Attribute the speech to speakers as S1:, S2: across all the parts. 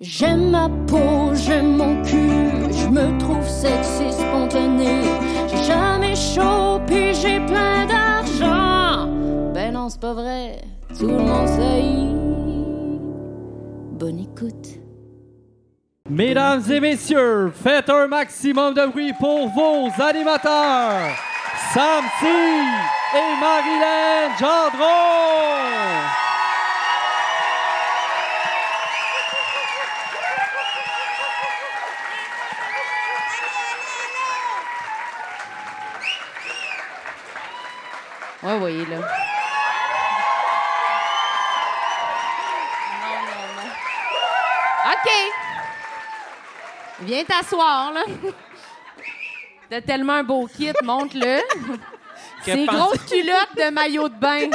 S1: J'aime ma peau, j'aime mon cul, je me trouve sexy spontané. J'ai jamais chaud, puis j'ai plein d'argent. Ben non, c'est pas vrai, tout le monde sait. Bonne écoute.
S2: Mesdames et messieurs, faites un maximum de bruit pour vos animateurs, Sam T et Marilyn Gendron.
S3: Ouais, voyez Ah là. Non, non, non. OK. Viens t'asseoir, là. T'as tellement un beau kit, montre-le. C'est une
S4: pense-
S3: grosse culotte de maillot de bain.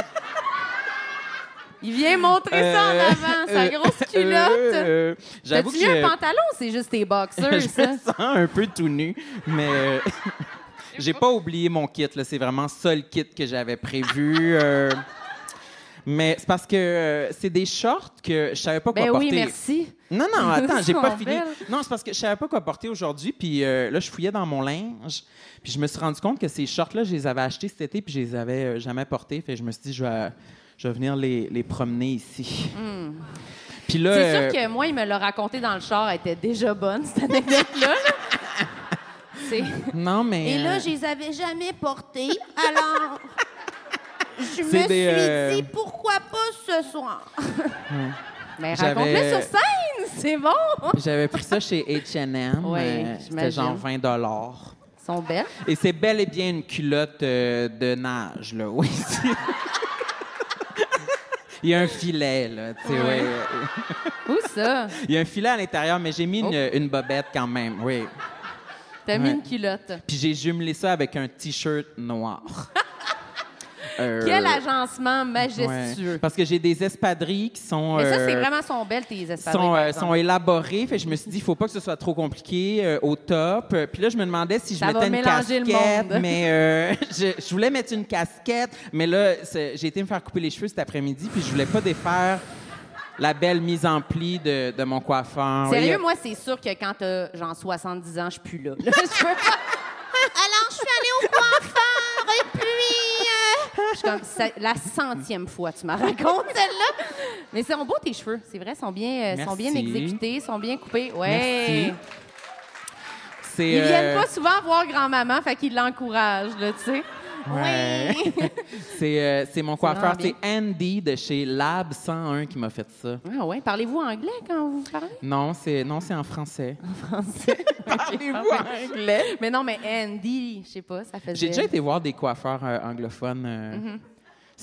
S3: Il vient montrer ça en
S4: Euh,
S3: avant, sa
S4: euh,
S3: grosse
S4: euh,
S3: culotte.
S4: euh, J'avoue que
S3: T'as-tu mis un
S4: je,
S3: pantalon ou c'est juste tes boxers,
S4: je
S3: ça?
S4: me sens un peu tout nu, mais euh, j'ai pas oublié mon kit. là. C'est vraiment ça le kit que j'avais prévu. euh, mais c'est parce que euh, c'est des shorts que je savais pas quoi
S3: Ben
S4: porter.
S3: oui, merci.
S4: Non, non, attends, j'ai pas
S3: Sont
S4: fini.
S3: belles.
S4: Non, c'est parce que je savais pas quoi porter aujourd'hui, puis euh, là, je fouillais dans mon linge, puis je me suis rendu compte que ces shorts-là, je les avais achetés cet été, puis je les avais euh, jamais portés. Fait que je me suis dit, je vais, je vais venir les, les promener ici. Puis là...
S3: Hmm. C'est
S4: euh,
S3: sûr que moi, il me l'a raconté dans le char, elle était déjà bonne, cette anecdote-là. là. C'est-
S4: Non, mais...
S3: Et là,
S4: euh,
S3: je les avais jamais portés, alors je me
S4: C'est
S3: suis
S4: des, euh,
S3: dit pourquoi pas ce soir. Mais
S4: J'avais-
S3: Ben, raconte-le sur scène, c'est bon.
S4: J'avais pris ça chez H&M.
S3: Oui,
S4: euh,
S3: j'imagine.
S4: C'était genre 20 dollars.
S3: Ils sont belles.
S4: Et c'est bel et bien une culotte euh, de nage, là, oui. Il y a un filet, là, tu sais, ouais.
S3: Où ça?
S4: Il y a un filet à l'intérieur, mais j'ai mis une,
S3: Oh.
S4: une bobette quand même, oui.
S3: T'as mis
S4: Ouais. Euh.
S3: une culotte.
S4: Puis j'ai jumelé ça avec un T-shirt noir. Euh,
S3: Quel agencement
S4: ouais.
S3: majestueux.
S4: Parce que j'ai des espadrilles qui sont...
S3: Mais ça, c'est
S4: euh,
S3: vraiment sont belles, tes espadrilles.
S4: sont,
S3: par
S4: euh,
S3: exemple.
S4: sont élaborés. Fait, que je me suis dit, il faut pas que ce soit trop compliqué euh, au top. Euh, Puis là, je me demandais si je
S3: Ça va
S4: mettais une
S3: mélanger
S4: casquette.
S3: le monde.
S4: Mais euh, je, je voulais mettre une casquette. Mais là, c'est- j'ai été me faire couper les cheveux cet après-midi. Puis je voulais pas défaire la belle mise en pli de, de mon coiffeur.
S3: Sérieux,
S4: Oui, euh,
S3: moi, c'est sûr que quand t'as genre 70 ans, je suis plus là. Là, je peux pas. Alors, je suis allée au coiffeur et puis. euh, Je suis comme, c'est la centième fois que tu m'as raconté celle-là. Mais c'est sont beaux tes cheveux, c'est vrai, sont bien, euh, sont bien
S4: Merci.
S3: exécutés, sont bien coupés. Ouais.
S4: Merci. C'est,
S3: Ils viennent
S4: euh,
S3: pas souvent voir grand-maman, fait qu'ils l'encouragent, là, tu sais.
S4: Ouais.
S3: Oui.
S4: C'est euh, c'est mon coiffeur.
S3: vraiment
S4: C'est Andy de chez Lab 101 qui m'a fait ça.
S3: ah ouais, parlez-vous anglais quand vous parlez?
S4: Non, c'est non, c'est en français.
S3: Parlez-vous anglais? Ah Mais non, mais Andy, je sais pas, ça faisait...
S4: J'ai déjà été voir des coiffeurs euh, anglophones euh,
S3: Mm-hmm.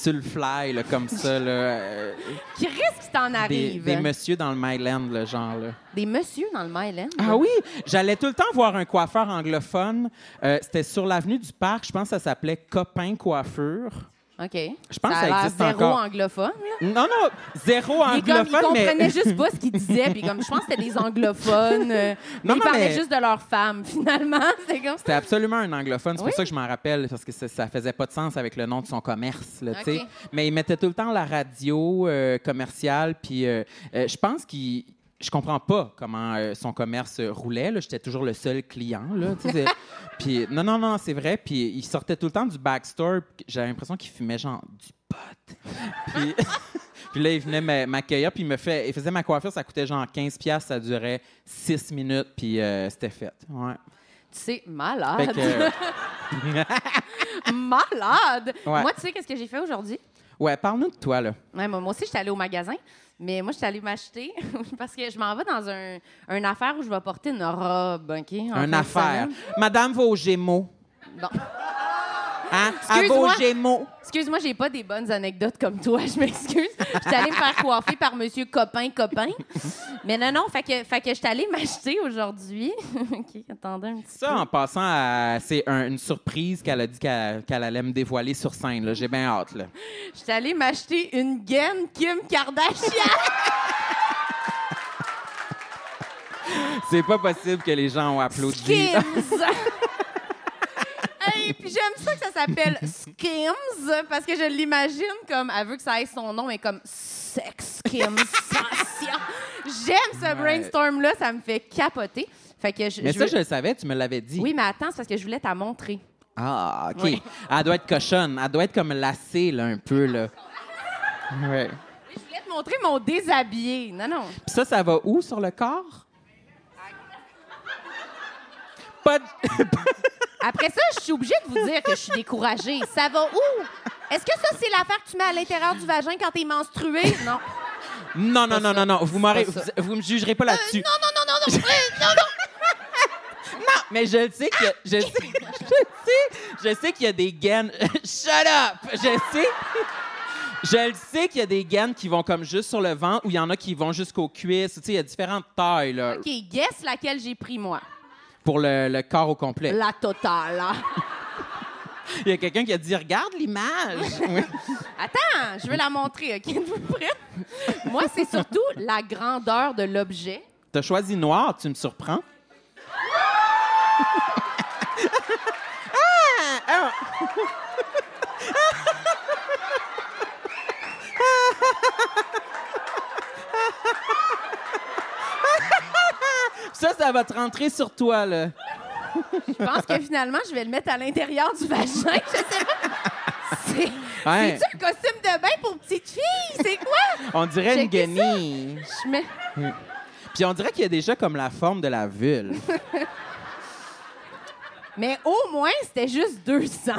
S4: sur le fly, là, comme ça. Là, euh,
S3: Qui risque qu'il t'en
S4: des,
S3: arrive?
S4: des messieurs dans le Myland, le genre. Là.
S3: Des messieurs dans le mail, hein?
S4: Ah oui? J'allais tout le temps voir un coiffeur anglophone. Euh, C'était sur l'avenue du Parc. Je pense que ça s'appelait Copain Coiffure.
S3: OK.
S4: Je
S3: ça
S4: pense que
S3: a
S4: ça
S3: l'air
S4: existe
S3: zéro
S4: encore.
S3: anglophone. là.
S4: Non, non, zéro
S3: Il, est comme, il
S4: anglophone,
S3: comprenait
S4: mais...
S3: juste pas ce qu'il disait, puis comme je pense que c'était des anglophones. euh, mais
S4: Non,
S3: ils
S4: non,
S3: parlaient
S4: mais-
S3: juste de leur femme, finalement. C'est comme
S4: C'était absolument un anglophone. C'est
S3: Oui.
S4: pour ça que je m'en rappelle, parce que ça, ça faisait pas de sens avec le nom de son commerce. là, tu sais.
S3: OK.
S4: Mais il mettait tout le temps la radio euh, commerciale, puis euh, euh, je pense qu'il. Je comprends pas comment euh, son commerce euh, roulait. là. J'étais toujours le seul client. Là, tu sais. puis, non, non, non, c'est vrai. Puis il sortait tout le temps du backstore. puis J'avais l'impression qu'il fumait genre du pot. Puis, puis là, il venait m'a- m'accueillir. Puis il me fait, il faisait ma coiffure. Ça coûtait genre 15$. piastres, Ça durait 6 minutes. Puis euh, c'était fait. Ouais.
S3: C'est
S4: Fait que,
S3: malade.
S4: euh,
S3: malade.
S4: Ouais.
S3: Moi, tu sais, qu'est-ce que j'ai fait aujourd'hui?
S4: Ouais, parle-nous de toi, là.
S3: Ouais, moi, moi aussi, j'étais allée au magasin, mais moi, j'étais allée m'acheter parce que je m'en vais dans un, une affaire où je vais porter une robe, OK? en fin
S4: Un
S3: de
S4: affaire.
S3: semaine.
S4: Madame va aux Gémeaux.
S3: Bon.
S4: Hein? Elle va aux
S3: Excuse-moi.
S4: Gémeaux.
S3: Excuse-moi, j'ai pas des bonnes anecdotes comme toi, je m'excuse. J'étais allée me faire coiffer par monsieur copain copain. Mais non non, fait que fait que j'étais allée m'acheter aujourd'hui. OK, attendez un petit
S4: Ça, en passant, à- c'est un- une surprise qu'elle a dit qu'elle qu'elle allait me dévoiler sur scène. là. J'ai bien hâte. Là.
S3: peu. J'étais allée m'acheter une gaine Kim Kardashian.
S4: C'est pas possible que les gens ont applaudi.
S3: Skims. Hey, puis j'aime ça que ça s'appelle Skims parce que je l'imagine comme elle veut que ça ait son nom mais comme Sex Skims. Sensation. J'aime ce
S4: Ouais.
S3: brainstorm-là, ça me fait capoter. Fait que je,
S4: Mais
S3: je
S4: ça,
S3: veux-
S4: je le savais, tu me l'avais dit.
S3: Oui, mais attends, c'est parce que je voulais t'en montrer.
S4: Ah, OK.
S3: Oui.
S4: Elle doit être cochonne. Elle doit être comme lacée, là, un peu, là. Ouais.
S3: Je voulais te montrer mon déshabillé. Non, non.
S4: Puis ça, ça va où sur le corps? Pas de...
S3: Après ça, je suis obligée de vous dire que je suis découragée. Ça va où? Est-ce que ça, c'est l'affaire que tu mets à l'intérieur du vagin quand t'es menstruée? Non.
S4: Non, non, non, non, non. Vous, m'aurez-
S3: pas
S4: vous,
S3: ça.
S4: vous me jugerez pas là-dessus.
S3: Non, non, non, non, non. Euh, non, non.
S4: Mais je le sais que je sais, je sais, je sais qu'il y a des gaines. Shut up. Je sais. Je le sais qu'il y a des gaines qui vont comme juste sur le ventre ou il y en a qui vont jusqu'aux cuisses. Tu sais, il y a différentes tailles là,
S3: OK, guess laquelle j'ai pris, moi?
S4: pour le, le corps au complet.
S3: La totale. hein.
S4: Il y a quelqu'un qui a dit regarde l'image. Oui.
S3: Attends, je vais la montrer, OK? Êtes-vous prête? Moi, c'est surtout la grandeur de l'objet.
S4: T'as choisi noir, tu me surprends. Ah! Ah! Ça, ça va te rentrer sur toi, là.
S3: Je pense que finalement, je vais le mettre à l'intérieur du vagin. Je sais pas. C'est-
S4: Ouais.
S3: C'est-tu un costume de bain pour petite fille? C'est quoi?
S4: On dirait une
S3: Checker ça.
S4: guenille.
S3: Je mets...
S4: Puis on dirait qu'il y a déjà comme la forme de la vulve.
S3: Mais au moins, c'était juste 200.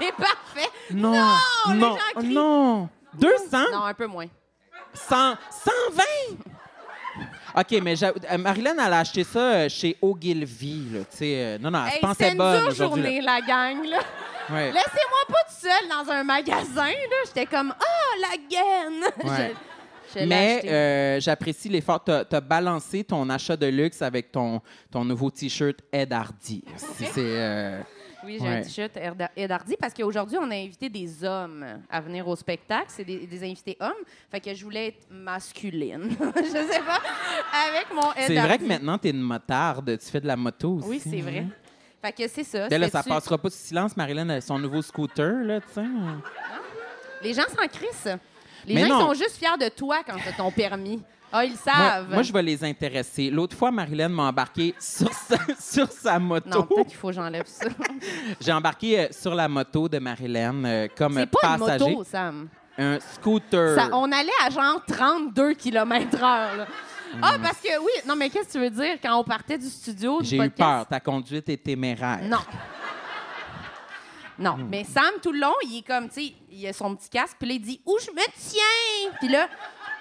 S3: C'est parfait.
S4: Ah! Non,
S3: les
S4: non,
S3: gens crient.
S4: non. 200?
S3: Non, un peu moins.
S4: 100, 120? OK, mais j'a- euh, Marilyn, elle a acheté ça euh, chez Ogilvy, là, tu sais. euh, non, non, elle se
S3: Hey,
S4: pensait
S3: c'était une
S4: bonne
S3: dure
S4: aujourd'hui. là.
S3: journée, la gang. là.
S4: Ouais.
S3: Laissez-moi pas toute seule dans un magasin. là. J'étais comme, ah, la gaine.
S4: Ouais.
S3: Je- je l'ai
S4: Mais
S3: acheté.
S4: euh, j'apprécie l'effort. T'as as balancé ton achat de luxe avec ton, ton nouveau T-shirt Ed Hardy. C'est... c'est, euh,
S3: Oui, j'ai
S4: Ouais.
S3: un t-shirt Erda- Ed Hardy parce qu'aujourd'hui, on a invité des hommes à venir au spectacle. C'est des, des invités hommes. Fait que je voulais être masculine. je sais pas. Avec mon Ed
S4: C'est vrai
S3: Hardy.
S4: que maintenant, t'es une motarde. Tu fais de la moto aussi.
S3: Oui, c'est vrai. Fait que c'est ça.
S4: Dès Ben là, ça
S3: C'était-tu-
S4: passera pas sous silence, Marilyn, elle a son nouveau scooter, là, tu sais.
S3: Les gens s'en crissent. Les
S4: Mais
S3: gens, ils
S4: non.
S3: sont juste fiers de toi quand t'as ton permis. Ah, ils le
S4: Moi,
S3: savent.
S4: moi, je vais les intéresser. L'autre fois, Marilyn m'a embarqué sur sa, sur sa moto.
S3: Non, peut-être qu'il faut que j'enlève ça.
S4: J'ai embarqué euh, sur la moto de Marilyn euh, comme
S3: C'est pas
S4: passager. Euh.
S3: une moto, Sam.
S4: Un scooter.
S3: Ça- on allait à genre 32 km h Ah, parce que oui, non, mais qu'est-ce que tu veux dire quand on partait du studio du
S4: Mhm. J'ai eu
S3: podcast?
S4: peur. Ta conduite est téméraire.
S3: Non. Non, mais Sam, tout le long, il est comme, tu sais, il a son petit casque, puis là, il dit « Où je me tiens? » Puis là,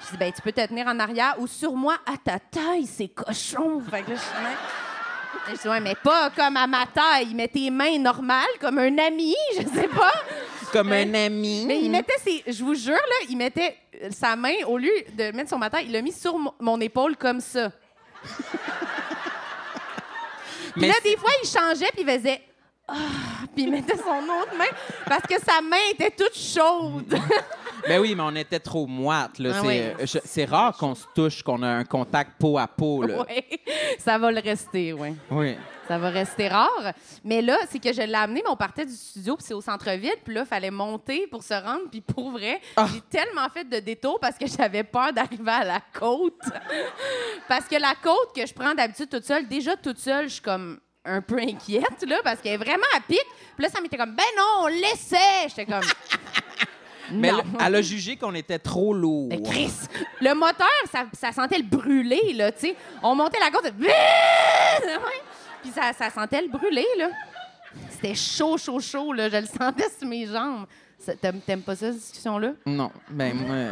S3: je dis « Ben, tu peux te tenir en arrière ou sur moi, à ta taille, c'est cochon. » Fait que là, je suis là, je dis « Ouais, mais pas comme à ma taille. Mets tes mains normales, comme un ami, je sais pas.
S4: Comme un ami.
S3: Mais il mettait ses... Je vous jure, là, il mettait euh, sa main, au lieu de mettre sur ma taille, il l'a mis sur mon- mon épaule comme ça. Puis
S4: Mais
S3: là, des fois, il changeait, puis il faisait... Ah Puis il mettait son autre main parce que sa main était toute chaude.
S4: Ben oui, mais on était trop moites. là.
S3: Ah
S4: c'est,
S3: oui.
S4: euh, je- c'est rare qu'on se touche, qu'on a un contact peau à peau. Là.
S3: Ouais. Ça va le rester, oui.
S4: Oui.
S3: Ça va rester rare. Mais là, c'est que je l'ai amené, mais on partait du studio, puis c'est au centre-ville, puis là, il fallait monter pour se rendre, puis pour vrai,
S4: Ah.
S3: j'ai tellement fait de détours parce que j'avais peur d'arriver à la côte. parce que la côte que je prends d'habitude toute seule, déjà toute seule, je suis comme un peu inquiète, là, parce qu'elle est vraiment à pic. Puis là, ça m'était comme, ben non, on l'essaie. J'étais comme.
S4: Mais
S3: Non.
S4: elle, elle a jugé qu'on était trop lourd.
S3: Mais Chris, le moteur, ça, ça sentait le brûler, là, tu sais. On montait la côte, Ouais. puis ça, ça sentait le brûler, là. C'était chaud, chaud, chaud, là. Je le sentais sur mes jambes. Ça- T'aimes t'aimes pas ça, cette discussion-là?
S4: Non, ben moi,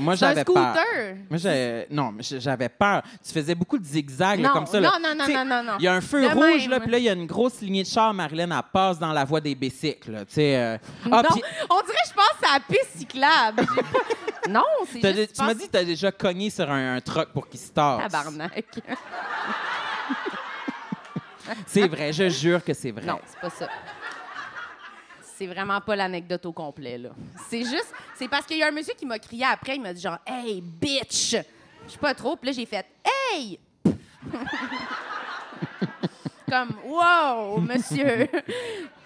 S4: moi
S3: C'est un
S4: j'avais peur.
S3: scooter.
S4: Moi j'ai non, mais j'avais peur. Tu faisais beaucoup de zigzags là,
S3: Non,
S4: comme ça.
S3: non,
S4: là.
S3: non, non,
S4: Tu
S3: non,
S4: sais,
S3: non, non.
S4: Il y a un feu
S3: De
S4: rouge
S3: même.
S4: là, puis là il y a une grosse lignée de char. Marilyn elle passe dans la voie des bicycles. là, Tu sais. euh. Ah,
S3: non,
S4: puis
S3: on dirait que je pense à la piste cyclable. J'ai pas- non, c'est
S4: t'as
S3: juste...
S4: dé-
S3: je
S4: tu m'as
S3: pense-
S4: dit que t'as déjà cogné sur un, un truck pour qu'il se tasse.
S3: Tabarnak.
S4: C'est vrai, je jure que c'est vrai.
S3: Non, c'est pas ça. C'est vraiment pas l'anecdote au complet, là. C'est juste. C'est parce qu'il y a un monsieur qui m'a crié après, il m'a dit genre, Hey, bitch! Je sais pas trop. Puis là, j'ai fait, Hey! Comme, wow, monsieur!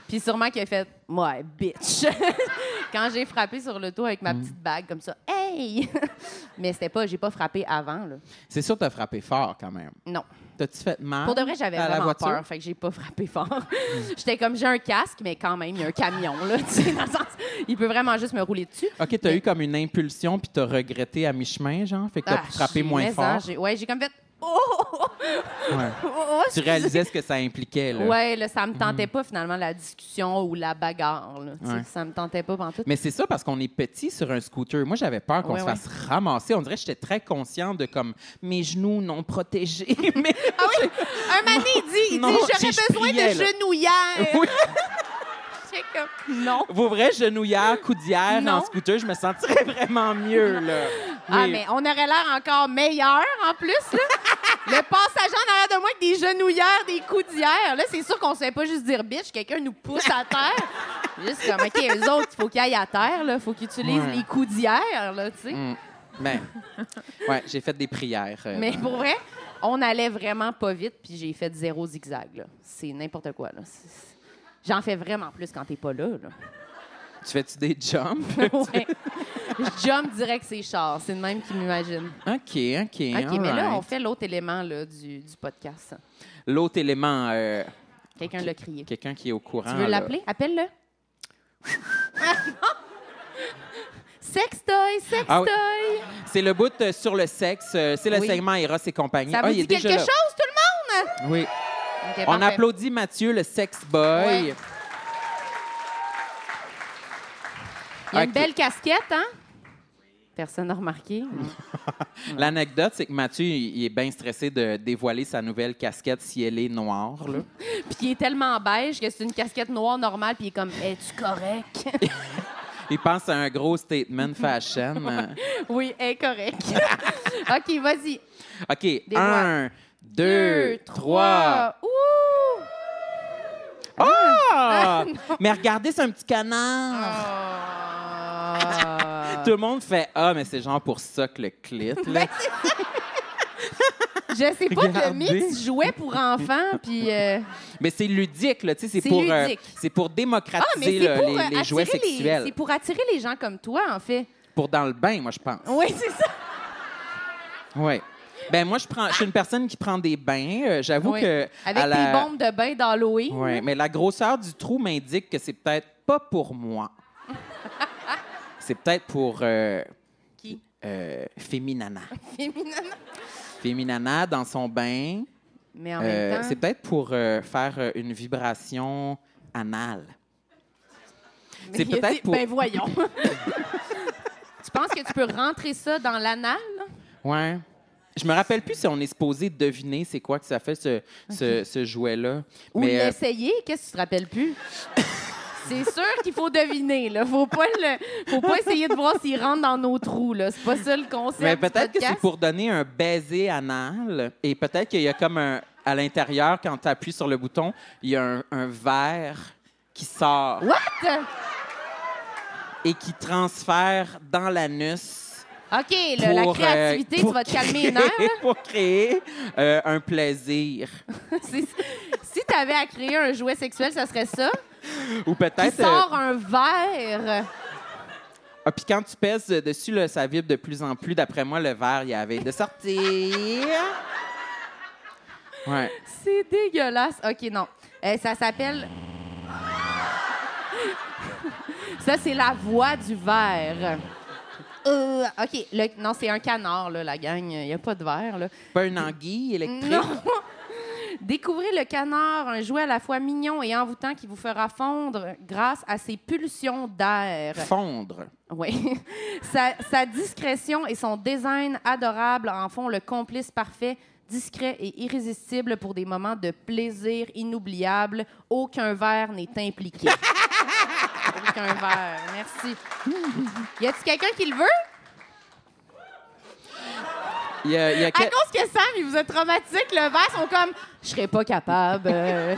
S3: Puis sûrement qu'il a fait Ouais, bitch. Quand j'ai frappé sur le dos avec ma petite bague comme ça, hey! Mais c'était pas, j'ai pas frappé avant, là.
S4: C'est sûr que t'as frappé fort quand même.
S3: Non.
S4: T'as-tu fait mal?
S3: Pour de vrai, j'avais
S4: Hein? à la
S3: vraiment
S4: voiture? Hmm.
S3: peur, fait que j'ai pas frappé fort. J'étais comme j'ai un casque, mais quand même, il y a un camion, là. Tu sais, dans le sens, il peut vraiment juste me rouler dessus.
S4: OK, t'as
S3: Mais-
S4: eu comme une impulsion puis t'as regretté à mi-chemin, genre, fait que t'as
S3: Ah,
S4: frappé
S3: j'ai-
S4: moins
S3: mais, hein,
S4: fort.
S3: j'ai- ouais, j'ai comme fait. Oh! oh,
S4: Ouais.
S3: oh, oh,
S4: Tu réalisais ce que ça impliquait, là. Hmm.
S3: Ouais, là, ça me tentait pas finalement la discussion ou la bagarre. Là, tu sais,
S4: Ouais.
S3: Ça me tentait pas pantoute.
S4: Mais c'est ça parce qu'on est petit sur un scooter. Moi, j'avais peur qu'on
S3: Ouais,
S4: se
S3: ouais.
S4: fasse ramasser. On dirait que j'étais très consciente de comme mes genoux non protégés. Mais
S3: Ah oui! Un mané, il dit, il
S4: Non,
S3: dit
S4: j'ai-
S3: j'aurais
S4: je
S3: besoin
S4: priais,
S3: de
S4: là.
S3: genouillères.
S4: oui,
S3: J'étais comme, non.
S4: vos vraies genouillères, coudières
S3: Non.
S4: en scooter, je me sentirais vraiment mieux, là.
S3: Ah,
S4: Oui.
S3: mais on aurait l'air encore meilleur en plus, là. Le passager en arrière de moi avec des genouillères, des coudières. Là, c'est sûr qu'on ne savait pas juste dire bitch, quelqu'un nous pousse à terre. Juste comme, OK, eux autres, il faut qu'ils aillent à terre, là. faut qu'ils utilisent
S4: Ouais.
S3: les coudières, là, tu sais.
S4: Mm. Ben, ouais, j'ai fait des prières. euh,
S3: Mais pour vrai, on allait vraiment pas vite, puis j'ai fait zéro zigzag, là. C'est n'importe quoi, là. C'est- c'est- J'en fais vraiment plus quand t'es pas là, là.
S4: Tu fais-tu des jumps?
S3: Ouais. Je jump direct ses chars. C'est le même qui m'imagine.
S4: OK, OK.
S3: OK, mais là,
S4: alright.
S3: on fait l'autre élément là, du, du podcast.
S4: L'autre élément, euh,
S3: Quelqu'un l'a crié.
S4: quelqu'un qui est au courant.
S3: Tu veux
S4: là.
S3: l'appeler? Appelle-le. Sextoy, sextoy!
S4: Ah oui. C'est le bout euh, sur le sexe. euh, c'est le
S3: Oui.
S4: segment Eros et compagnie.
S3: Ça
S4: Ah,
S3: vous
S4: il est
S3: dit quelque
S4: déjà là.
S3: chose, tout le monde?
S4: Oui.
S3: OK,
S4: On
S3: parfait.
S4: applaudit Mathieu, le sex boy.
S3: Ouais. Il a une
S4: Ok.
S3: belle casquette, hein? Personne n'a remarqué. Mm.
S4: L'anecdote, c'est que Mathieu, il il est bien stressé de dévoiler sa nouvelle casquette si elle est noire. là.
S3: puis il est tellement beige que c'est une casquette noire normale, puis il est comme, es-tu correct?
S4: Il pense à un gros statement fashion. hein.
S3: oui, incorrect. OK, vas-y.
S4: OK.
S3: Dévoile.
S4: Un, deux, trois.
S3: Ouh!
S4: Ah!
S3: Ah, non.
S4: mais regardez, c'est un petit canard.
S3: Ah. Oh.
S4: Tout le monde fait Ah, mais c'est genre pour ça que le clit. là.
S3: Ben, Je sais pas, que le
S4: Regardez.
S3: mix jouait pour enfants, puis euh,
S4: mais c'est ludique, là. tu sais, C'est
S3: C'est
S4: pour, euh,
S3: ludique.
S4: c'est pour démocratiser
S3: ah, mais
S4: là,
S3: c'est pour
S4: les,
S3: euh,
S4: les jouets
S3: attirer les-
S4: sexuels.
S3: c'est pour attirer les gens comme toi, en fait.
S4: Pour dans le bain, moi, je pense.
S3: Oui, c'est ça.
S4: Oui. Ben moi, je prends, je suis une personne qui prend des bains. euh, J'avoue
S3: Oui.
S4: que
S3: Ah. Avec
S4: à la-
S3: tes bombes de bain d'Halloween.
S4: Ouais, mais la grosseur du trou m'indique que c'est peut-être pas pour moi. c'est peut-être pour euh,
S3: Qui?
S4: euh, Féminana.
S3: Féminin.
S4: Féminana dans son bain.
S3: Mais en
S4: euh,
S3: même temps,
S4: c'est peut-être pour euh, faire euh, une vibration anale.
S3: mais
S4: c'est
S3: il a
S4: peut-être
S3: dit,
S4: pour-
S3: Ben voyons. tu penses que tu peux rentrer ça dans l'anal?
S4: Ouais. Je me rappelle plus si on est supposé deviner c'est quoi que ça fait ce, ce, ce jouet-là.
S3: Ou
S4: Mais, euh,
S3: l'essayer? Qu'est-ce que tu te rappelles plus? C'est sûr qu'il faut deviner. Là. Faut pas le- faut pas essayer de voir s'il rentre dans nos trous. Là. C'est pas ça le concept.
S4: Mais
S3: du
S4: peut-être que c'est
S3: podcast. Ah.
S4: pour donner un baiser anal. Et peut-être qu'il y a comme un. À l'intérieur, quand tu appuies sur le bouton, il y a un, un verre qui sort
S3: What?
S4: et qui transfère dans l'anus.
S3: OK, le-
S4: pour, euh,
S3: la créativité,
S4: pour
S3: tu vas te calmer
S4: créer-
S3: une heure.
S4: pour créer euh, un plaisir.
S3: si tu avais à créer un jouet sexuel, ça serait ça.
S4: Ou
S3: Qui
S4: peut-être. euh,
S3: sort un verre.
S4: ah, Puis quand tu pèses euh, dessus, là, ça vibre de plus en plus. D'après moi, le verre, il avait de sortir. Ouais.
S3: C'est dégueulasse. OK, non. Euh, ça s'appelle... ça, c'est la voix du verre. Euh, OK, le- non, c'est un canard, là, la gang. Il n'y a pas de verre, là.
S4: Pas une anguille électrique.
S3: Non! Découvrez le canard, un jouet à la fois mignon et envoûtant qui vous fera fondre grâce à ses pulsions d'air.
S4: Fondre.
S3: Oui. sa, sa discrétion et son design adorable en font le complice parfait, discret et irrésistible pour des moments de plaisir inoubliables. Aucun verre n'est impliqué. Aucun verre. Merci. Y a-t-il quelqu'un qui le veut?
S4: Il y a, il y a
S3: À
S4: quel-
S3: cause que Sam, il vous a traumatique, le verre, ils sont comme, je serais pas capable. euh,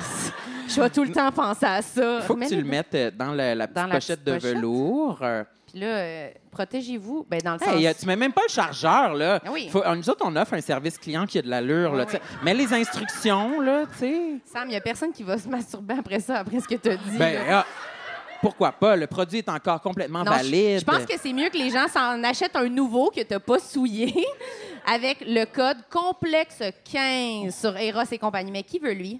S3: je vais tout le temps penser à ça.
S4: faut que
S3: Mais
S4: tu le mettes euh, dans la, la petite
S3: Dans la
S4: pochette
S3: petite
S4: de
S3: pochette?
S4: velours. euh,
S3: Puis Puis là, euh, protégez-vous. Ben, dans le sens.
S4: Hey, euh, tu mets même pas le chargeur, là.
S3: Ah oui.
S4: Faut- euh, nous autres, on offre un service client qui a de l'allure, là.
S3: Ah
S4: tu sais. Mais les instructions, là, tu sais.
S3: Sam, il n'y a personne qui va se masturber après ça, après ce que tu as dit.
S4: Ben,
S3: là.
S4: ah, pourquoi pas? Le produit est encore complètement
S3: Non, je-
S4: valide.
S3: Je pense que c'est mieux que les gens s'en achètent un nouveau que t'as pas souillé avec le code complexe 15 sur Eros et compagnie. Mais qui veut lui?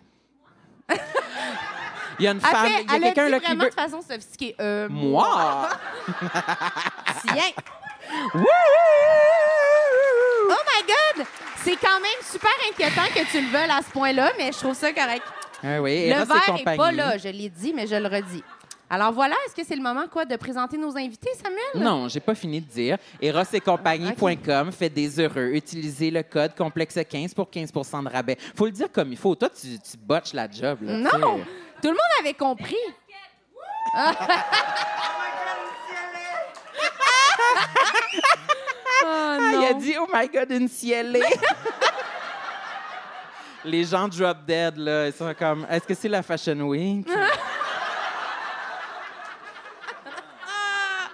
S4: Il y a une
S3: Elle
S4: femme,
S3: fait-
S4: il y a
S3: elle a
S4: quelqu'un
S3: dit
S4: là qui
S3: vraiment
S4: veut.
S3: de façon sophistiquée. Euh,
S4: Moi!
S3: tiens.
S4: Wouhou!
S3: Oh my God! C'est quand même super inquiétant que tu le veuilles à ce point-là, mais je trouve ça correct.
S4: Ah oui, et
S3: le
S4: là, c'est
S3: verre n'est
S4: compagnie.
S3: pas là, je l'ai dit, mais je le redis. Alors voilà, est-ce que c'est le moment quoi de présenter nos invités, Samuel?
S4: Non, j'ai pas fini de dire. Erosetcompagnie.com fait des heureux. Utilisez le code complexe 15 pour 15 de rabais. Faut le dire comme il faut. Toi, tu, tu botches la job. Là, tu
S3: Non!
S4: sais.
S3: Tout le monde avait compris. Ah,
S4: Ah, il a
S3: non.
S4: dit Oh my God, une cielée! Les gens drop dead, là. Ils sont comme Est-ce que c'est la Fashion Week?
S3: Ah.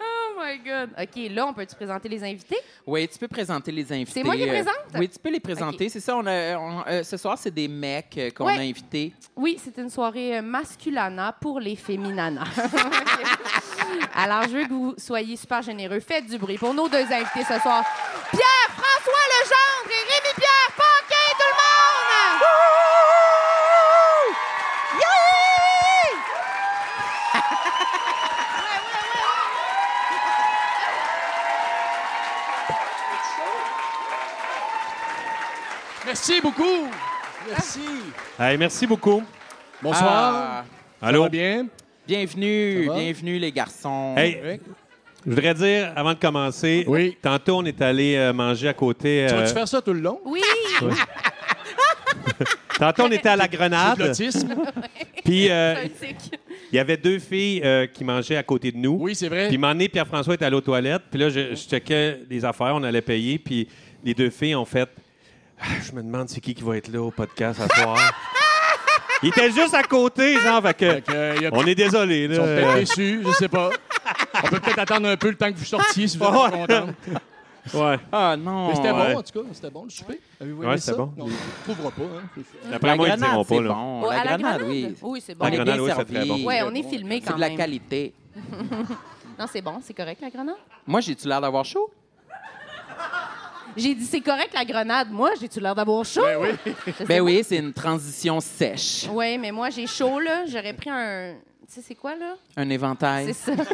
S3: Oh my God. OK, là, on peut-tu présenter les invités?
S4: Oui, tu peux présenter les invités.
S3: C'est moi qui les
S4: Euh,
S3: présente?
S4: Oui, tu peux les présenter. C'est ça, on a, on- euh, ce soir, c'est des mecs euh, qu'on
S3: Ouais.
S4: a invités.
S3: Oui, c'est une soirée euh, masculana pour les féminanas. Alors, je veux que vous soyez super généreux. Faites du bruit pour nos deux invités ce soir. Pierre-François Legendre et Rémi-Pierre Paquin, tout le monde!
S5: Merci beaucoup. Merci.
S6: Hey, merci beaucoup.
S5: Bonsoir.
S4: Ah,
S5: Ça
S6: Allô?
S5: va bien?
S4: bienvenue,
S5: Ça va?
S4: bienvenue, les garçons.
S6: Hey, je voudrais dire, avant de commencer,
S5: Oui.
S6: tantôt, on est allé euh, manger à côté.
S5: Tu
S6: euh,
S5: vas-tu faire ça tout le long?
S3: Oui!
S6: tantôt, on était à la
S5: C'est
S6: Grenade.
S5: de
S6: ben.
S5: l'autisme?
S6: Puis, euh,
S3: C'est un tic.
S6: il y avait deux filles euh, qui mangeaient à côté de nous.
S5: Oui, c'est vrai.
S6: Puis, un moment donné, Pierre-François est allé aux toilettes. Puis là, je, je checkais les affaires, on allait payer. Puis, les deux filles ont fait Ah, Je me demande c'est qui qui va être là au podcast à soir. il était juste à côté, genre. Fait que,
S5: Fait que, euh, y a-
S6: on est euh, désolé.
S5: Ils sont peut-être
S6: Là.
S5: déçus, je sais pas. On peut peut-être attendre un peu le temps que vous sortiez si vous êtes
S6: Ouais.
S5: pas contents.
S6: Ouais.
S4: Ah non!
S5: Mais c'était
S6: ouais.
S5: bon, en tout cas. C'était bon, le souper. Avez-vous
S6: Ouais,
S5: aimé
S6: c'était
S5: ça?
S6: bon.
S5: Non, on ne trouvera pas. Hein.
S6: D'après Ben, moi, ils
S4: la
S6: ne diront
S4: grenade,
S6: pas.
S4: c'est
S6: Là.
S4: bon.
S3: Oh,
S4: la,
S3: à la
S4: grenade,
S3: Grenade?
S4: oui.
S3: Oui, c'est bon.
S4: On
S6: La
S4: est
S6: Grenade,
S4: bien
S6: oui, c'est
S4: servi.
S6: très bon.
S3: Ouais, on est filmé
S4: C'est
S3: quand
S4: de la
S3: même.
S4: qualité.
S3: Non, c'est bon, c'est correct, la grenade?
S4: Moi, j'ai-tu l'air d'avoir chaud?
S3: J'ai dit, c'est correct, la grenade. Moi, j'ai-tu l'air d'avoir chaud?
S5: oui.
S3: Je sais
S4: Ben oui, c'est une transition sèche.
S3: Oui, mais moi, j'ai chaud, là. J'aurais pris un. Tu sais, c'est quoi, là?
S4: Un
S3: C'est
S4: éventail.
S3: ça.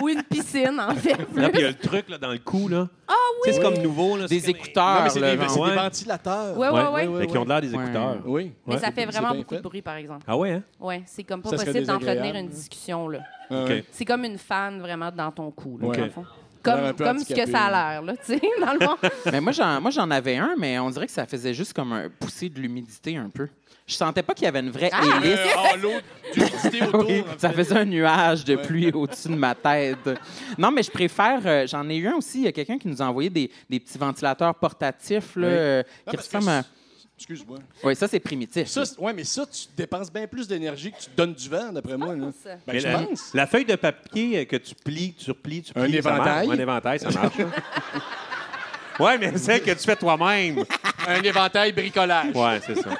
S3: Ou une piscine, en fait.
S6: Là, puis il y a le truc là, dans le cou, là.
S3: Ah
S6: Tu sais, C'est comme nouveau. Là,
S4: Des
S6: c'est comme-
S5: Non, mais
S4: écouteurs,
S5: c'est
S4: là,
S5: des,
S4: genre.
S5: c'est des
S6: Ah, ouais.
S5: ventilateurs.
S3: Ouais, ouais,
S6: Ouais,
S3: ouais.
S5: ouais,
S6: Fait qu'ils ont de l'air des
S4: Ouais.
S6: écouteurs.
S5: Oui.
S3: Mais
S6: Ouais.
S3: ça fait
S5: C'est
S3: vraiment
S5: bien
S3: beaucoup
S5: fait.
S3: de bruit, par exemple.
S6: Ah ouais, hein?
S3: Ouais, c'est comme pas
S5: Ça serait
S3: possible d'entretenir
S5: désagréable.
S3: une discussion, là.
S5: Ah,
S6: OK.
S5: ouais.
S3: C'est comme une fan vraiment dans ton cou, là,
S5: Ouais.
S3: dans le fond.
S5: l'air un
S3: Comme,
S5: peu
S3: comme ce que
S5: handicapé,
S3: ça a l'air, là, tu sais, dans le fond.
S4: Mais Ben moi, j'en, moi, j'en avais un, mais on dirait que ça faisait juste comme un pousser de l'humidité un peu. Je sentais pas qu'il y avait une vraie
S3: Ah!
S4: hélice.
S5: Euh, ah, l'eau d'humidité autour.
S4: Oui,
S5: en
S4: ça
S5: fait.
S4: faisait un nuage de pluie au-dessus de ma tête. Non, mais je préfère. euh, j'en ai eu un aussi. Il y a quelqu'un qui nous a envoyé des, des petits ventilateurs portatifs. Là,
S5: Oui.
S4: euh,
S6: ben,
S5: Ah,
S4: qui
S5: parce que
S4: ressemblent à-
S5: c'est- Excuse-moi.
S4: Oui, ça, c'est primitif.
S5: Ça, c'est- ouais, mais ça, tu dépenses bien plus d'énergie que tu te donnes du vent, d'après moi. là.
S3: ça?
S5: Ben,
S6: Mais
S5: je
S6: la,
S5: pense.
S6: la feuille de papier euh, que tu plies, tu replies, tu
S5: Un
S6: plies, ça
S5: éventail.
S6: marche. Un éventail, ça marche. ouais, mais celle que tu fais toi-même.
S5: Un éventail bricolage.
S6: Ouais, c'est ça.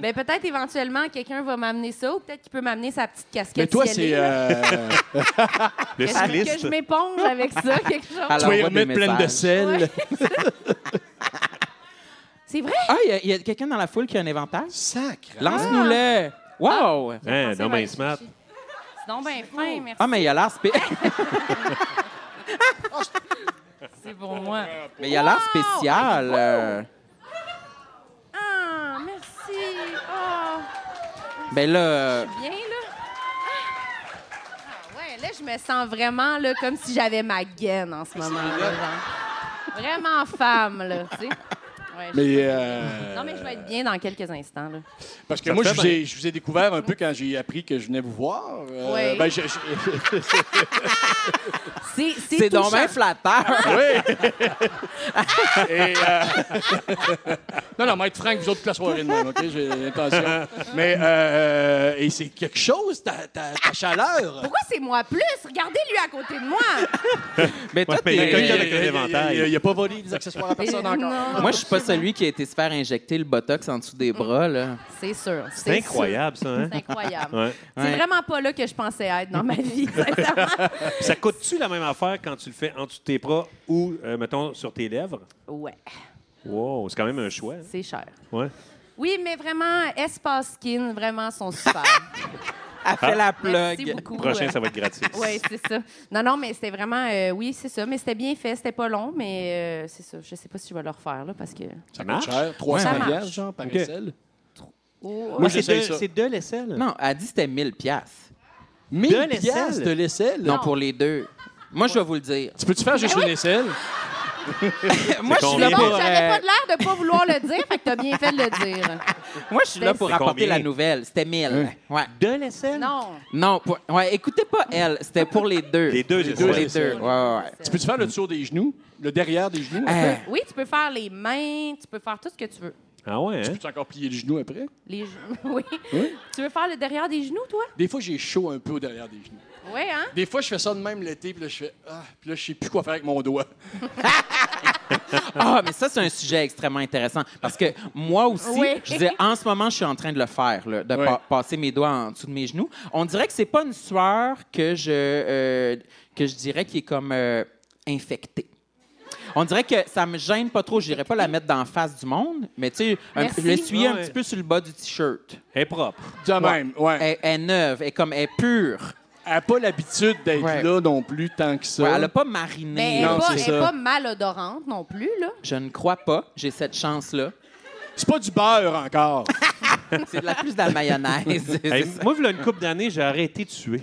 S3: Ben, peut-être éventuellement, quelqu'un va m'amener ça ou peut-être qu'il peut m'amener sa petite casquette.
S5: Mais toi,
S3: cielée,
S5: c'est.
S3: là.
S5: euh,
S6: Le
S3: Que je- que
S6: styliste.
S3: je m'éponge avec ça, quelque chose.
S4: Alors,
S5: tu vas y
S4: envoie des
S5: remettre pleine de
S4: messages.
S5: sel.
S3: Ouais. c'est vrai?
S4: Ah, il y a- il y, a quelqu'un dans la foule qui a un éventail?
S6: Ah.
S5: Sacre.
S4: Lance-nous-le! Wow! Ah.
S6: Hein, non, mais smart.
S3: C'est donc bien ben, fin, merci.
S4: mais il a l'air spé-
S3: C'est pour moi.
S4: mais il a l'air
S3: Wow!
S4: spécial. euh.
S3: Ah, merci. Ah,
S4: Ben là, euh,
S3: bien, là. Ah, ouais, là, je me sens vraiment là, comme si j'avais ma gaine en ce moment. là, genre. Vraiment femme, là, tu sais. Ouais, je-
S5: Mais, euh,
S3: Non, mais je vais être bien dans quelques instants. Là.
S5: Parce que
S6: Ça
S5: moi,
S6: fait
S5: je vous, ai, je vous ai découvert un peu quand j'ai appris que je venais vous voir. Euh,
S3: Oui.
S5: ben, je- je-
S3: C'est
S4: C'est
S3: touchant.
S4: donc bien flatteur.
S5: oui. Et, euh, non, non, mais être franc, vous autres, toute la soirée de même, OK? J'ai l'intention. Mais, euh, et c'est quelque chose, ta, ta- ta chaleur.
S3: Pourquoi c'est moi plus? Regardez-lui à côté de moi.
S4: Mais Ben, toi,
S6: Ouais, mais il y a
S4: t'es-
S5: Il
S6: quelqu'un
S5: a-
S6: avec un
S5: il a-
S6: éventail.
S5: Il n'a pas volé les accessoires à personne encore.
S3: Non,
S4: Moi, je suis pas celui qui a été se faire injecter le botox en dessous des bras, là.
S3: c'est sûr.
S6: C'est incroyable, ça,
S3: sûr.
S6: hein?
S3: C'est incroyable.
S6: Ouais.
S4: Ouais.
S3: C'est vraiment pas là que je pensais être dans ma vie, sincèrement.
S6: Puis Ça coûte-tu la même affaire quand tu le fais en dessous de tes bras ou, euh, mettons, sur tes lèvres?
S3: Ouais,
S6: Wow, c'est quand même un choix. hein?
S3: c'est cher.
S6: Ouais.
S3: Oui, mais vraiment, Espace Skin, vraiment, sont super.
S6: Ah.
S4: Elle fait la
S3: Merci
S4: plug.
S3: beaucoup.
S6: Prochain, ça va être gratuit.
S3: Oui, c'est ça. Non, non, mais c'était vraiment. euh, oui, c'est ça. Mais c'était bien fait. C'était pas long, mais euh, c'est ça. Je sais pas si je vais le refaire, là, parce que.
S5: Ça
S6: marche?
S5: coûte Ah, cher. 300
S3: marche.
S5: piastres, genre, par
S6: OK.
S5: aisselle.
S3: Oh,
S5: Moi,
S6: c'est
S5: j'essaye
S6: deux-
S5: ça.
S6: c'est deux l'aisselle.
S4: Non, elle dit que c'était 1000 piastres.
S5: 1000
S6: l'aisselle?
S5: piastres de l'aisselle?
S4: Non, pour les deux. Moi, je vais vous le dire.
S5: Tu peux-tu faire juste une aisselle?
S4: Moi, je suis
S6: combien?
S4: là
S3: Bon,
S4: pour,
S3: j'avais
S4: euh,
S3: pas de l'air de pas vouloir le dire, fait que t'as bien fait de le dire.
S4: moi, je suis là pour
S6: C'est
S4: apporter
S6: combien?
S4: la nouvelle. C'était 1000. Ouais.
S6: Deux l'aisselle?
S3: Non.
S4: Non, pour- ouais, écoutez pas elle. C'était pour les deux.
S6: Les deux,
S5: Les
S4: Pour
S5: deux,
S4: les
S6: j'essaie.
S5: c'est
S4: deux. Ouais, ouais, ouais.
S5: Tu peux-tu faire le tour des genoux? Le derrière des genoux? après?
S4: Hey,
S3: Oui, tu peux faire les mains, tu peux faire tout ce que tu veux.
S6: Ah ouais, hein?
S5: Peux-tu encore plier le genou après?
S3: Les genoux. Oui.
S5: Oui.
S3: Tu veux faire le derrière des genoux, toi?
S5: Des fois, j'ai chaud un peu au derrière des genoux.
S3: Oui, hein?
S5: Des fois, je fais ça de même l'été, puis là, je fais Ah, puis là, je sais plus quoi faire avec mon doigt.
S4: Ah, mais ça, c'est un sujet extrêmement intéressant. Parce que moi aussi,
S3: Oui.
S4: je disais, en ce moment, je suis en train de le faire, là, de
S5: Oui.
S4: pa- passer mes doigts en dessous de mes genoux. On dirait que c'est pas une sueur que je, euh, que je dirais qui est comme euh, infectée. On dirait que ça me gêne pas trop. Je n'irais pas la mettre dans la face du monde, mais tu sais, un-
S3: Merci.
S4: l'essuyer un
S6: Ouais.
S4: petit peu sur le bas du T-shirt.
S6: Elle est propre.
S5: De même, ouais.
S4: Elle, elle est neuve, elle est, comme, elle est pure.
S5: Elle n'a pas l'habitude d'être
S4: Ouais.
S5: là non plus tant que ça.
S4: Ouais, elle n'a pas mariné.
S3: Mais elle
S4: là.
S3: n'est
S5: Non,
S3: pas,
S5: c'est
S3: elle est
S5: ça.
S3: pas malodorante non plus, là.
S4: Je ne crois pas. J'ai cette chance-là.
S5: C'est pas du beurre encore.
S4: C'est de la plus de la mayonnaise. C'est
S6: Hey,
S4: ça.
S6: moi, voilà une couple d'années, j'ai arrêté de suer.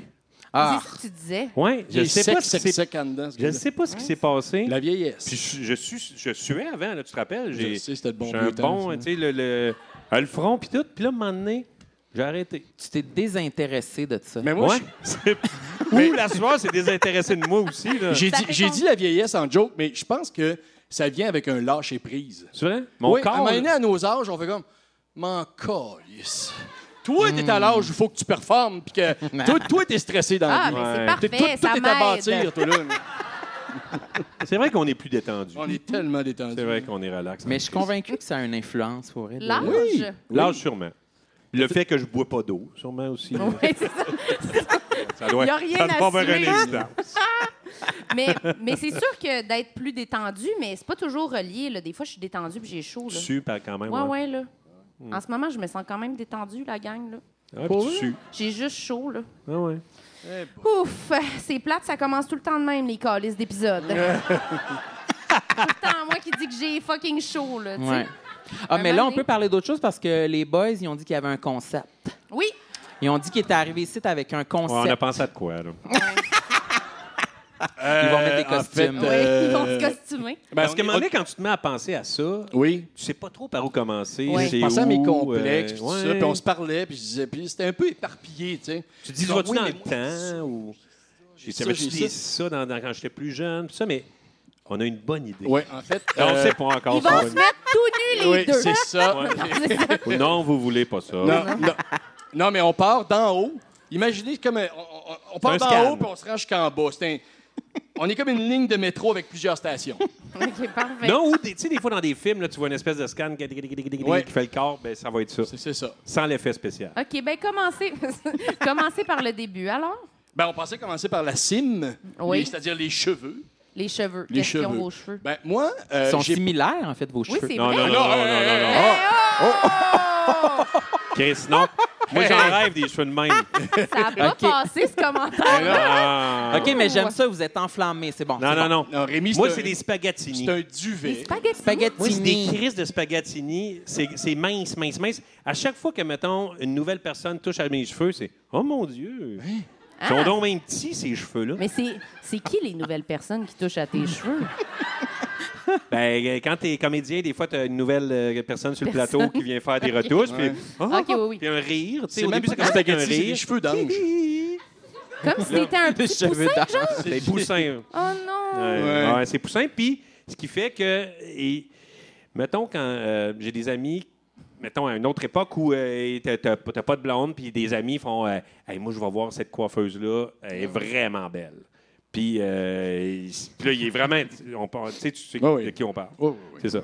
S4: Ah.
S3: C'est ce que tu disais.
S6: Ouais, je
S5: Il est
S6: sais
S5: sec,
S6: pas ce
S5: sec,
S6: qui s'est-
S5: sec en dedans, ce
S6: je ne
S5: gars-là.
S6: sais pas ce qui s'est passé.
S5: La vieillesse.
S6: Puis je, je, suis- je suais avant, là, tu te rappelles?
S5: Je
S6: J'ai-
S5: le sais, c'était de bon
S6: j'ai
S5: vieux
S6: un
S5: temps,
S6: bon,
S5: ça.
S6: tu sais, le, le, euh, le front, puis tout. Puis là, à un moment donné, j'ai arrêté.
S4: Tu t'es désintéressé de ça.
S5: Mais moi,
S6: ouais.
S5: je-
S6: C'est-
S5: Mais-
S6: Ouh, la sueur, c'est désintéressé de moi aussi. Là.
S5: j'ai
S3: Ça
S5: dit,
S3: fait
S5: j'ai
S3: con-
S5: dit la vieillesse en joke, mais je pense que ça vient avec un lâcher prise.
S6: C'est vrai? Mon
S5: oui, à un
S6: corps.
S5: moment donné,
S6: là-
S5: à nos âges, on fait comme M'en calisse. Toi, t'es
S3: Hmm.
S5: à l'âge où il faut que tu performes, puis que. toi, toi, t'es stressé dans
S3: Ah,
S5: le
S6: Ouais.
S3: mais
S5: Tout,
S3: c'est
S5: tout,
S3: parfait, ça
S5: tout est à
S3: m'aide.
S5: bâtir, toi, là.
S6: C'est vrai qu'on est plus détendu.
S5: On est tellement détendu.
S6: C'est vrai qu'on est relax.
S4: Mais je suis convaincu que ça a une influence pour elle.
S3: L'âge.
S5: Oui.
S6: L'âge, sûrement. Le fait que je bois pas d'eau, sûrement aussi. là.
S3: Ouais, c'est ça.
S6: Ça doit
S3: Y a rien
S6: ça doit
S3: à
S6: avoir
S3: suer.
S6: un incident.
S3: Mais, mais c'est sûr que d'être plus détendu, mais c'est pas toujours relié. Là. Des fois, je suis détendue puis j'ai chaud. Là.
S6: Super quand même.
S3: Ouais, Mm.
S6: hein.
S3: ouais, là. En ce moment, je me sens quand même détendue, la gang. Là.
S6: Ah, puis tu sues.
S3: J'ai juste chaud, là.
S6: Ah, ouais.
S3: Ouf, euh, c'est plate, ça commence tout le temps de même, les calices d'épisodes. tout le temps, moi qui dis que j'ai fucking chaud, là, tu sais.
S4: Ouais. Ah,
S3: Un
S4: mais là, on
S3: moment
S4: peut parler d'autre chose parce que les boys, ils ont dit qu'il y avait un concept.
S3: Oui,
S4: Ils ont dit qu'ils étaient arrivés ici avec un
S6: Ouais, on a
S4: concept.
S6: pensé à de quoi, là?
S4: Ils vont mettre des
S5: Euh, en fait,
S4: costumes.
S3: oui,
S5: Euh,
S3: ils vont se costumer.
S6: Parce qu'à un
S5: on-
S6: moment donné, quand tu te mets à penser à ça,
S5: Oui.
S6: tu sais pas trop par où commencer.
S3: Ouais.
S6: c'est
S5: Je pensais à mes
S6: où,
S5: complexes,
S6: euh,
S5: puis
S6: ouais.
S5: tout ça, puis on se parlait, puis je disais, puis c'était un peu éparpillé, tu sais.
S6: Tu dis,
S5: Ils
S6: vas-tu
S5: sont, oui,
S6: dans
S5: mais
S6: le
S5: moi,
S6: temps ou. J'ai
S5: ça,
S6: tu
S5: j'ai
S6: dit
S5: ça.
S6: ça dans- dans- quand j'étais plus jeune, puis ça, mais on a une bonne idée.
S5: Oui, en fait.
S6: Non, on
S5: euh,
S6: sait pas encore.
S3: Ils
S6: c'est
S3: vont
S6: pas
S3: se mettre tout nus, les
S5: Oui,
S3: deux.
S5: c'est ça.
S3: C'est ça.
S6: une- Non, vous voulez pas ça.
S5: non, non. Non, mais on part d'en haut. Imaginez comme un- on, on- on part
S6: C'est un
S5: d'en
S6: scan.
S5: haut puis on se rend jusqu'en bas. C'est un- on est comme une ligne de métro avec plusieurs stations.
S3: OK, parfait.
S6: Non, ou des- tu sais, des fois dans des films, là, tu vois une espèce de scan qui fait le corps, ben, ça va être ça.
S5: C'est, c'est ça.
S6: Sans l'effet spécial.
S3: OK, ben commencez, commencez par le début, alors.
S5: Ben, on pensait commencer par la cime,
S3: Oui.
S5: les- c'est-à-dire les cheveux.
S3: Les cheveux.
S5: Les
S3: Question
S5: cheveux.
S3: vos cheveux.
S5: Ben, moi, euh,
S4: Ils sont
S5: j'ai... euh,
S4: similaires, en fait, vos
S3: Oui,
S4: cheveux.
S3: c'est
S6: Non,
S3: vrai.
S6: non, non, non, non, non, non.
S3: Eh, oh!
S6: Chris, Ah, non. Moi, j'en rêve des cheveux de même.
S3: Ça n'a pas
S4: OK.
S3: passé, ce commentaire.
S6: Ah.
S4: OK, mais j'aime ça, vous êtes enflammés. C'est bon.
S6: Non,
S4: c'est
S6: non,
S4: bon.
S6: non.
S5: Non, Rémi,
S6: Moi,
S5: un-
S6: c'est des spaghettini.
S5: c'est un duvet.
S3: Spaghetti.
S6: Moi, c'est des
S4: Spaghettini.
S6: crises de spaghettini. C'est c'est mince, mince, mince. À chaque fois que, mettons, une nouvelle personne touche à mes cheveux, c'est Oh mon Dieu!
S5: Hein?
S6: Ils sont
S3: Ah.
S6: donc même petits, ces cheveux-là.
S3: Mais c'est c'est qui les nouvelles personnes qui touchent à tes cheveux?
S6: Ben, euh, quand t'es comédien, des fois, t'as une nouvelle euh, personne sur le plateau qui vient faire des retouches, puis, oh,
S3: OK, Ah oui, oui.
S6: puis un rire. tu sais,
S5: C'est
S6: au
S5: même
S6: début,
S5: pas
S6: c'est
S5: des
S6: comme si t'avais un
S5: spaghettis, c'est des
S6: rire.
S5: cheveux d'ange.
S3: Comme si t'étais un
S4: Des
S3: petit
S4: cheveux
S3: poussin.
S4: d'ange.
S6: C'est poussin.
S3: Oh non!
S6: Euh, Ouais. Ouais, c'est poussin. Puis, ce qui fait que, et, mettons, quand euh, j'ai des amis, mettons, à une autre époque où euh, t'as- t'as t'as pas de blonde, puis des amis font euh, Hey, Moi, je vais voir cette coiffeuse-là, elle est vraiment belle. Puis, euh, il- puis là, il est vraiment. on parle- Tu sais, tu sais
S5: Ah oui.
S6: de qui on parle.
S5: Oh, oui, oui.
S6: C'est ça.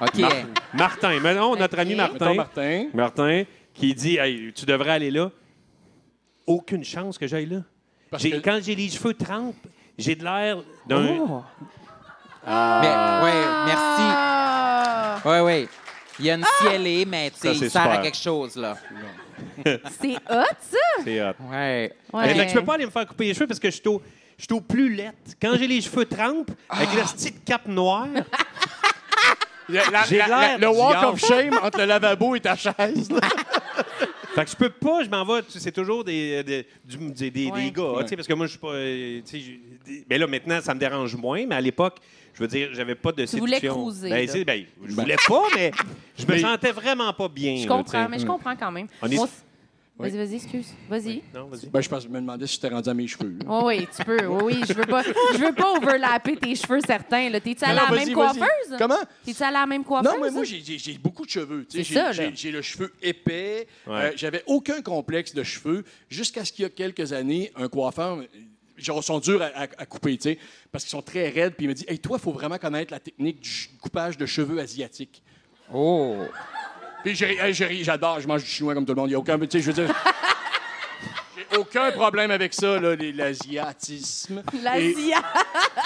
S4: OK.
S6: Mar- Martin. Mettons, notre ami
S3: Ok.
S6: Martin.
S5: Mettons Martin.
S6: Martin, qui dit Hey, Tu devrais aller là. Aucune chance que j'aille là.
S5: Parce
S6: J'ai-
S5: que-
S6: Quand j'ai les cheveux trempes, j'ai de l'air d'un.
S4: Oh. Mais, ouais, merci.
S3: Ah!
S4: Ouais, ouais. Il y a une cielée, mais tu
S6: Ça,
S4: sais,
S6: c'est
S4: il sert à
S6: super.
S4: quelque chose, là.
S3: C'est hot, ça!
S6: C'est hot.
S4: Ouais.
S6: Mais fait que je ben, peux pas aller me faire couper les cheveux parce que je suis au, je suis au plus lette. Quand j'ai les cheveux trempes, avec la petite cape noire,
S5: Le, la-
S6: J'ai
S5: la- la-
S6: l'air
S5: le walk
S6: du
S5: of shame entre le lavabo et ta chaise. là.
S6: fait que je peux pas, je m'en vais. tu sais, C'est toujours des, des, du- des- des-
S3: Ouais.
S6: des gars, tu sais, parce que moi, je suis pas. euh, tu sais, j'ai- des- mais là, maintenant, ça me dérange moins, mais à l'époque, je veux dire, j'avais pas de séduction.
S3: voulais cruiser,
S6: Ben,
S3: là.
S6: c'est- ben, je voulais pas, mais Hmm. je me
S5: Mais-
S6: sentais vraiment pas bien.
S3: Je
S6: là,
S3: comprends,
S6: tu
S3: mais je comprends quand même.
S6: On est-
S3: Moi aussi-
S5: Oui.
S3: Vas-y, vas-y, excuse. Vas-y.
S6: sais. Non, vas-y.
S5: Ben, je pense que je me demandais si j'étais rendu à mes cheveux. là.
S3: Oui, oui, tu peux. Oui, oui, je veux pas, je veux pas overlapper tes cheveux certains. là. T'es-tu à
S5: Non,
S3: la
S5: non, vas-y,
S3: même
S5: vas-y.
S3: coiffeuse?
S5: Comment?
S3: T'es-tu à la même coiffeuse?
S5: Non, mais moi, j'ai- j'ai j'ai beaucoup de cheveux. tu sais.
S3: C'est ça,
S5: J'ai-
S3: là.
S5: J'ai j'ai le cheveu épais.
S6: Ouais.
S5: Euh, J'avais aucun complexe de cheveux jusqu'à ce qu'il y a quelques années, un coiffeur. euh, Genre, sont durs à, à- à couper, tu sais, parce qu'ils sont très raides. Puis il me dit Hey, toi, il faut vraiment connaître la technique du ch- coupage de cheveux asiatiques.
S4: Oh.
S5: Puis j'ai ri- hey, j'ai ri, j'adore, je mange du chinois comme tout le monde. Il n'y a aucun. Tu sais, je veux dire. J'ai aucun problème avec ça, là, les- l'asiatisme. Et-
S3: L'Asia!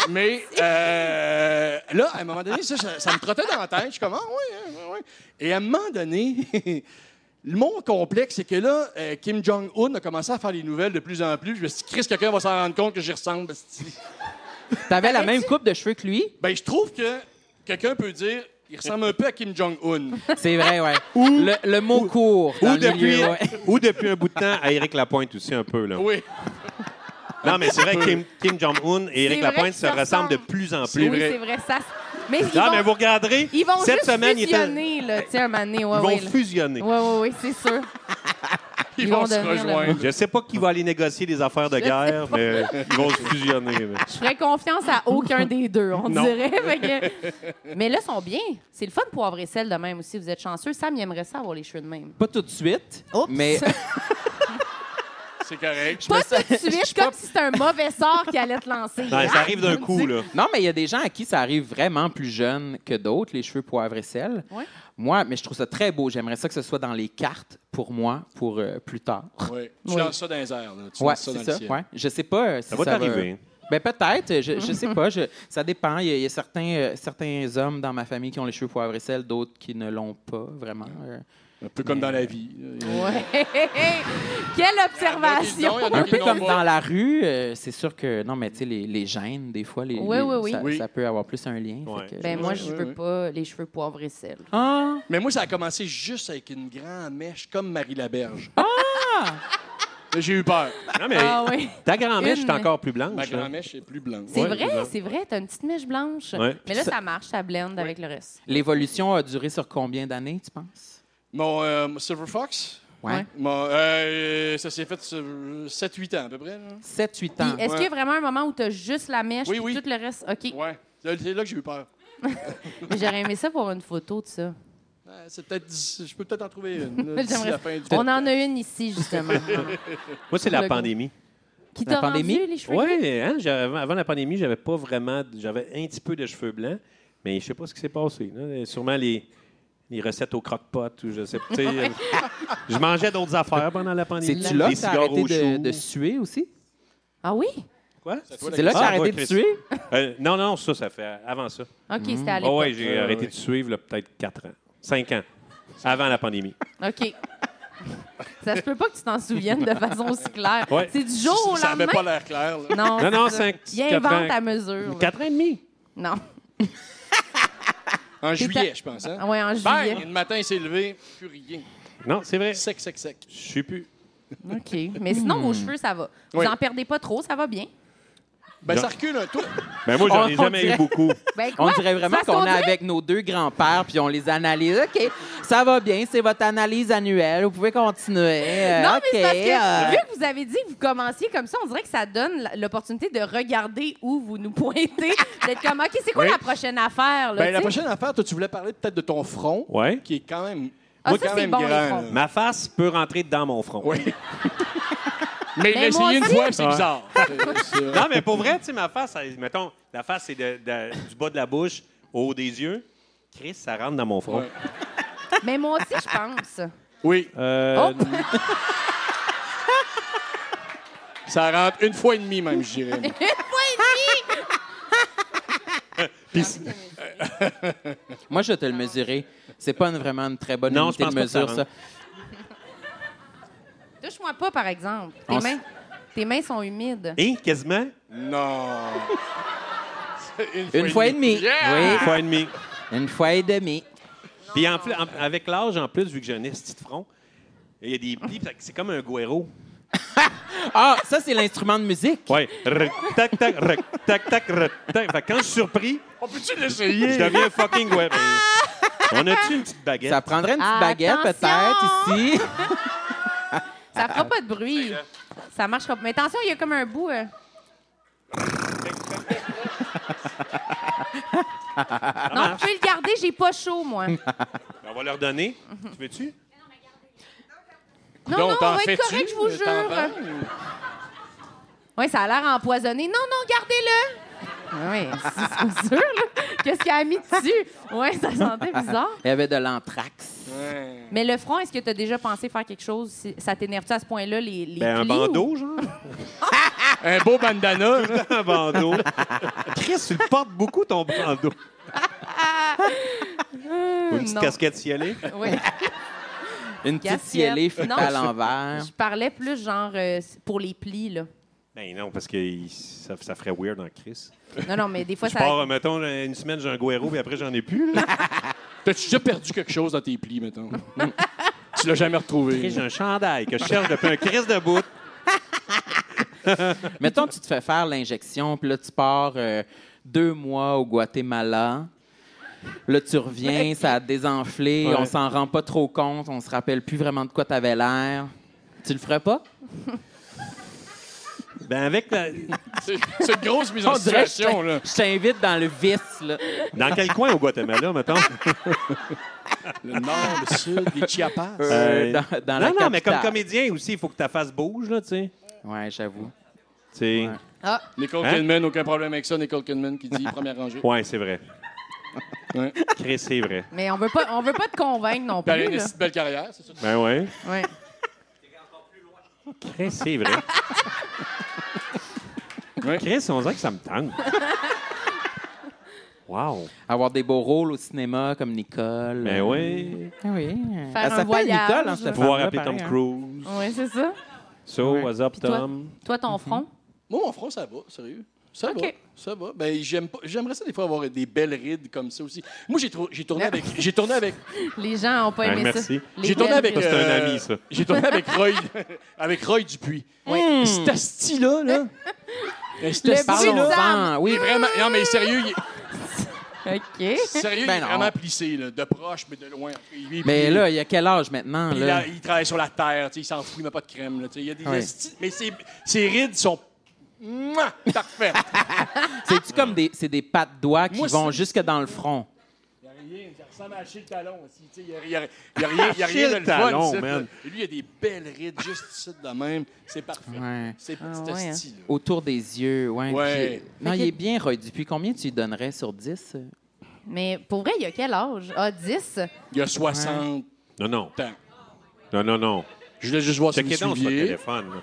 S5: mais euh, là, à un moment donné, ça, ça, ça me trottait dans la tête. Je suis comme, ah, oui, oui, oui. Et à un moment donné, mon complexe, c'est que là, euh, Kim Jong-un a commencé à faire des nouvelles de plus en plus. Je me suis dit, Chris, quelqu'un va s'en rendre compte que j'y ressemble. esti.
S4: T'avais la même coupe de cheveux que lui?
S5: Ben, je trouve que quelqu'un peut dire, il ressemble un peu à Kim Jong-un.
S4: C'est vrai, ouais. le, le mot court. dans
S6: Ou
S4: le
S6: depuis,
S4: milieu, ouais.
S6: ou depuis un bout de temps, à Éric Lapointe aussi, un peu. Là.
S5: Oui,
S6: Non, mais c'est vrai que Kim, Kim Jong-un et
S3: C'est
S6: Éric
S3: vrai
S6: Lapointe
S3: qu'ils
S6: se
S3: se
S6: ressemblent de
S3: ressemblent.
S6: plus en
S5: C'est
S6: plus.
S3: oui,
S5: vrai.
S3: c'est vrai. Ça, mais ils
S6: Non,
S3: vont,
S6: mais vous regardeez,
S3: ils vont
S6: cette
S3: juste
S6: semaine, il était-
S3: fusionner, là. Tu sais, un moment donné, ouais,
S6: ils vont
S3: ouais, là.
S6: fusionner.
S3: Ouais, ouais, ouais, c'est sûr.
S5: ils,
S3: Ils
S5: vont,
S3: vont
S5: se
S3: devenir le
S5: rejoindre.
S6: Je sais pas qui va aller négocier des affaires de guerre, mais ils vont se fusionner. là.
S3: Je ferais confiance à aucun des deux, on
S6: Non.
S3: dirait. Fait que- Mais là, ils sont bien. C'est le fun de poivre et sel de même aussi. Vous êtes chanceux. Sam, il aimerait ça avoir les cheveux de même.
S4: Pas tout de suite,
S3: Oups.
S4: mais
S5: C'est correct.
S3: Pas tout de suite, comme si c'était un mauvais sort qui allait te lancer.
S6: Non, ça arrive d'un coup, là.
S4: non, mais il y a des gens à qui ça arrive vraiment plus jeune que d'autres, les cheveux poivre et sel.
S3: Ouais.
S4: Moi, mais je trouve ça très beau. J'aimerais ça que ce soit dans les cartes pour moi, pour euh, plus tard.
S5: Ouais. Tu
S3: Ouais.
S5: lances ça dans les airs. Là. Tu
S4: Ouais,
S5: lances ça dans
S4: c'est
S5: le
S4: ça.
S5: ciel.
S4: Ouais. Je sais pas euh, si
S6: Ça va t'arriver.
S4: Ben peut-être, je, je sais pas, je- ça dépend. Il y a, il y a certains, euh, certains hommes dans ma famille qui ont les cheveux poivre et sel, d'autres qui ne l'ont pas vraiment. euh.
S5: Un peu comme dans la vie.
S3: Ouais. Quelle observation.
S5: Il y en a qui l'ont, il y en a
S4: Un
S5: qui
S4: peu
S5: l'ont
S4: comme
S5: pas.
S4: dans la rue, euh, c'est sûr que non, mais tu sais les, les gènes des fois, les,
S3: Oui,
S4: les-
S3: oui, oui.
S4: Ça,
S5: Oui.
S4: ça peut avoir plus un lien. fait
S6: Ouais.
S4: que-
S3: Ben moi,
S5: Ouais,
S3: je
S5: ouais,
S3: veux
S5: ouais.
S3: pas les cheveux poivre et sel.
S4: Ah!
S5: Mais moi, ça a commencé juste avec une grande mèche, comme Marie Laberge. Ah! J'ai eu peur.
S6: Non, mais
S3: Ah oui.
S6: ta grand-mère,
S3: Une-
S6: est encore plus blanche.
S5: Ma
S6: là.
S5: grande mèche est plus blanche.
S3: C'est
S6: Ouais, c'est
S3: vrai,
S6: blanc.
S3: c'est vrai. T'as une petite mèche blanche.
S6: Ouais.
S3: Mais là, ça marche, ça blende avec le reste.
S4: L'évolution a duré sur combien d'années, tu penses?
S5: Mon euh, mon Silver Fox,
S3: Ouais.
S5: mon, euh, ça s'est fait sur 7-8 ans à peu près. là.
S4: 7-8
S3: Puis,
S4: ans.
S3: est-ce
S5: Ouais.
S3: qu'il y a vraiment un moment où t'as juste la mèche
S5: Oui,
S3: puis
S5: oui.
S3: tout le reste? OK.
S5: Ouais. Là, C'est là que j'ai eu peur.
S3: Mais J'aurais aimé ça pour une photo de ça.
S5: Euh, C'est peut-être, d'ici- je peux peut-être en trouver une. là, d'ici
S3: J'aimerais-
S5: la fin du
S3: On en a une ici, justement.
S6: Moi, c'est
S3: Le gros.
S6: la pandémie.
S3: Qui
S4: La
S3: t'a rendu
S4: pandémie?
S3: les cheveux?
S6: Oui, hein, j'avais- avant la pandémie, j'avais pas vraiment. J'avais un petit peu de cheveux blancs, mais je sais pas ce qui s'est passé. là. Sûrement les, les recettes au croque-pot ou je sais pas. tu sais, euh, je mangeais d'autres affaires pendant la pandémie.
S4: C'est-tu là
S6: Des
S4: que t'as
S6: cigares
S4: arrêté
S6: au
S4: de,
S6: chou.
S4: de suer aussi?
S3: Ah oui?
S6: Quoi?
S5: toi, la
S4: C'est là que
S6: Ah,
S4: t'as arrêté
S6: ouais,
S4: de
S6: Chris.
S4: suer?
S6: Euh, non, non, ça, ça fait avant ça.
S3: OK,
S4: Mm.
S3: c'était à
S6: Ah
S3: l'époque.
S6: ouais, j'ai arrêté de suivre là, peut-être 4 ans, 5 ans, avant la pandémie.
S3: OK. Ça se peut pas que tu t'en souviennes de façon aussi claire.
S6: Ouais.
S3: C'est du jour au
S5: Ça n'avait
S3: lendemain.
S5: pas l'air clair. là.
S3: Non,
S6: Non, non,
S3: c'est ça.
S6: cinq,
S3: Il
S6: quatre
S3: invente
S6: ans.
S3: à mesure. là.
S6: 4 ans et demi.
S3: Non.
S5: En
S3: T'étais-
S5: juillet, je pense. Hein?
S3: Ah ouais, en
S5: Bang! Le
S3: juillet.
S5: matin, il s'est levé, plus rien.
S6: Non, c'est vrai.
S5: Sec, sec, sec.
S6: Je sais plus.
S4: Hmm.
S3: OK. Mais sinon, vos cheveux, ça va. Vous
S5: Oui.
S3: en perdez pas trop, ça va bien.
S5: Ben,
S6: Non.
S5: ça recule un tout.
S6: Mais Ben,
S3: Oh,
S6: moi, j'en ai
S4: On
S6: jamais
S4: dirait-
S6: eu beaucoup.
S3: Ben, quoi?
S4: On dirait vraiment
S3: Ça se
S4: qu'on est
S3: conduit?
S4: avec nos deux grands-pères, puis on les analyse. OK, ça va bien, c'est votre analyse annuelle. Vous pouvez continuer. Euh,
S3: Non,
S4: OK,
S3: mais c'est parce
S4: euh,
S3: que, vu que vous avez dit que vous commenciez comme ça, on dirait que ça donne l- l'opportunité de regarder où vous nous pointez, d'être comme, OK, c'est quoi
S5: Oui.
S3: la prochaine affaire? Là,
S5: Ben, la
S3: tu sais?
S5: prochaine affaire, toi, tu voulais parler peut-être de ton front,
S6: Ouais.
S5: qui est quand même,
S3: Ah,
S5: moi,
S3: ça,
S5: quand
S3: c'est
S5: même
S3: bon, les
S5: grand.
S3: fronts.
S5: là.
S6: Ma face peut rentrer dans mon front.
S5: Oui. Mais
S3: Mais moi
S5: l'essayer une
S3: aussi.
S5: fois, c'est
S6: Ouais.
S5: bizarre. C'est- c'est-
S6: Non, mais pour vrai, tu sais, ma face, elle- mettons, la face, c'est de- de- du bas de la bouche au haut des yeux. Chris, ça rentre dans mon front.
S5: Ouais.
S3: Mais moi aussi, je pense.
S5: Oui,
S6: Euh,
S3: Oh!
S5: ça rentre une fois et demie, même, je dirais.
S4: moi, je vais te le mesurer. C'est pas une- vraiment une très bonne
S6: Non,
S4: unité
S6: je pense
S4: de
S6: pas que ça
S4: mesure, ça.
S6: rentre.
S3: Touche-moi pas, par exemple. Tes,
S4: On s-
S3: mains, tes mains sont humides.
S6: Hein, quasiment?
S5: Non.
S4: Une fois et demie.
S6: Une
S4: Oui,
S6: fois et demie.
S4: une fois et demie.
S6: Puis en plus- en-
S3: Ah.
S6: avec l'âge, en plus, vu que j'ai un esti de front, il y a des plis, fait que c'est comme un guéro.
S4: Ah, ça, c'est l'instrument de musique.
S6: Ouais. Rec, tac, tac, rec, tac, tac, rec, tac. Fait que quand je suis surpris,
S5: On peut-tu
S6: je
S5: l'essayer?
S6: deviens fucking guéro. On a-tu une petite baguette?
S4: Ça prendrait une petite baguette,
S3: Ah, Attention!
S4: peut-être, ici.
S3: Ça fera pas de bruit. Ça marchera pas. Mais attention, il y a comme un bout. euh. non, tu peux le garder, j'ai pas chaud, moi. Non,
S6: On va leur donner. Tu veux-tu?
S3: non, on va être correct, je vous jure. Oui, ça a l'air empoisonné. Non, non, gardez-le. Oui, c'est sûr, là. Qu'est-ce qu'il a mis dessus? Oui, ça sentait bizarre.
S4: Il y avait de l'anthrax.
S3: Mais le front, est-ce que tu as déjà pensé faire quelque chose? Si- Ça t'énerve-tu à ce point-là, les, les
S6: Ben, un
S3: plis
S6: bandeau, genre.
S5: Un beau bandana.
S6: un bandeau. Chris, tu le portes beaucoup, ton bandeau.
S3: ou-
S6: Ou une petite
S3: Euh, Non.
S6: casquette cielée.
S3: Oui.
S4: Une petite
S3: Casquette.
S4: cielée faite
S3: Non,
S4: à
S3: je-
S4: l'envers.
S3: Je parlais plus genre euh, pour les plis, là.
S6: Ben non, parce que il- ça, ça ferait weird en Chris.
S3: Non, non, mais des fois,
S6: Je
S3: ça.
S6: pars, mettons, une semaine, j'ai un guéro, puis après, j'en ai plus. là.
S5: T'as-tu déjà perdu quelque chose dans tes plis, mettons? tu l'as jamais retrouvé.
S6: J'ai un chandail que je cherche depuis un Chris de bout.
S4: Mettons, tu te fais faire l'injection, puis là, tu pars euh, deux mois au Guatemala. Là, tu reviens, ça a désenflé,
S6: Ouais.
S4: on s'en rend pas trop compte, on se rappelle plus vraiment de quoi t'avais l'air. Tu le ferais pas?
S6: Ben avec la-
S5: C'est c'est une grosse mise en
S4: On dirait que je
S5: situation, là.
S4: t'in- je t'invite dans le vice, là.
S6: Dans quel coin au Guatemala, mettons?
S5: Le nord, le sud, les Chiapas.
S4: Euh, dans- dans
S6: non,
S4: la
S6: non, mais comme
S4: capitale.
S6: comédien aussi, il faut que ta face bouge, là, tu sais.
S4: Ouais, j'avoue.
S6: Tu sais.
S5: Nicole
S6: Hein?
S5: Kidman, aucun problème avec ça. Nicole Kidman qui dit première rangée.
S6: Ouais, c'est vrai.
S5: Ouais.
S6: Chris, c'est vrai.
S3: Mais on veut pas, on veut pas te convaincre non
S5: Puis elle a
S3: plus.
S5: une
S3: Là.
S5: si belle carrière, c'est ça?
S6: Ben ouais.
S3: Ouais.
S6: Chris, c'est vrai.
S5: Ouais.
S6: Chris, on dirait que ça me tente. Wow.
S4: Avoir des beaux rôles au cinéma comme Nicole.
S6: Ben oui.
S4: Ah oui.
S3: Faire
S4: Elle
S3: un
S4: s'appelle
S3: voyage.
S4: Nicole, hein, cette
S6: Pouvoir
S4: femme-là,
S6: appeler Tom
S4: pareil, hein.
S6: Cruise.
S3: Ouais, c'est ça.
S6: So,
S4: Ouais.
S6: what's up,
S3: toi?
S6: Tom?
S3: Toi, ton front.
S5: Moi, mon front, ça va, sérieux. Ça
S3: OK.
S5: va. Ça va. Ben, j'aime pas- j'aimerais ça des fois avoir des belles rides comme ça aussi. Moi, j'ai trou- j'ai tourné avec. J'ai tourné avec.
S3: Les gens ont pas
S6: Ouais,
S3: aimé
S6: Mhm. Ben, merci.
S3: ça. Les
S5: J'ai tourné
S3: belles
S5: avec. euh,
S3: rides.
S6: c'est un ami, ça.
S5: J'ai tourné avec Roy, avec Roy Dupuis.
S4: Hmm.
S5: Cet asti-là, là. Ben, cet asti-là,
S3: bruit de sa-
S4: Parlons-en,
S5: il
S4: oui.
S5: est vraiment. Non, mais sérieux, il est-
S3: OK.
S5: Sérieux,
S4: Ben
S5: il est
S4: non.
S5: vraiment plissé, là, de proche, mais de loin. Il- il-
S4: Mais
S5: il-
S4: là, il y a quel âge maintenant?
S5: il,
S4: Là?
S5: a- il travaille sur la terre, tu sais, il s'en fout, il met pas de crème. Là, tu sais, il y a des
S4: Oui.
S5: esti- mais ses, ses rides sont Mouah, parfaites.
S6: Ah.
S4: C'est-tu comme des, c'est des pattes d'oie qui
S5: Moi,
S4: vont
S5: c'est-
S4: jusque dans le front?
S5: Il n'y a rien, ça ressemble à Achille Talon aussi. tu sais, Il n'y a, il y a rien, il y a
S6: Achille
S5: rien de le fun.
S6: Talon,
S5: ici,
S6: man.
S5: là. Et Lui, il a des belles rides juste ici de même. C'est parfait.
S4: Ouais.
S5: C'est
S3: Ah,
S5: petit
S3: ouais, hein.
S5: esti, là.
S4: Autour des yeux, ouais.
S5: Ouais.
S4: Puis- non, il est bien, Roy Dupuis. Combien tu lui donnerais sur 10? euh?
S3: Mais pour vrai, il y a quel âge? Ah, 10.
S5: Il a 60
S6: Non, non.
S5: ans.
S6: Non, non, non.
S5: Je voulais juste voir si vous
S6: Checkez donc sur le
S5: suiviez.
S6: téléphone. là.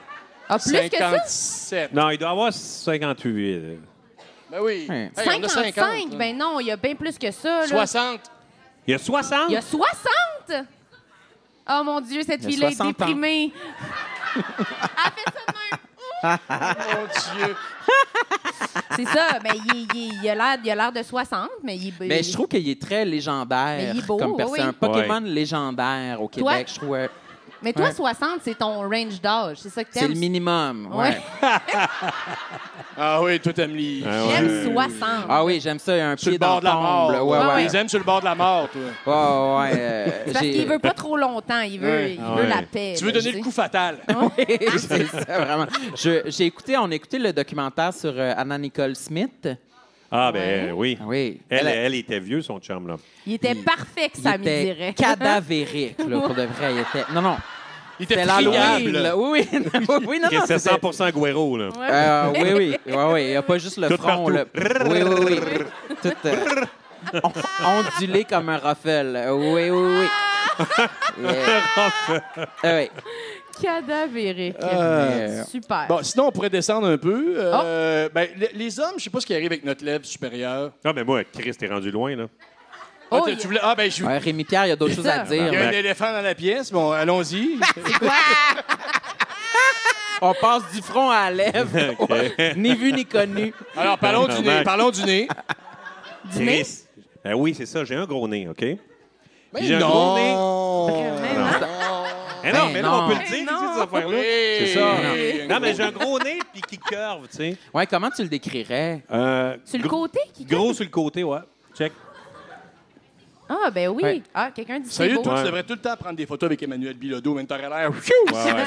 S3: Ah, plus que ça?
S5: 57.
S6: Non, il doit avoir 58. là.
S5: Ben oui.
S4: Ouais.
S5: Hey, on a
S3: 55.
S5: 50, là.
S3: ben non, il y a bien plus que ça. Là.
S5: 60.
S6: Il y a 60?
S3: Il y a 60! Oh mon Dieu, cette
S4: Il y a
S3: fille-là est
S4: 60 ans.
S3: déprimée. Elle fait ça de même.
S5: Mon Dieu.
S3: C'est ça, mais il, est- il est- il a l'air- il a l'air de 60, mais il est... ben,
S4: Mais Ben, je trouve qu'il est très légendaire
S3: Mais il est beau,
S4: comme
S3: oui,
S4: personne.
S3: oui.
S4: Un Pokémon légendaire au Québec,
S3: Toi?
S4: je trouve. euh,
S3: Mais toi,
S4: Ouais.
S3: 60, c'est ton range d'âge. C'est ça que
S4: C'est le
S3: t'aimes.
S4: minimum.
S3: Ouais.
S4: ouais.
S5: Ah oui, tout aime les...
S6: Ah ouais.
S3: J'aime 60.
S4: Ah oui, j'aime ça, un
S5: Sur le
S4: pied dans le
S5: bord de la mort.
S4: tombe. là. Ouais,
S3: Ouais,
S4: ouais.
S5: Ils aiment sur le bord de la mort, toi.
S4: Ouais, ouais, euh,
S3: C'est parce
S4: j'ai-
S3: qu'il veut pas trop longtemps. Il veut,
S5: Ouais.
S3: il
S6: Ah
S3: veut
S6: ouais.
S3: la paix.
S5: Tu veux
S3: là, tu
S5: donner le
S3: sais.
S5: coup fatal.
S3: Hein?
S4: c'est ça, vraiment. Je- J'ai écouté, on a écouté le documentaire sur euh, Anna Nicole Smith.
S6: Ah, ben oui.
S4: Ah oui.
S6: Elle,
S4: a-
S6: elle était vieux, son chum, là.
S3: Il était
S4: Il-
S3: parfait que
S4: il
S3: ça me
S4: était
S3: dirait.
S4: cadavérique, là, pour de vrai. Il était... Non, non.
S5: Il était
S4: C'était l'Halloween.
S5: friable.
S4: là. Oui, oui. non, oui, non,
S6: Qu'est-ce
S4: non,
S6: que C'est
S4: c'était-
S6: 100 Guéro, là.
S4: Euh, oui, oui, oui, oui. Il n'y a pas juste le
S6: Tout
S4: front.
S6: partout.
S4: Là. Oui, oui, oui. Tout euh, on- ondulé comme un ruffle. Euh, Oui, oui, oui. Yeah. Ah oui.
S3: Cadavérique.
S4: Euh,
S3: Super.
S5: Bon, sinon, on pourrait descendre un peu. Euh,
S3: Ah.
S5: ben, le- les hommes, je sais pas ce qui arrive avec notre lèvre supérieure.
S6: Ah, mais moi, Chris, t'es rendu loin, là.
S3: Oh,
S5: ah, tu-
S3: il-
S5: tu voulais- ah, ben, je...
S4: Ouais, Rémi Pierre, il y a d'autres
S3: C'est
S4: choses
S3: ça.
S4: à dire.
S5: il y a un
S6: ben.
S5: éléphant dans la pièce. Bon, allons-y.
S4: On passe du front à la lèvre. ni vu ni connu.
S5: Alors, parlons du nez.
S6: Tabarnak.
S5: Parlons du nez.
S6: Chris. Ben oui, c'est ça, j'ai un gros nez, OK?
S5: Mais
S6: J'ai un gros nez. Eh non,
S4: Ben
S6: mais non, on peut
S4: non.
S6: le dire,
S3: Ben non.
S6: ces affaires-là.
S5: C'est
S4: ça.
S6: Non, mais j'ai un gros nez puis qui curve, tu sais.
S4: Ouais, comment tu le décrirais?
S6: Euh,
S3: Sur le
S6: gros-
S3: côté qui
S6: Gros sur le côté, ouais. Check.
S3: Ah, ben oui.
S4: Ouais.
S3: Ah, quelqu'un dit c'est
S5: Sérieux,
S3: beau.
S5: toi,
S6: Ouais.
S5: tu devrais tout le temps prendre des photos avec Emmanuel Bilodeau, mais t'aurais l'air. Pfiou!
S6: Ouais, ouais,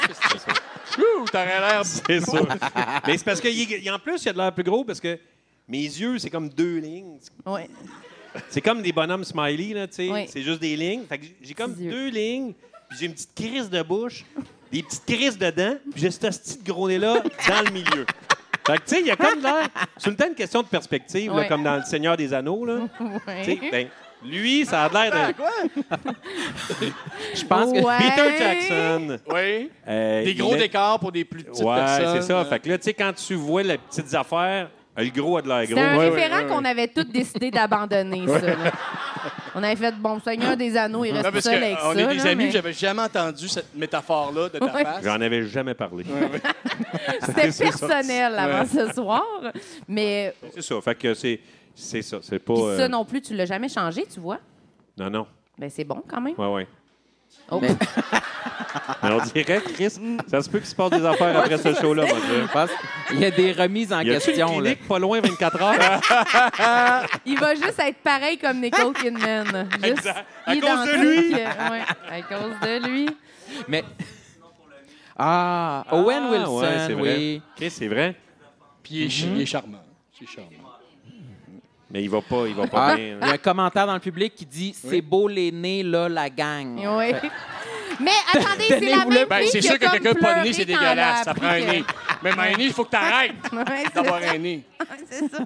S5: Pfiou! T'aurais l'air.
S6: c'est ça. mais c'est parce que, il est- en plus, il a de l'air plus gros parce que mes yeux, c'est comme deux lignes.
S3: Ouais.
S6: C'est comme des bonhommes smiley, là, tu sais.
S3: Oui.
S6: C'est juste des lignes. Fait que j'ai comme
S3: Petits yeux.
S6: deux lignes, puis j'ai une petite crise de bouche, des petites crises de dents, puis j'ai ce petit gros nez-là dans le milieu. Fait que, tu sais, il y a comme de l'air. C'est une une question de perspective, là,
S3: Ouais.
S6: comme dans Le Seigneur des Anneaux, là.
S3: Hein?
S6: Tu sais, ben, lui, ça a l'air d'un
S4: Je pense que.
S3: Ouais.
S6: Peter Jackson.
S5: Oui.
S6: Euh,
S5: Des
S6: il
S5: gros
S6: est-
S5: décarts pour des plus petites
S6: Ouais,
S5: personnes.
S6: c'est ça. Fait que là, tu sais, quand tu vois les petites affaires, le gros a de l'air
S3: C'est un
S6: gros.
S5: Ouais, ouais,
S3: référent
S5: ouais, ouais.
S3: qu'on avait tous décidé d'abandonner, ça. là. On avait fait, bon, Seigneur des Anneaux, il
S5: Non,
S3: reste
S5: parce
S3: seul avec
S5: que
S3: ça.
S5: on est des
S3: là,
S5: amis,
S3: mais
S5: j'avais jamais entendu cette métaphore-là de ta
S3: Ouais.
S5: face.
S6: J'en avais jamais parlé.
S3: C'était personnel avant ce soir. Mais
S6: C'est ça. Fait que c'est c'est ça. C'est pas.
S3: pis
S6: euh,
S3: ça non plus, tu l'as jamais changé, tu vois.
S6: non, non.
S3: Ben, c'est bon quand même.
S6: Ouais, ouais.
S3: Oh.
S4: Mais-
S6: Mais on dirait, Chris, ça se peut qu'il se passe des affaires après ce show-là, mon Dieu.
S4: Je pense qu'il y a des remises en
S6: Y a-tu une
S4: question. Là.
S6: clinique pas loin 24 heures?
S3: Il va juste être pareil comme Nicole Kidman. Juste
S6: Exact. À cause de
S3: identique.
S6: lui.
S3: Ouais, à cause de lui.
S4: Mais. Ah, Owen
S6: Ah,
S4: Wilson,
S6: ouais, c'est vrai.
S4: oui.
S6: Chris, c'est vrai.
S5: Puis il est, chi- il est charmant. C'est charmant.
S6: Mais il va pas, il va pas
S4: Ah, il
S6: bien.
S4: y a un commentaire dans le public qui dit C'est beau les nez, là, la gang.
S3: Ouais. Mais attendez, c'est la
S4: Donnez-vous le-
S3: même
S5: Ben,
S3: fille
S5: c'est
S3: qui
S5: sûr
S3: a
S5: que
S3: comme
S5: quelqu'un pas de
S3: pleuré
S5: nez, c'est
S3: quand elle a
S5: dégueulasse. Ça prend un
S3: appris
S5: nez. Même un nez, il faut que t'arrêtes
S3: que- Ouais, c'est
S5: d'avoir
S3: ça.
S5: un nez.
S3: Ouais, c'est ça.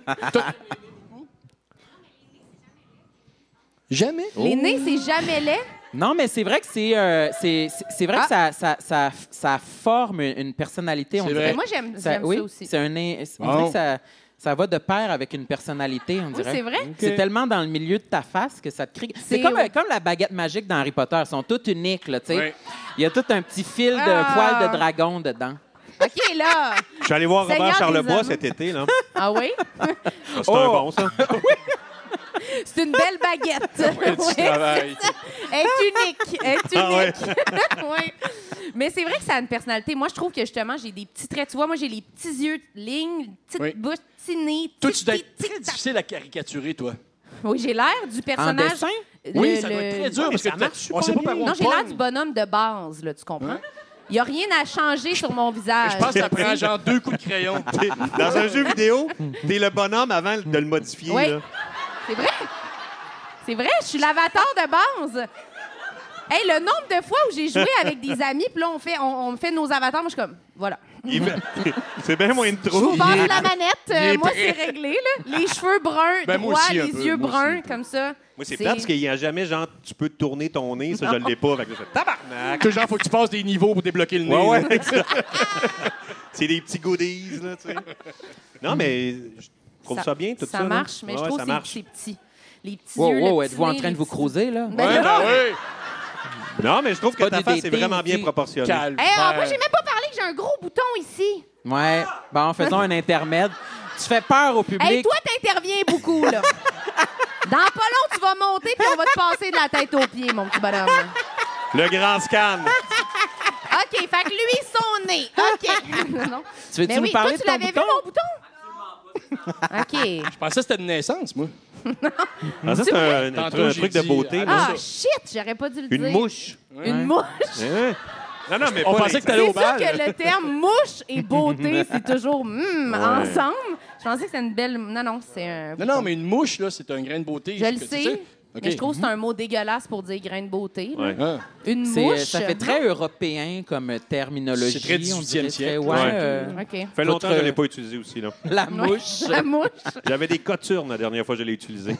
S5: Jamais.
S3: Les nez, c'est jamais laid.
S4: Non, mais c'est vrai que c'est euh, c'est c'est- c'est vrai que
S3: Ah.
S4: ça, ça, ça, ça forme une une personnalité. on
S5: C'est
S4: dirait.
S5: vrai.
S3: Moi, j'aime
S4: Ça,
S3: j'aime
S4: oui,
S3: ça aussi.
S4: c'est un nez- on
S5: Bon.
S4: dirait que ça, ça va de pair avec une personnalité, on
S3: Oui,
S4: dirait.
S3: c'est vrai.
S4: C'est tellement dans le milieu de ta face que ça te crée. C'est
S3: C'est-
S4: comme,
S3: ouais.
S4: comme la baguette magique dans Harry Potter. Elles sont toutes uniques, là, tu sais.
S5: Oui.
S4: Il y a tout un petit fil de
S3: Ah.
S4: poil de dragon dedans.
S3: OK, là.
S6: Je suis allé voir
S3: Seigneur
S6: Robert
S3: des
S6: Charlebois
S3: Anneaux.
S6: cet été, là.
S3: Ah oui?
S6: C'est
S4: Oh!
S6: un bon, ça.
S3: C'est une belle baguette.
S5: Tu
S3: Ouais,
S5: travailles.
S3: Elle est unique. Elle est
S6: Ah ouais.
S3: unique. Ouais. Mais c'est vrai que ça a une personnalité. Moi, je trouve que justement, j'ai des petits traits. Tu vois, moi, j'ai les petits yeux, lignes, petite
S5: Oui.
S3: bouche, petit nez.
S5: Toi,
S3: tic,
S5: tu dois
S3: tic,
S5: être très
S3: tic, tac.
S5: difficile à caricaturer, toi.
S3: Oui, j'ai l'air du
S4: En
S3: personnage.
S4: dessin?
S3: le-
S5: Oui, ça doit être
S3: le-
S5: très dur parce que
S6: ça marche
S5: t'as- on sait pas par où
S3: Non,
S5: on
S3: j'ai l'air
S5: pogne.
S3: du bonhomme de base, là, tu comprends? Il n'y a rien à changer sur mon visage.
S5: Je pense que ça prend genre deux coups de crayon.
S6: T'es- Dans un jeu vidéo, t'es le bonhomme avant de le modifier,
S3: Oui.
S6: là.
S3: C'est vrai. C'est vrai, je suis l'avatar de base. Hey, le nombre de fois où j'ai joué avec des amis, puis là, on fait, on, on fait nos avatars, moi, je suis comme, voilà.
S6: Il fait- C'est bien moins une
S3: Je
S6: trop.
S3: vous passe la manette, euh,
S5: est
S3: moi,
S5: prêt.
S3: c'est réglé, là. Les cheveux bruns,
S5: Ben, moi
S3: droits,
S5: aussi, un
S3: les
S5: peu,
S3: yeux
S5: moi aussi,
S3: bruns,
S5: un peu.
S3: comme ça.
S6: Moi, c'est plate parce qu'il n'y a jamais, genre, tu peux tourner ton nez. Ça, je l'ai pas. Fait que là, je fais tabarnak.
S5: Que genre, faut que tu passes des niveaux pour débloquer le nez.
S6: Ouais,
S5: là.
S6: ouais, exact. C'est des petits goodies, là, tu sais. Non, mais je trouve ça, bien, tout ça.
S3: Ça
S6: là.
S3: marche, mais
S6: Ouais,
S3: je
S6: ouais,
S3: trouve
S6: ça
S3: que
S6: marche.
S3: c'est c'est petit. Les petits
S4: Wow,
S3: yeux,
S4: wow,
S3: le petit
S4: êtes-vous en
S3: nez,
S4: train
S3: les
S4: de vous
S3: petits-
S4: croiser, là?
S3: Ben,
S5: Ouais,
S3: non.
S5: ben
S6: Non, mais je trouve que
S4: Pas
S6: ta
S4: des
S6: face est
S4: dating,
S6: vraiment
S4: aussi.
S6: bien
S5: oui.
S6: proportionnée.
S5: Calme.
S3: Hey, ah, moi, j'ai même pas parlé que j'ai un gros bouton ici.
S4: Ouais. Bon, faisons un intermède. Tu fais peur au public.
S3: Hey, toi, t'interviens beaucoup, là. Dans pas long, tu vas monter, puis on va te passer de la tête aux pieds, mon petit bonhomme.
S6: Le grand scan.
S3: donné. OK. non, non.
S4: Tu veux-tu
S3: Mais
S4: nous
S3: oui,
S4: parler
S3: toi, tu
S4: de ton
S3: l'avais vu,
S4: bouton?
S3: mon bouton? OK.
S5: Je pensais que c'était de naissance, moi.
S6: Ah, ça, c'est un, un
S5: Tantôt,
S6: truc- un
S5: j'ai
S6: truc de
S5: dit,
S6: beauté.
S5: ah,
S6: moi.
S5: ça.
S3: Ah, shit, j'aurais pas dû le dire.
S6: Une mouche.
S3: Une mouche.
S6: Eh oui. Non, non, mais
S5: On
S6: pas
S5: pensait
S6: les-
S5: que t'allais au
S3: C'est sûr
S5: bal.
S3: que le terme mouche et beauté, c'est toujours hmm, ensemble. Je pensais que c'était une belle. Non, non, c'est un.
S5: Non, non, mais une mouche, là, c'est un grain de beauté.
S3: Je le
S5: que- tu
S3: sais,
S5: OK.
S3: mais je trouve que c'est un mot dégueulasse pour dire grain de beauté. là.
S6: Ouais.
S5: Ah.
S3: Une
S4: C'est, euh,
S3: mouche.
S4: ça fait très européen comme terminologie.
S5: C'est très
S4: on dirait
S5: 18e siècle.
S4: très- ouais,
S6: Ouais.
S4: euh,
S3: OK.
S6: Ça fait longtemps que je
S4: Votre-
S6: ne l'ai pas utilisé aussi. là.
S4: la mouche,
S3: La mouche.
S6: J'avais des coturnes la dernière fois que je l'ai utilisé.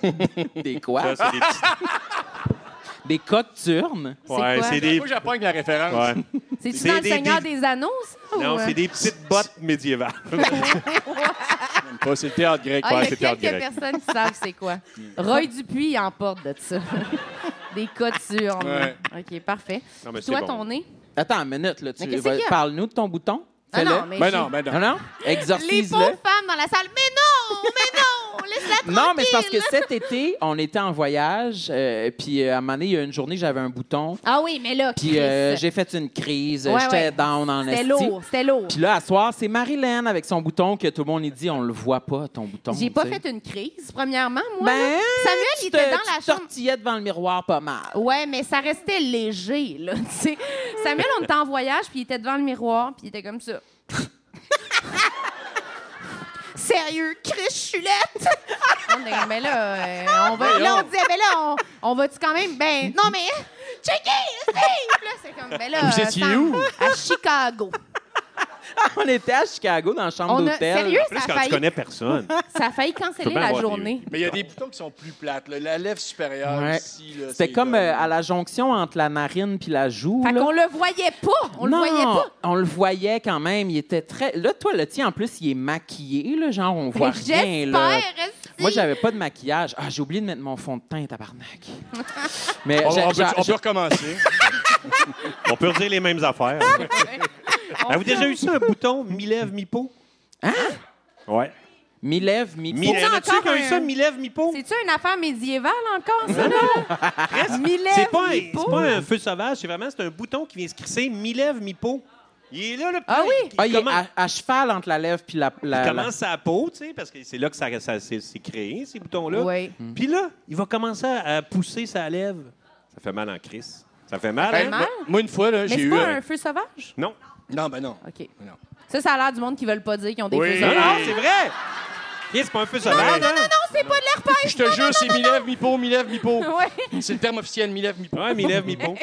S4: des
S6: Ça,
S4: quoi?
S6: c'est des petites-
S4: Des coturnes.
S6: Ouais,
S3: quoi?
S6: c'est des...
S5: Moi, j'apprends la référence.
S6: ouais.
S3: C'est-tu
S6: C'est
S3: dans le
S6: des-
S3: Seigneur
S6: des-
S3: des Anneaux, ça?
S6: Non,
S3: ou, euh,
S6: c'est des petites bottes médiévales.
S5: Pas, c'est le théâtre grec.
S3: Ah,
S6: Ouais,
S3: il y a
S6: c'est
S3: quelques
S6: direct.
S3: personnes qui savent c'est quoi. Roy Dupuis, il en porte de ça. des coturnes.
S5: Ouais.
S3: OK, parfait.
S6: Non, mais c'est
S3: Toi,
S6: bon.
S3: ton nez?
S4: Attends une minute, là. Tu,
S3: Mais qu'est-ce
S4: vas-
S3: qu'il y a?
S4: parle-nous de ton bouton.
S3: Ah
S4: Fais-le.
S3: non, mais
S5: Ben
S3: j'ai-
S5: non, ben non.
S4: Non, non?
S3: Les
S4: Exorcise-le.
S3: pauvres femmes dans la salle. Mais non! Mais non! Laisse-la
S4: Non, mais c'est parce que cet été, on était en voyage, euh, puis euh, à un moment donné, il y a une journée, j'avais un bouton,
S3: Ah oui, mais là,
S4: puis euh,
S3: Chris,
S4: j'ai fait une crise,
S3: Ouais,
S4: j'étais
S3: ouais.
S4: down en
S3: c'était
S4: esti.
S3: lourd, c'était lourd.
S4: Puis là, à soir, c'est Marilyn avec son bouton que tout le monde lui dit, on le voit pas, ton bouton.
S3: J'ai pas
S4: tu sais.
S3: fait une crise, premièrement, moi.
S4: Ben,
S3: là. Samuel, il
S4: tu te-
S3: était dans la
S4: tu
S3: chambre.
S4: tortillais devant le miroir pas mal.
S3: Ouais, mais ça restait léger, là, tu sais. Samuel, on était en voyage, puis il était devant le miroir, puis il était comme ça. Sérieux, Chris Chulette! on est, Ah, mais là, euh, on va, là, on disait, mais là, on, on va-tu quand même, ben, non, mais, checker, hey! Puis là, c'est comme, ben là,
S5: Vous
S3: euh,
S5: étiez
S3: Sam,
S5: où?
S3: À Chicago.
S4: on était à Chicago, dans la chambre
S3: On a-
S4: d'hôtel.
S3: sérieux,
S6: Plus
S3: ça
S6: quand
S3: a,
S6: tu
S3: failli,
S6: connais personne.
S3: ça a failli
S6: Tu peux
S3: canceller
S6: bien
S3: la
S6: avoir des-
S3: journée.
S5: Mais il y a des boutons qui sont plus plates. là. La lèvre supérieure
S4: Ouais.
S5: ici. là,
S4: C'était
S5: c'est
S4: comme
S5: comme-
S4: euh, à la jonction entre la narine puis la joue.
S3: Fait
S4: là.
S3: qu'on le voyait pas, on
S4: Non,
S3: le voyait pas.
S4: On le voyait quand même. Il était très. Là, toi, le tien, en plus, il est maquillé, là, genre, on voit
S3: Mais
S4: rien.
S3: J'espère,
S4: Là.
S3: esti.
S4: Moi, j'avais pas de maquillage. Ah, j'ai oublié de mettre mon fond de teint, tabarnak. Mais
S5: On,
S4: j'ai-
S5: on peut,
S4: j'ai-
S5: on peut recommencer.
S6: On peut redire les mêmes affaires. Avez-vous déjà eu ça, un bouton mi-lève, mi-peau? Hein? Ouais.
S4: mi-lèvres, mi
S6: Mi
S3: Faut-tu
S6: tu
S3: encore
S6: eu
S3: un-
S6: ça, mi-lève, mi-peau?
S3: C'est-tu une affaire médiévale encore, ça? Non, Milève,
S6: C'est pas, un- c'est
S3: Hippo?
S6: pas un feu sauvage, c'est vraiment c'est un bouton qui vient se crisser mi-lève, mi-peau. Il est là, le
S3: Ah oui?
S6: Il,
S4: Ah, il est
S6: commence,
S4: à, à cheval entre la lèvre puis la. la-
S6: il
S4: la-
S6: commence sa peau, tu sais, parce que c'est là que ça, ça- c'est c'est créé, ces boutons-là.
S3: Oui.
S4: Hmm.
S6: Puis là, il va commencer à pousser sa lèvre. Ça fait mal en crise. Ça fait mal,
S5: Hey,
S6: hein?
S3: mal?
S5: moi- Moi, une fois, là,
S3: Mais
S5: j'ai
S3: c'est
S5: eu.
S3: pas
S5: un-
S3: un Ah, feu sauvage?
S6: Non.
S5: Non, ben non.
S3: OK.
S5: Non.
S3: Ça, ça a l'air du monde qui veulent pas dire qu'ils ont des
S5: Oui.
S3: feux
S6: Non,
S3: sauvages.
S6: non, c'est vrai! Chris, c'est pas un feu
S3: Non, non,
S6: sauvage,
S3: non, non,
S6: hein?
S3: non, c'est pas de l'herpès!
S5: Je te jure, c'est mi-lèvre, mi-peau, mi-lèvre, mi-peau.
S3: Ouais.
S5: C'est le terme officiel, mi-lèvre, mi-peau.
S6: Ouais, mi-lève, mi-peau.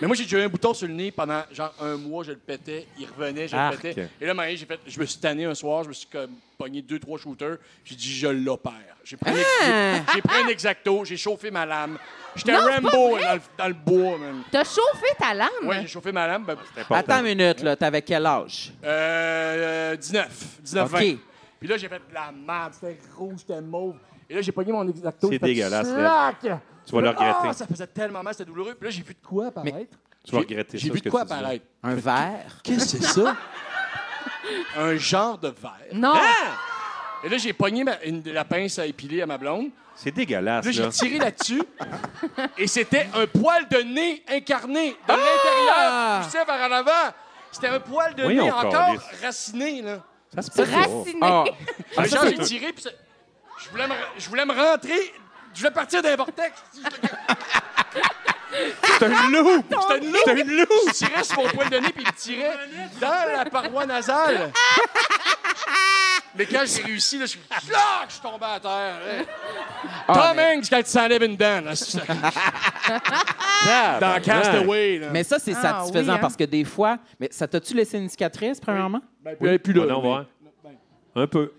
S5: Mais moi, j'ai déjà eu un bouton sur le nez pendant genre un mois, je le pétais, il revenait, je
S6: Arc.
S5: le pétais. Et là, Marie, j'ai fait, je me suis tanné un soir, je me suis comme pogné deux, trois shooters, j'ai dit, je l'opère. J'ai pris, un ex- j'ai- j'ai pris un exacto, j'ai chauffé ma lame. J'étais
S3: Ah! Non,
S5: un
S3: c'est pas
S5: Rambo
S3: vrai.
S5: dans le, dans le bois, man.
S3: T'as chauffé ta lame?
S5: Ouais, j'ai chauffé ma lame, ben,
S6: Ah,
S4: Attends une minute, là. T'avais quel âge?
S5: euh, 19, 19,
S4: OK.
S5: 20. Puis là, j'ai fait de la merde, c'était rouge, c'était mauve. Et là, j'ai pogné mon exacto.
S6: C'est
S5: j'ai fait,
S6: dégueulasse,
S5: Slack!
S6: Tu vas le regretter.
S5: Ah, ça faisait tellement mal, c'était douloureux. Puis là, j'ai vu de quoi apparaître.
S6: Tu vas regretter
S5: J'ai
S6: ça,
S5: vu
S6: ce
S5: de
S6: que
S5: quoi
S6: tu dis là.
S5: apparaître.
S4: Un verre?
S5: Qu'est-ce que c'est ça? Un genre de verre.
S3: Non!
S5: Et là, j'ai pogné ma- une- la pince à épiler à ma blonde.
S6: C'est dégueulasse,
S5: Là, j'ai
S6: là.
S5: tiré là-dessus. Et c'était un poil de nez incarné de l'intérieur, poussé par en avant. C'était un poil de
S6: Voyons,
S5: nez encore
S6: câlisse.
S5: raciné, là.
S6: Ça se peut pas.
S3: Raciné!
S4: Ah!
S5: Et genre, j'ai tiré, puis ça- je voulais, me... je voulais me rentrer. Je voulais partir d'un vortex.
S6: C'est un loup!
S5: C'était une loupe.
S6: C'est une loupe!
S5: Je tirais sur mon poil de nez, puis il me tirait dans la paroi nasale. Mais quand j'ai réussi, là, je suis là, je suis tombé à terre. Hey. Tom Hanks, quand il s'enlève une dent, là, c'est- dans Castaway. là.
S4: Mais ça, c'est
S3: Ah,
S4: satisfaisant
S3: oui, hein?
S4: parce que des fois. Mais ça t'a-tu laissé une cicatrice, premièrement?
S5: Ben, puis- puis là,
S6: Voyons voir. Un peu.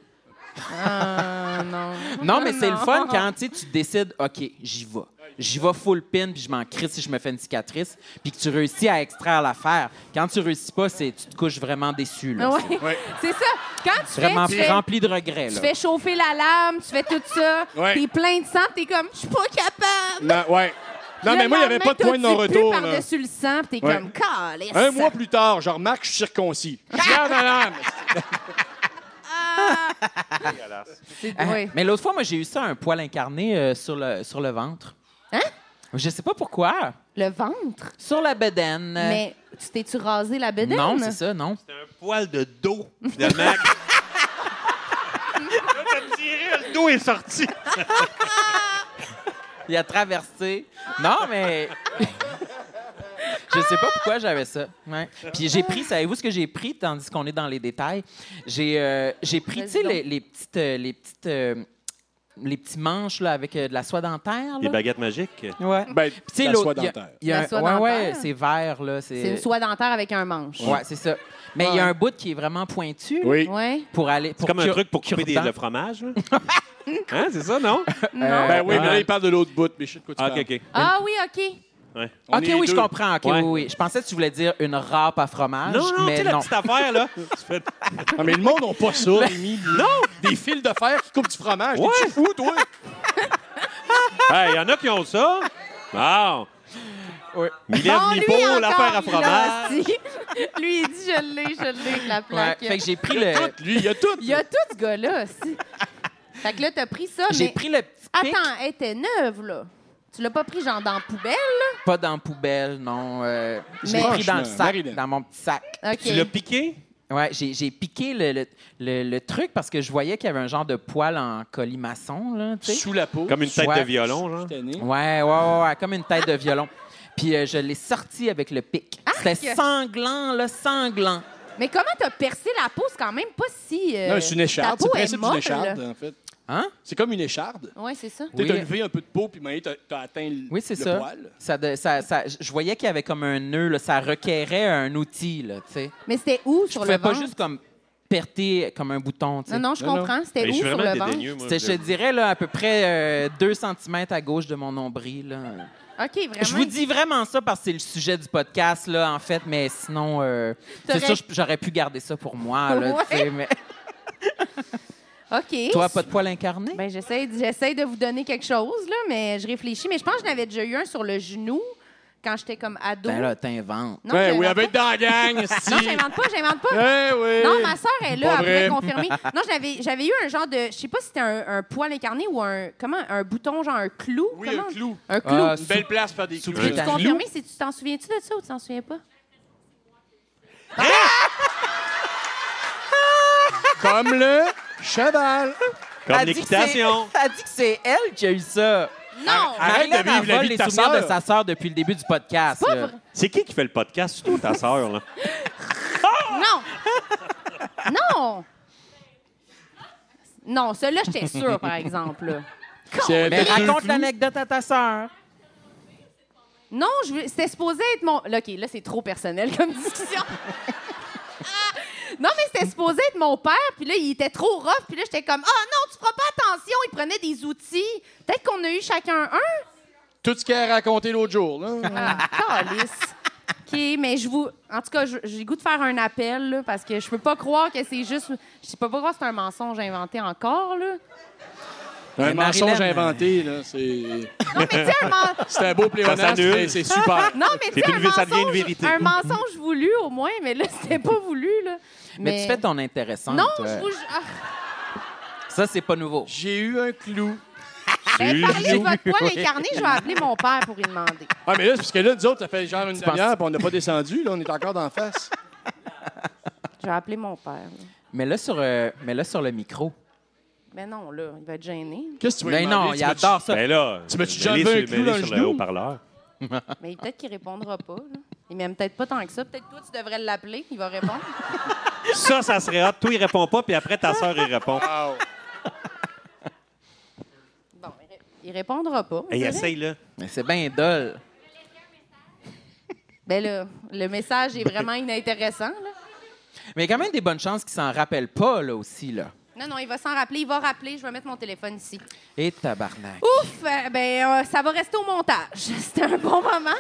S3: Ah, non.
S4: Non, mais c'est le
S3: Non.
S4: fun quand tu sais, tu décides, OK, j'y vais. J'y vais full pin, puis je m'en crisse si je me fais une cicatrice, puis que tu réussis à extraire l'affaire. Quand tu réussis pas, c'est tu te couches vraiment déçu. Là.
S3: Ouais.
S5: Ouais.
S3: C'est ça. Quand tu
S4: C'est
S3: fais,
S4: Vraiment
S3: tu fais,
S4: rempli de regrets.
S3: tu
S4: Là.
S3: fais chauffer la lame, tu fais tout ça,
S5: Ouais.
S3: t'es plein de sang, t'es comme, je suis pas capable!
S5: Non, ouais. Non, mais moi, il n'y avait pas de point de non-retour. là.
S3: par-dessus le sang, puis t'es
S5: Ouais.
S3: comme, calisse!
S5: Un mois plus tard, je remarque, je suis circoncis. Je garde ma lame.
S3: C'est-
S4: Ah,
S3: ouais.
S4: Mais l'autre fois, moi, j'ai eu ça, un poil incarné euh, sur, le, sur le ventre.
S3: Hein?
S4: Je sais pas pourquoi.
S3: Le ventre?
S4: Sur la bedaine. euh.
S3: Mais tu t'es-tu rasé la bedaine?
S4: Non, c'est ça, non.
S6: C'était un poil de dos de Mac. Là, t'as tiré, le dos est sorti.
S4: Il a traversé. Non, mais. Je sais pas pourquoi j'avais ça. Ouais. Puis j'ai pris, savez-vous ce que j'ai pris, tandis qu'on est dans les détails? J'ai euh, j'ai pris, tu sais,
S3: Vas-y
S4: les, les petites. euh, les petites euh, les petits manches là, avec euh, de la soie dentaire.
S6: Les
S4: Là.
S6: baguettes magiques.
S4: Ouais.
S5: Ben,
S4: Puis tu sais,
S5: la
S4: l'autre,
S5: soie
S4: il y a-
S5: dentaire.
S4: il y a
S3: La
S4: un-
S3: soie
S4: ouais, ouais,
S3: dentaire?
S4: c'est vert. là.
S3: C'est une soie dentaire avec un manche.
S4: Ouais, c'est ça. Mais il y a un bout qui est vraiment pointu. là,
S5: Oui.
S3: Ouais.
S4: Pour aller.
S6: C'est
S4: pour
S6: comme un
S4: cure-
S6: truc pour couper des-
S4: cure-dent.
S6: le fromage. là. hein, c'est ça, non?
S3: Non.
S5: Ben oui,
S6: Ouais.
S5: mais là, il parle de l'autre bout, mais je sais de quoi tu
S6: Ah, OK,
S5: parles.
S6: OK.
S3: Ah oui, OK.
S6: Ouais.
S5: On
S4: ok,
S5: est
S4: oui, je
S5: deux.
S4: comprends. Ok,
S6: Ouais.
S4: oui, oui. Je pensais que tu voulais dire une râpe à fromage.
S6: Non, non, tu
S4: Ah, mais
S6: sais, la
S4: non.
S6: petite affaire, là. Tu fais-
S5: Ah, mais le monde n'a pas ça, Rémi. Non! Des fils de fer qui coupent du fromage.
S6: Ouais.
S5: T'es fou, toi?
S6: Hey, il y en a qui ont ça. Bon.
S4: Oui.
S6: Mylène
S3: Bon, lui,
S6: Mipo,
S3: encore,
S6: l'affaire à
S3: il
S6: fromage.
S3: l'a aussi. lui, il dit je l'ai, je l'ai, la
S4: Ouais,
S3: plaque.
S4: fait que j'ai pris
S5: Il y a
S4: le.
S5: tout, lui, il y a tout.
S3: Il y a tout ce gars-là aussi. fait que là, t'as pris ça,
S4: J'ai
S3: Ah, mais.
S4: pris le petit pic,
S3: Attends, elle était neuve, là. Tu l'as pas pris, genre, dans la poubelle?
S4: pas dans la poubelle, non. euh, je l'ai
S3: Mais-
S4: pris dans le
S5: Franchement,
S4: sac,
S5: Marilyn.
S4: dans mon petit sac.
S3: OK.
S6: Tu l'as piqué?
S4: Ouais, j'ai j'ai piqué le, le, le- le truc parce que je voyais qu'il y avait un genre de poil en colimaçon, là, tu sais.
S5: Sous la peau.
S6: Comme une tête
S4: Ouais.
S6: de violon,
S3: Euh,
S6: genre.
S5: Tanné.
S4: Ouais, ouais, ouais, ouais, comme une tête de violon. Puis euh, je l'ai sorti avec le pic. C'était sanglant, là, sanglant.
S3: Mais comment t'as percé la peau? C'est quand même pas si. euh,
S5: Non, c'est une
S3: ta
S5: écharde.
S3: peau
S5: C'est le
S3: est
S5: principe d'une
S3: molle.
S5: écharde, en fait.
S4: Hein?
S5: C'est comme une écharde.
S3: Ouais, c'est ça.
S5: Tu
S4: Oui.
S5: T'as levé un peu de peau, puis maintenant, t'as- t'as atteint le,
S4: Oui, c'est
S5: le
S4: ça.
S5: poil.
S4: ça, de- ça, ça- Je voyais qu'il y avait comme un nœud, là, ça requérait un outil, là, tu sais.
S3: Mais c'était où
S4: Je
S3: sur le
S4: pouvais pas
S3: ventre?
S4: juste comme perter comme un bouton, tu sais.
S3: Non, non, je
S5: Non, non.
S3: comprends. C'était où
S4: Ben,
S6: Mais Ben, je suis
S3: sur
S6: vraiment
S3: le ventre?
S6: dédaigneux, moi.
S4: C'était, je te dirais, là, à peu près 2 cm à gauche de mon nombril. là.
S3: OK, vraiment.
S4: Je vous dis vraiment ça parce que c'est le sujet du podcast, là, en fait, mais sinon, euh, c'est
S3: T'aurais-
S4: sûr, je- j'aurais pu garder ça pour moi. Là,
S3: Ouais.
S4: tu sais, mais...
S3: OK.
S4: Toi, pas de poil incarné?
S3: Ben, j'essaie, j'essaie de vous donner quelque chose, là, mais je réfléchis. Mais je pense que j'en avais déjà eu un sur le genou quand j'étais comme ado.
S4: Ben là, t'inventes.
S3: non,
S5: Ben
S3: j'invente
S5: oui,
S3: pas.
S5: avec dans la gang,
S3: Non,
S5: si.
S3: j'invente pas, j'invente pas.
S5: Eh oui.
S3: Non, ma soeur est là,
S5: Pas
S3: après
S5: vrai.
S3: confirmer. Non, j'avais, j'avais eu un genre de. Je sais pas si c'était un, un poil incarné ou un. Comment? Un bouton, genre un clou?
S5: Oui,
S3: comment?
S5: un clou.
S3: Un clou.
S4: Ah,
S5: Une belle place pour faire des clous.
S4: Sous-
S3: Peux-tu
S4: un
S3: confirmer si tu t'en souviens-tu de ça ou tu t'en souviens pas?
S5: Comme le cheval.
S6: Comme
S4: Elle dit que c'est-
S6: l'équitation.
S4: Elle dit que c'est elle qui a eu ça.
S3: Non!
S5: Arrête de
S4: Marilyn, elle
S5: vivre la
S4: vole
S5: vie de
S4: les
S5: ta
S4: souvenirs
S5: sœur.
S4: de sa sœur depuis le début du podcast.
S3: Pas
S4: là.
S3: vrai.
S6: C'est qui qui fait le podcast, surtout ta sœur, là?
S3: Non! Non! Non, celui-là, j'étais sûre, par exemple. là.
S5: C'est
S4: Mais
S5: un peu
S4: raconte
S5: flou.
S4: l'anecdote à ta sœur.
S3: Non, je veux- c'était supposé être mon. Là, OK, là, c'est trop personnel comme discussion. Ah! non, mais c'était supposé être mon père, puis là, il était trop rough, puis là, j'étais comme Ah non, tu feras pas attention, il prenait des outils. Peut-être qu'on a eu chacun un.
S5: Tout ce qu'elle a raconté l'autre jour. Là.
S3: Ah, câlisse. OK, mais je vous. En tout cas, je- j'ai le goût de faire un appel, là, parce que je peux pas croire que c'est juste. Je peux pas croire que c'est un mensonge inventé encore, là.
S5: Un
S4: Mais
S5: mensonge
S4: Marilyn,
S5: inventé, là, c'est
S3: Non, mais tu sais, un mensonge.
S5: c'est un beau pléonasme,
S6: s'annule.
S5: mais c'est super.
S3: Non, mais tu
S6: C'est
S3: sais, un
S6: une- ça devient une
S3: mensonge,
S6: vérité.
S3: un mensonge voulu, au moins, mais là, c'était pas voulu, là.
S4: Mais... tu fais ton euh. intéressant.
S3: Non, je vous. ah.
S4: Ça, c'est pas nouveau.
S5: J'ai eu un clou.
S3: Ben, parlez de
S6: Jules.
S3: votre poil incarné, je vais appeler mon père pour lui demander.
S5: Ah, mais là, c'est parce que là, nous autres, ça fait genre une
S4: Tu penses-
S5: demi-heure, puis on n'a pas descendu, là, on est encore d'en face.
S3: Je vais appeler mon père. là.
S4: Mais là, sur, euh, mais là, sur le micro.
S3: Mais non, là, il va être gêné.
S5: Qu'est-ce que tu veux
S4: Mais non, il adore ça.
S6: Ben là,
S5: Tu m'as-tu
S6: mets-les
S5: déjà levé
S6: sur-
S5: un clou
S6: mets-les
S5: dans le
S6: sur
S5: genou?
S6: haut-parleur.
S3: Mais peut-être qu'il répondra pas. là. Il m'aime peut-être pas tant que ça. Peut-être toi, tu devrais l'appeler, il va répondre.
S6: Ça, ça serait hot. Toi, il répond pas, puis après, ta sœur, il répond.
S3: Bon, il ré- il répondra pas. on
S6: Hey,
S3: dirait.
S6: essaye, là.
S4: Mais c'est bien dole.
S3: Ben là, le message est vraiment inintéressant. là.
S4: Mais il y a quand même des bonnes chances qu'il s'en rappelle pas, là aussi, là.
S3: Non, non, il va s'en rappeler. Il va rappeler. Je vais mettre mon téléphone ici.
S4: Et tabarnak.
S3: Ouf! euh, ben, euh, ça va rester au montage. C'était un bon moment.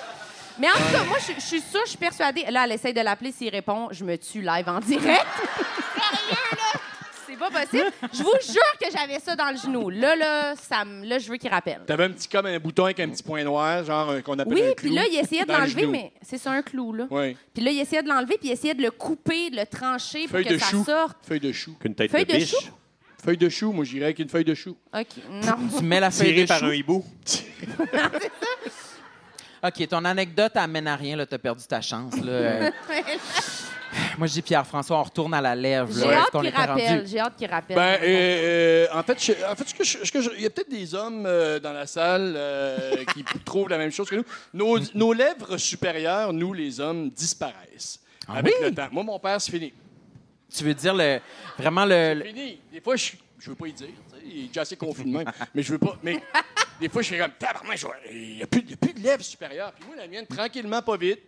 S3: Mais en tout cas, moi, je je suis sûre, je suis persuadée. Là, elle essaye de l'appeler. S'il répond, je me tue live en direct. Sérieux, là? C'est pas possible. Je vous jure que j'avais ça dans le genou. Là, là, ça me- là je veux qu'il rappelle.
S5: T'avais un petit comme un bouton avec un petit point noir, genre euh, qu'on appelle
S3: Oui,
S5: un clou.
S3: puis là, il essayait de
S5: dans le
S3: l'enlever,
S5: genou.
S3: mais c'est ça, un clou, là.
S5: Oui.
S3: Puis là, il essayait de l'enlever, puis il essayait de le couper, de le trancher
S5: Feuille
S3: pour que
S5: de
S3: ça
S5: chou.
S3: sorte.
S5: Feuille de chou.
S6: Qu'une tête
S3: Feuille
S6: de
S3: de
S6: biche.
S3: chou?
S5: Feuille de chou, moi, j'irais avec une feuille de chou.
S3: OK, non.
S4: Tu mets la feuille
S6: Tiré
S4: de
S6: par
S4: chou.
S6: un hibou.
S4: OK, ton anecdote amène à rien, là. T'as perdu ta chance, là. Euh, Moi, je dis Pierre-François, on retourne à la lèvre. là.
S3: J'ai
S4: Est-ce
S3: hâte
S4: qu'on
S3: qu'il
S4: était rendu?
S3: rappelle. J'ai hâte qu'il rappelle.
S5: Ben, euh, euh, en fait, je- en fait, ce que je- ce que je- il y a peut-être des hommes euh, dans la salle euh, qui trouvent la même chose que nous. Nos, nos lèvres supérieures, nous, les hommes, disparaissent avec
S4: oui?
S5: le temps. Moi, mon père, c'est fini.
S4: Tu veux dire le, vraiment le. le-
S5: Fini. Des fois, je je veux pas y dire. tu sais, Il est déjà assez confus de même. mais je veux pas. Mais des fois, je fais comme tabarnak, je vois- il n'y a, plus de- il y a plus de lèvres supérieures. Puis moi, la mienne, tranquillement, pas vite,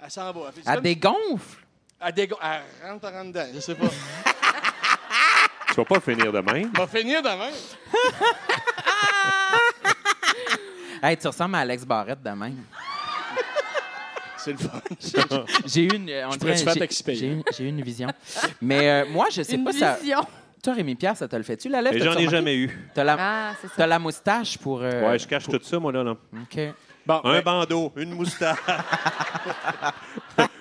S5: elle s'en va. Elle fait
S4: Elle
S5: comme-
S4: dégonfle.
S5: elle dégo- elle rentre par en dedans. Je sais pas.
S6: Tu vas pas finir demain.
S5: Elle va finir dans la main.
S4: Hey, tu ressembles à Alex Barrette demain.
S5: C'est le fun.
S4: J'ai eu une. euh, on
S5: pourrais
S4: dirait-
S5: te faire
S4: j'ai-
S5: taxipayer.
S4: J'ai eu- j'ai eu une vision. Mais euh, moi, je sais
S3: Une
S4: pas ça.
S3: vision.
S4: Toi, Rémi Pierre, ça te le fait-tu, la lèvre?
S6: Et
S4: T'as-tu
S6: j'en ai
S4: remarqué?
S6: jamais eu.
S4: T'as la,
S3: Ah, c'est
S4: t'as
S3: ça.
S4: la moustache pour. euh,
S6: Ouais, je cache tout ça, moi, là. là.
S4: OK.
S5: Bon,
S6: Un
S5: ben,
S6: bandeau, une moustache.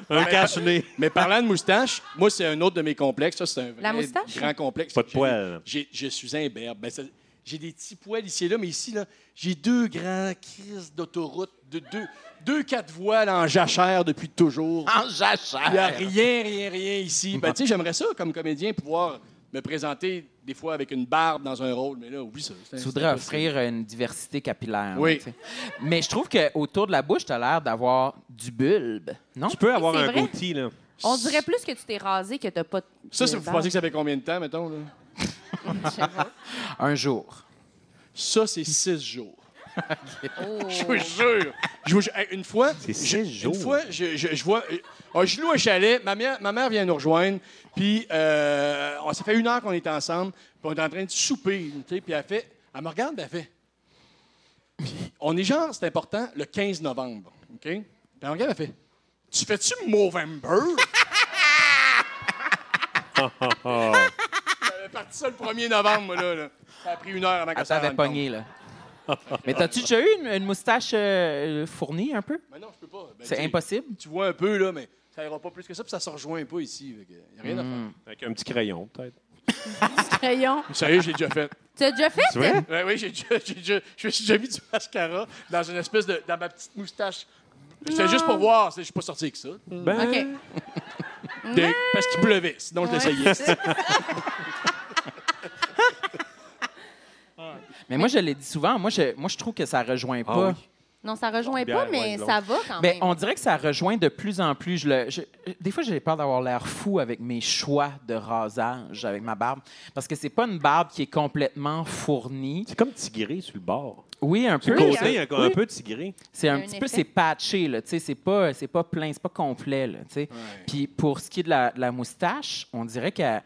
S6: un cache-nez.
S5: Mais parlant de moustache, moi, c'est un autre de mes complexes. Ça, c'est un vrai
S3: La moustache?
S5: grand complexe.
S6: Pas de
S5: J'ai-
S6: poils.
S5: j'ai- Je suis imberbe. Ben, ça- j'ai des petits poils ici et là, mais ici, là, j'ai deux grands crises d'autoroute, de deux, deux quatre voiles en jachère depuis toujours.
S4: En
S5: Il n'y a
S4: jachère.
S5: rien, rien, rien ici. Ben, tu sais, j'aimerais ça, comme comédien, pouvoir me présenter des fois avec une barbe dans un rôle, mais là, oublie ça. C'est-
S4: Tu
S5: c'est
S4: voudrais
S5: impossible.
S4: offrir une diversité capillaire.
S5: Oui.
S4: là, tu sais. Mais je trouve qu'autour de la bouche, t'as l'air d'avoir du bulbe. Non?
S6: Tu peux avoir
S3: c'est
S6: un
S3: vrai.
S6: goatee, là.
S3: On dirait plus que tu t'es rasé que t'as pas. de-
S5: Ça, c'est-
S3: de
S5: vous
S3: barbe.
S5: pensez que ça fait combien de temps, mettons? Là?
S4: Un jour.
S5: Ça, c'est six jours.
S3: Oh.
S5: Je vous jure. Je vous jure. Hey, Une fois,
S6: C'est six
S5: je-
S6: jours.
S5: Une fois, je, je- je vois. euh, Je loue un chalet. Ma mère, ma mère vient nous rejoindre. Puis, euh, on- ça fait une heure qu'on est ensemble. Puis, on est en train de souper. tu sais, Puis, elle fait. Elle me regarde, puis elle fait. Puis, on est genre, c'est important, le 15 novembre. OK? Puis, elle me regarde, elle fait. Tu fais-tu Movember? J'avais parti ça le 1er novembre, moi, là. là. Ça a pris une heure avant que
S4: Elle
S5: ça
S4: t'avait pogné, là. Mais t'as-tu déjà eu une, une moustache euh, fournie un peu?
S5: Mais non, je peux pas. Ben,
S4: C'est
S5: tu sais,
S4: impossible?
S5: tu vois un peu, là, mais ça ira pas plus que ça, puis ça se rejoint pas ici. Il n'y a rien à faire.
S6: Avec un petit crayon, peut-être.
S3: Crayon.
S5: Sérieux, j'ai déjà fait.
S3: Tu as déjà fait?
S6: C'est vrai?
S5: Ouais, oui, j'ai déjà, j'ai déjà- je me suis déjà mis du mascara dans une espèce de. dans ma petite moustache. C'était juste pour voir, c'est- je suis pas sorti avec ça.
S6: Ben,
S3: OK.
S5: Des- Parce qu'il pleuvait, sinon je l'essayais.
S4: Mais moi, je l'ai dit souvent. Moi, je, moi, je trouve que ça rejoint
S6: Ah
S4: pas.
S6: oui.
S3: Non, ça rejoint
S6: Bière,
S3: pas, mais
S6: ouais, blonde.
S3: ça va quand
S4: Ben,
S3: même.
S4: on dirait que ça rejoint de plus en plus. Je le- je- des fois, j'ai peur d'avoir l'air fou avec mes choix de rasage avec ma barbe. Parce que c'est pas une barbe qui est complètement fournie.
S6: c'est comme tigré sur le bord.
S4: Oui, un peu.
S6: Le
S3: Oui,
S6: côté, il y a un peu hein. tigré.
S4: C'est un
S3: Il y a un
S4: petit peu,
S3: effet.
S4: c'est patché, là, tu sais, c'est pas, c'est pas plein, c'est pas complet, là, tu sais. Puis pour ce qui est de la, de la moustache, on dirait qu'elle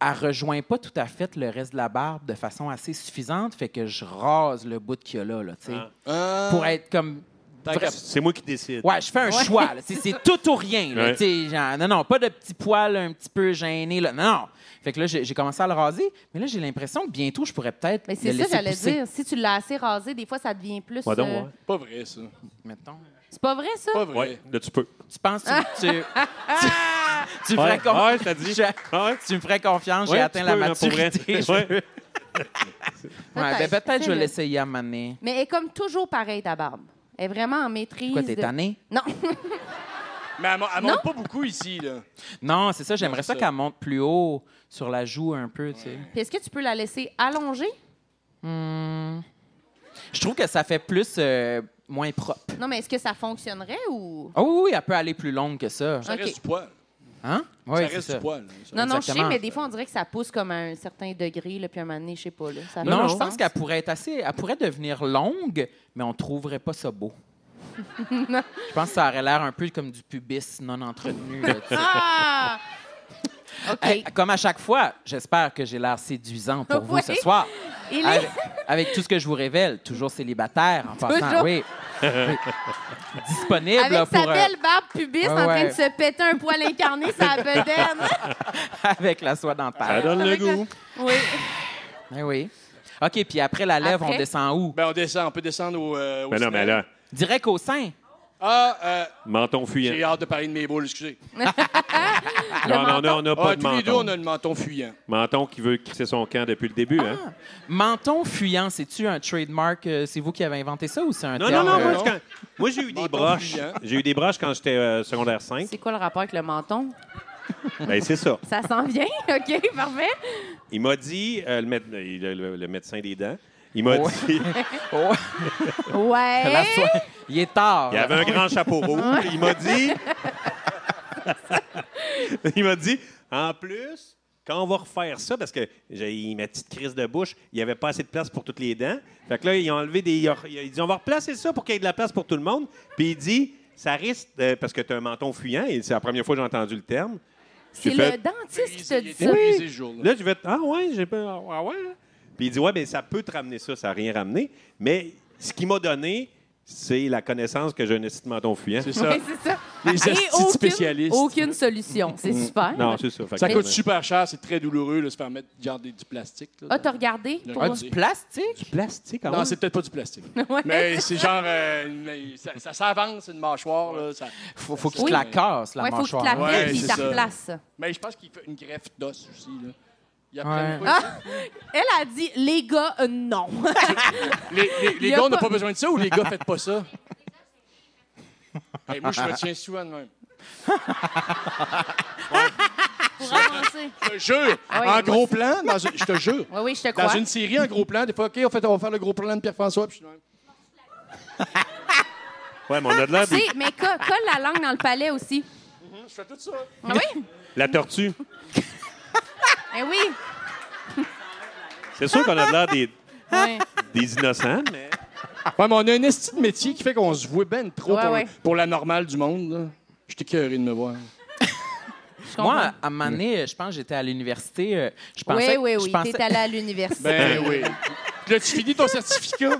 S4: elle rejoint pas tout à fait le reste de la barbe de façon assez suffisante, fait que je rase le bout qu'il y a là, là, tu sais.
S6: Ah.
S4: Pour être comme...
S5: qu'à-
S6: C'est moi qui décide.
S4: Ouais, je fais un choix, là, tu sais, c'est tout ou rien, là,
S6: Ouais.
S4: tu sais, genre, non, non, pas de petits poils un petit peu gênés, là, non, non. Fait que là, j'ai j'ai commencé à le raser, mais là, j'ai l'impression que bientôt, je pourrais peut-être
S3: Mais
S4: le
S3: c'est ça,
S4: laisser
S3: j'allais
S4: pousser.
S3: dire. Si tu l'as assez rasé, des fois, ça devient plus.
S6: Ouais, donc,
S3: euh,
S6: ouais.
S5: Pas vrai, ça.
S4: Mettons.
S3: C'est pas vrai, ça?
S5: Pas vrai.
S6: Ouais, là, tu peux.
S4: Tu penses que tu, tu, tu- tu me ferais
S6: Ouais,
S4: confiance.
S6: ouais, je t'ai dit. Ah Ouais.
S4: Tu me ferais confiance, j'ai
S6: Ouais,
S4: atteint
S6: tu
S4: la
S6: peux, là, pour vrai.
S4: maturité. je-
S6: Ouais.
S4: Ouais, ben, peut-être je vais
S3: Essaye-le.
S4: l'essayer à maner.
S3: Mais elle est comme toujours pareille, ta barbe. Elle est vraiment en maîtrise.
S4: Quoi, t'es
S3: de-
S4: tanné?
S3: Non.
S5: Mais elle, mon- elle monte pas beaucoup ici, là.
S4: Non, c'est ça, j'aimerais
S5: Non, c'est
S4: ça,
S5: ça.
S4: qu'elle monte plus haut sur la joue un peu, tu sais.
S3: Puis est-ce que tu peux la laisser allongée?
S4: Je trouve que ça fait plus euh, moins propre.
S3: Non, mais est-ce que ça fonctionnerait ou.
S4: Oh oui, oui, elle peut aller plus longue que ça.
S5: Ça
S3: Ok.
S5: reste du poil.
S4: Hein? Oui,
S5: ça
S4: c'est
S5: reste
S4: ça.
S5: du poil. là. Ça-
S3: Non, non, je sais,
S4: Exactement.
S3: mais des fois, on dirait que ça pousse comme à un certain degré, là, puis à un moment donné, je sais pas. Là, ça
S4: Non,
S3: fait du
S4: je pense
S3: sens.
S4: qu'elle pourrait être assez. Elle pourrait devenir longue, mais on trouverait pas ça beau. je pense que ça aurait l'air un peu comme du pubis non entretenu. là, tu sais.
S3: Ah! OK.
S4: Hey, comme à chaque fois, j'espère que j'ai l'air séduisant pour vous
S3: Oui.
S4: ce soir.
S3: Il est-
S4: Avec, avec tout ce que je vous révèle, toujours célibataire en passant,
S3: Toujours.
S4: oui. Oui. Disponible là,
S3: Avec
S4: pour
S3: sa
S4: euh,
S3: belle barbe pubis
S4: ouais,
S3: en train de
S4: ouais.
S3: se péter un poil incarné sa bedaine.
S4: avec la soie
S6: Ça
S4: dentaire.
S6: donne le
S3: Avec la-
S6: goût.
S3: Oui.
S4: Ben oui. OK, puis après la lèvre,
S3: Après?
S4: on descend où?
S5: Ben, on descend, on peut descendre au. euh, au
S6: Mais non,
S5: snap.
S6: mais là,
S4: Direct au sein.
S5: Ah, euh,
S6: Menton fuyant.
S5: j'ai hâte de parler de mes boules, excusez.
S6: Non, non, non, on n'a pas
S5: Ah,
S6: de
S5: tous les deux, on
S6: menton.
S5: a le menton fuyant.
S6: Menton qui veut crisser son camp depuis le début, hein?
S4: Menton fuyant, c'est-tu un trademark? euh, c'est vous qui avez inventé ça ou c'est un
S6: Non, non,
S4: terme,
S6: non,
S4: euh,
S6: moi,
S5: non.
S6: je- quand- moi, j'ai eu des
S5: Menton
S6: broches.
S5: fuyant.
S6: J'ai eu des broches quand j'étais euh, secondaire 5.
S3: C'est quoi le rapport avec le menton?
S6: Ben, c'est ça.
S3: Ça s'en vient? OK, parfait.
S6: Il m'a dit, euh, le, méde- le- le- le médecin des dents, il m'a
S4: Ouais.
S6: dit,
S4: oh, la
S3: Ouais.
S4: soie- Il est tard.
S6: il avait un grand chapeau rouge, il m'a dit, il m'a dit, en plus, quand on va refaire ça, parce que j'ai eu ma petite crise de bouche, il n'y avait pas assez de place pour toutes les dents. Fait que là, ils ont enlevé des. ils ont- Ils ont dit, on va replacer ça pour qu'il y ait de la place pour tout le monde. Puis il dit, ça risque, de- parce que tu as un menton fuyant, et c'est la première fois que j'ai entendu le terme.
S3: C'est
S6: J'ai
S3: le
S6: fait-
S3: dentiste qui te
S5: Il
S3: dit
S5: était
S3: ça.
S5: brisé ce jour-là.
S6: Là, je vais. t- Ah ouais, j'ai pas. Ah ouais. hein? Puis il dit ouais, mais ça peut te ramener ça, ça n'a rien ramené. Mais ce qu'il m'a donné, c'est la connaissance que j'ai un esti de menton fuyant.
S5: C'est ça.
S3: Ouais, c'est ça.
S5: Les
S3: Et
S5: estis de
S3: aucune,
S5: spécialistes.
S3: aucune solution. C'est
S4: Mm.
S3: super.
S6: Non, c'est ça. Fait
S5: Ça
S6: que-
S5: coûte super cher, c'est très douloureux de se faire mettre genre, des- du plastique. là.
S3: Ah, t'as regardé? Pour...
S4: Ah, du plastique?
S6: du plastique. ah
S5: non,
S6: ouais?
S5: c'est peut-être pas du plastique.
S3: Ouais.
S5: Mais c'est genre. euh, mais ça, ça s'avance, une mâchoire. Là, ça-
S4: Faut, faut qu'il
S5: Oui.
S4: te la casse, la
S3: Ouais, faut que tu
S4: mâchoire.
S3: la mettes
S5: Ouais,
S3: puis
S5: c'est
S3: tu la
S5: ça.
S3: replaces.
S5: Mais je pense qu'il fait une greffe d'os aussi. Là. Il
S4: Ouais.
S5: apprend pas.
S3: Ah! Elle a dit, les gars, euh, non.
S5: Les, les, les
S3: y a
S5: gars, on n'a
S3: pas-
S5: pas besoin de ça ou les gars, faites pas ça? Hey, moi, je me tiens souvent de même.
S3: Pour avancer.
S5: Je te jure,
S3: ouais, Ah moi
S5: en gros plan, dans une- je te jure.
S3: Oui, oui, je te
S5: Dans
S3: crois.
S5: une série, en gros plan, des fois, OK, en fait, on va faire le gros plan de Pierre-François, puis je suis de même.
S6: Ouais, mais on a de l'air
S3: Tu
S6: des-
S3: sais, mais co- colle la langue dans le palais aussi.
S5: Je fais tout ça.
S3: Ah oui?
S6: la tortue.
S3: Eh oui.
S6: C'est sûr qu'on a de l'air des,
S3: Ouais.
S6: des innocents, mais
S5: Ouais, mais on a un esti de métier qui fait qu'on se voit ben trop
S3: Ouais,
S5: pour,
S3: ouais.
S5: pour la normale du monde. là. Je t'ai écœuré de me voir.
S3: Je comprends.
S4: Moi, à à un moment donné, je pense que j'étais à l'université. euh, Je
S3: oui,
S4: pensais,
S3: oui, oui.
S4: Je pensais,
S3: T'es allé à l'université.
S5: Ben oui. Puis Là, tu finis ton certificat.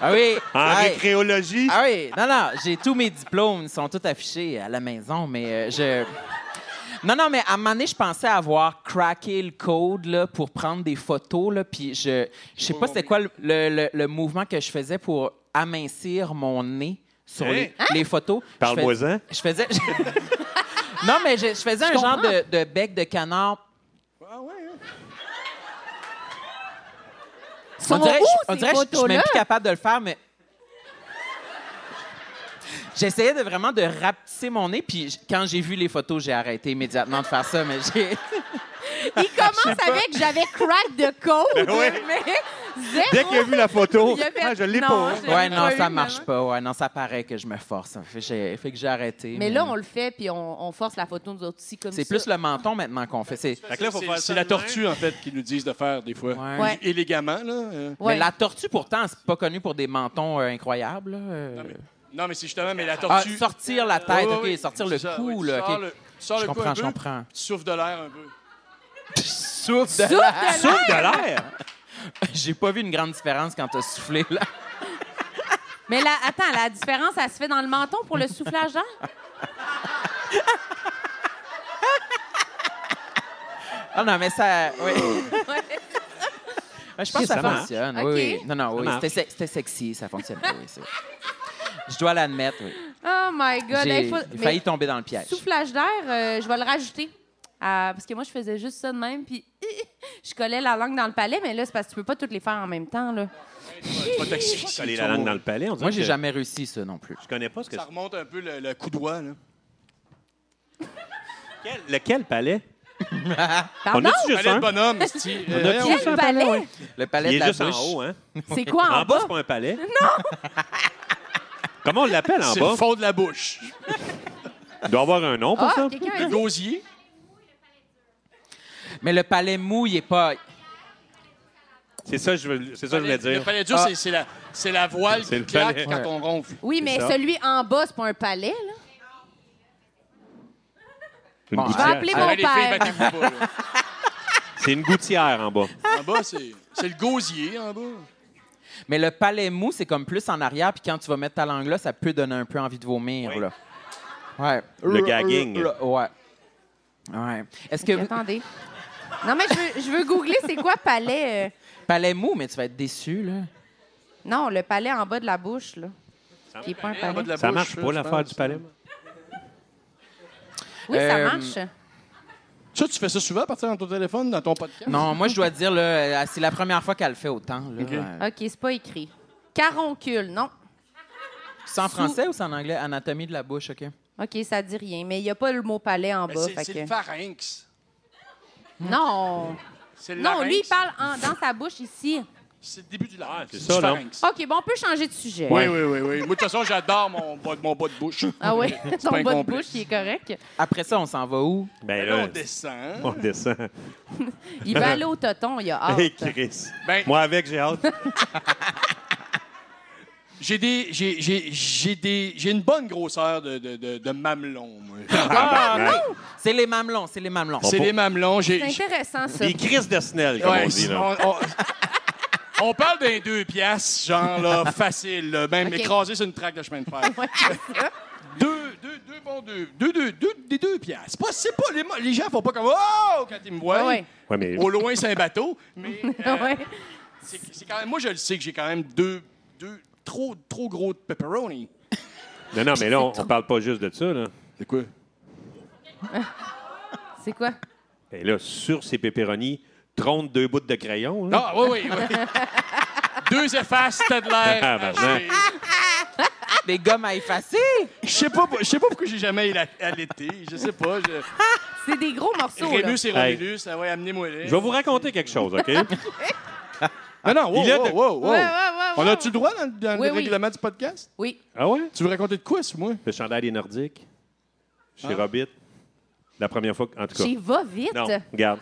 S4: ah oui,
S6: en
S4: hey,
S6: récréologie.
S4: ah oui, non, non, j'ai tous mes diplômes, ils sont tous affichés à la maison, mais euh, je... Non, non, mais à un moment donné, je pensais avoir craqué le code là, pour prendre des photos, là, puis je je sais pas c'était quoi le, le- le- le mouvement que je faisais pour amincir mon nez sur
S5: Hein?
S4: les, les photos. Je fais-
S6: Parle-moi-en.
S4: Je faisais... non, mais je, je faisais un genre de, de bec de canard.
S5: Ah ouais, hein?
S3: Sont
S4: On dirait,
S3: où,
S4: je, on
S3: ces
S4: dirait que je- je suis
S3: photos-là?
S4: même plus capable de le faire, mais. J'essayais de vraiment de rapetisser mon nez, puis j- quand j'ai vu les photos, j'ai arrêté immédiatement de faire ça, mais j'ai.
S3: Il commence avec j'avais crack de code,
S6: Ben ouais.
S3: mais zéro.
S6: Dès qu'il a vu la photo,
S3: Il a fait-
S6: ah, je l'ai
S3: Non,
S6: pas.
S3: je- pas
S4: Ouais, non,
S3: eu,
S4: ça
S3: mais ouais.
S4: marche pas. Ouais, non, ça paraît que je me force. Ça Fait, que j'ai- fait que j'ai arrêté.
S3: Mais là, on le fait, puis on, on force la photo nous autres aussi comme
S4: C'est
S3: ça.
S4: plus le menton maintenant qu'on fait. C'est...
S6: Fait que là, faut
S5: C'est-
S6: faire
S5: C'est
S6: ça
S5: la
S6: de même.
S5: tortue, en fait, qu'ils nous disent de faire des fois.
S4: Ouais.
S3: Ouais.
S5: Illégalement, là. euh.
S3: Ouais.
S4: Mais la tortue, pourtant, c'est pas connu pour des mentons euh, incroyables. là, euh.
S5: Non, mais c'est justement, mais la
S4: Ah,
S5: tortue.
S4: sortir la
S5: Ouais,
S4: tête,
S5: ouais,
S4: OK,
S5: ouais.
S4: sortir
S5: C'est
S4: le
S5: ça,
S4: cou,
S5: ouais, tu
S4: là,
S5: sors
S4: OK.
S5: le- tu sors
S4: Je
S5: le cou un
S4: comprends, je
S5: peu,
S4: comprends.
S5: Tu souffles de l'air un peu.
S4: Souffle de-
S3: Souffle de l'air.
S6: Souffle de l'air.
S4: J'ai pas vu une grande différence quand t'as soufflé, là.
S3: Mais là, attends, la différence, elle se fait dans le menton pour le soufflage d'air?
S4: Ah non, mais ça. Oui. Ouais, je pense que ça,
S6: Ça marche.
S4: fonctionne.
S3: OK.
S4: Oui, oui. Non, non, oui.
S6: marche.
S4: C'était, se- c'était sexy, ça fonctionne. Oui, c'est vrai. Je dois l'admettre, oui.
S3: Oh my God.
S4: J'ai
S3: là, il faut... mais
S4: failli tomber dans le piège.
S3: Soufflage d'air, euh, je vais le rajouter. Ah, parce que moi, je faisais juste ça de même, puis je collais la langue dans le palais, mais là, c'est parce que tu peux pas toutes les faire en même temps. Là.
S5: Pas t'asphyxier,
S6: Coller
S5: tu
S6: la langue
S5: vois.
S6: dans le palais. On dirait
S4: Moi, j'ai
S6: que
S4: jamais réussi ça non plus.
S6: Je connais pas ce que
S5: Ça
S6: c'est.
S5: remonte un peu le, le coup de doigt, là.
S6: Quel- Lequel palais? On
S3: Pardon?
S6: a juste
S5: Palais de
S6: un.
S5: bonhomme, esti. Euh,
S6: a-tu-
S3: Ah Quel
S6: juste un
S3: palais?
S4: Le palais
S6: Il
S4: de
S6: est
S4: la
S6: juste en
S4: bouche.
S6: haut, hein?
S3: C'est quoi en,
S6: En bas, c'est pas un palais. Non! Comment on l'appelle en
S5: C'est le
S6: bas?
S5: fond de la bouche.
S6: Il doit avoir un nom pour
S3: Ah,
S6: ça.
S3: quelqu'un a
S5: Le
S3: dit-
S5: gosier.
S4: Mais le palais mou, il est pas.
S6: C'est ça, je veux- c'est ça que je voulais
S5: Le
S6: dire.
S5: palais dur,
S4: Ah.
S5: c'est- c'est la, c'est la voile
S6: C'est
S5: qui
S6: le
S5: claque
S6: palais.
S5: quand
S4: Ouais.
S5: on ronfle.
S3: Oui, mais
S6: C'est ça.
S3: celui en bas, c'est pas un palais. Là.
S6: Une
S4: Bon,
S3: Je vais
S4: Ah,
S6: gouttière.
S3: appeler
S5: Ouais,
S3: mon
S5: les
S3: père.
S5: filles, battez-vous pas, là.
S6: C'est une gouttière en bas.
S5: En bas, c'est c'est le gosier, en bas.
S4: Mais le palais mou, c'est comme plus en arrière, puis quand tu vas mettre ta langue là, ça peut donner un peu envie de vomir,
S6: Oui.
S4: là. Ouais.
S6: Le gagging.
S4: Ouais. Ouais. Est-ce que.
S3: Ok, Attendez. Non, mais je veux, je veux googler c'est quoi palais. euh,
S4: Palais mou, mais tu vas être déçu, là.
S3: Non, le palais en bas de la bouche. Là.
S6: Ça
S3: qui est pas un
S5: En bas
S3: palais.
S5: de la
S6: Ça
S5: bouche,
S6: marche pas,
S5: je
S6: l'affaire
S5: pense. hein.
S6: du palais.
S3: Oui, ça
S4: Euh,
S3: marche.
S5: Ça, tu fais ça souvent, partir dans ton téléphone, dans ton podcast?
S4: Non, moi, je dois dire, là, euh, c'est la première fois qu'elle le fait autant. Là, Euh,
S3: OK, c'est pas écrit. Caroncule, non.
S4: C'est en français ou c'est en anglais? Anatomie de la bouche, OK.
S3: OK, ça dit rien, mais il n'y a pas le mot palais en
S5: Mais
S3: bas.
S5: Ben, c'est
S3: fait
S5: c'est
S3: que-
S5: le pharynx.
S3: Non.
S5: C'est le
S3: Non,
S5: larynx.
S3: lui, il parle en- dans sa bouche ici.
S5: C'est le début du larynx.
S6: Ah, c'est
S5: du
S6: ça, là.
S5: pharynx.
S3: OK, bon, on peut changer de sujet.
S5: Oui, oui, oui, oui. Moi, de toute façon, j'adore mon bas, mon bas de bouche.
S3: Ah oui, ton bas
S5: pas
S3: de
S5: incomplet.
S3: bouche, il est correct.
S4: Après ça, on s'en va où?
S6: Ben
S5: Là, on
S6: là,
S5: descend. Ah,
S6: on descend.
S3: Il va aller au toton, il a
S6: Hey,
S3: hâte.
S6: Chris.
S5: Ben-
S6: Moi, avec, j'ai hâte.
S5: J'ai des, j'ai, j'ai, j'ai des, j'ai une bonne grosseur de, de, de, de mamelon. moi.
S6: Ah,
S4: C'est les mamelons, c'est les mamelons.
S5: C'est
S6: On
S5: les mamelons. J'ai,
S3: C'est
S5: j'ai-
S3: intéressant, ça.
S6: Les Chris de Snell, comme
S5: ouais,
S6: on dit. Là.
S5: on- on- on parle d'un deux piastres, genre là, facile, là, même
S3: Ok.
S5: écrasé sur une traque de chemin de fer.
S3: Ouais, c'est ça.
S5: deux, deux, deux bons deux, deux, deux, deux, des deux piastres. C'est pas, c'est pas les, mo- les gens font pas comme oh quand ils me voient.
S3: Ouais.
S6: Ouais, mais
S5: Au loin c'est un bateau, mais euh,
S3: Ouais.
S5: c'est, c'est quand même, moi je le sais que j'ai quand même deux, deux trop, trop gros de pepperoni.
S6: Non, non, mais là, on, on parle pas juste de ça. Là.
S5: C'est quoi?
S3: C'est quoi?
S6: Et Ben là, sur ces pépéronis, 32 deux bouts de crayon. là.
S5: Ah, oui, oui, oui. Deux effaces, t'as de
S6: Ah,
S5: l'air.
S6: ben,
S5: achevé.
S4: Des gommes à effacer?
S5: Je sais pas, je sais pas pourquoi j'ai jamais éla- allaité. Je sais pas. Je...
S3: C'est des gros morceaux, là.
S5: Rémus et Romulus, ah ça va amener moi là.
S6: Je vais vous raconter quelque chose, OK?
S5: Non, non, wow,
S6: Il est
S5: wow,
S6: de-
S5: wow, wow.
S3: Ah, Ouais, ouais, ouais,
S5: On
S3: ouais.
S5: a-tu le droit dans, dans
S3: Oui,
S5: le
S3: oui.
S5: règlement du podcast?
S3: Oui.
S6: Ah ouais?
S5: Tu veux raconter de quoi, sur moi?
S6: Le chandail des Nordiques, chez
S5: Ah.
S6: Robit. La première fois, que- en tout cas.
S3: J'y va vite. Ah,
S6: Non, regarde.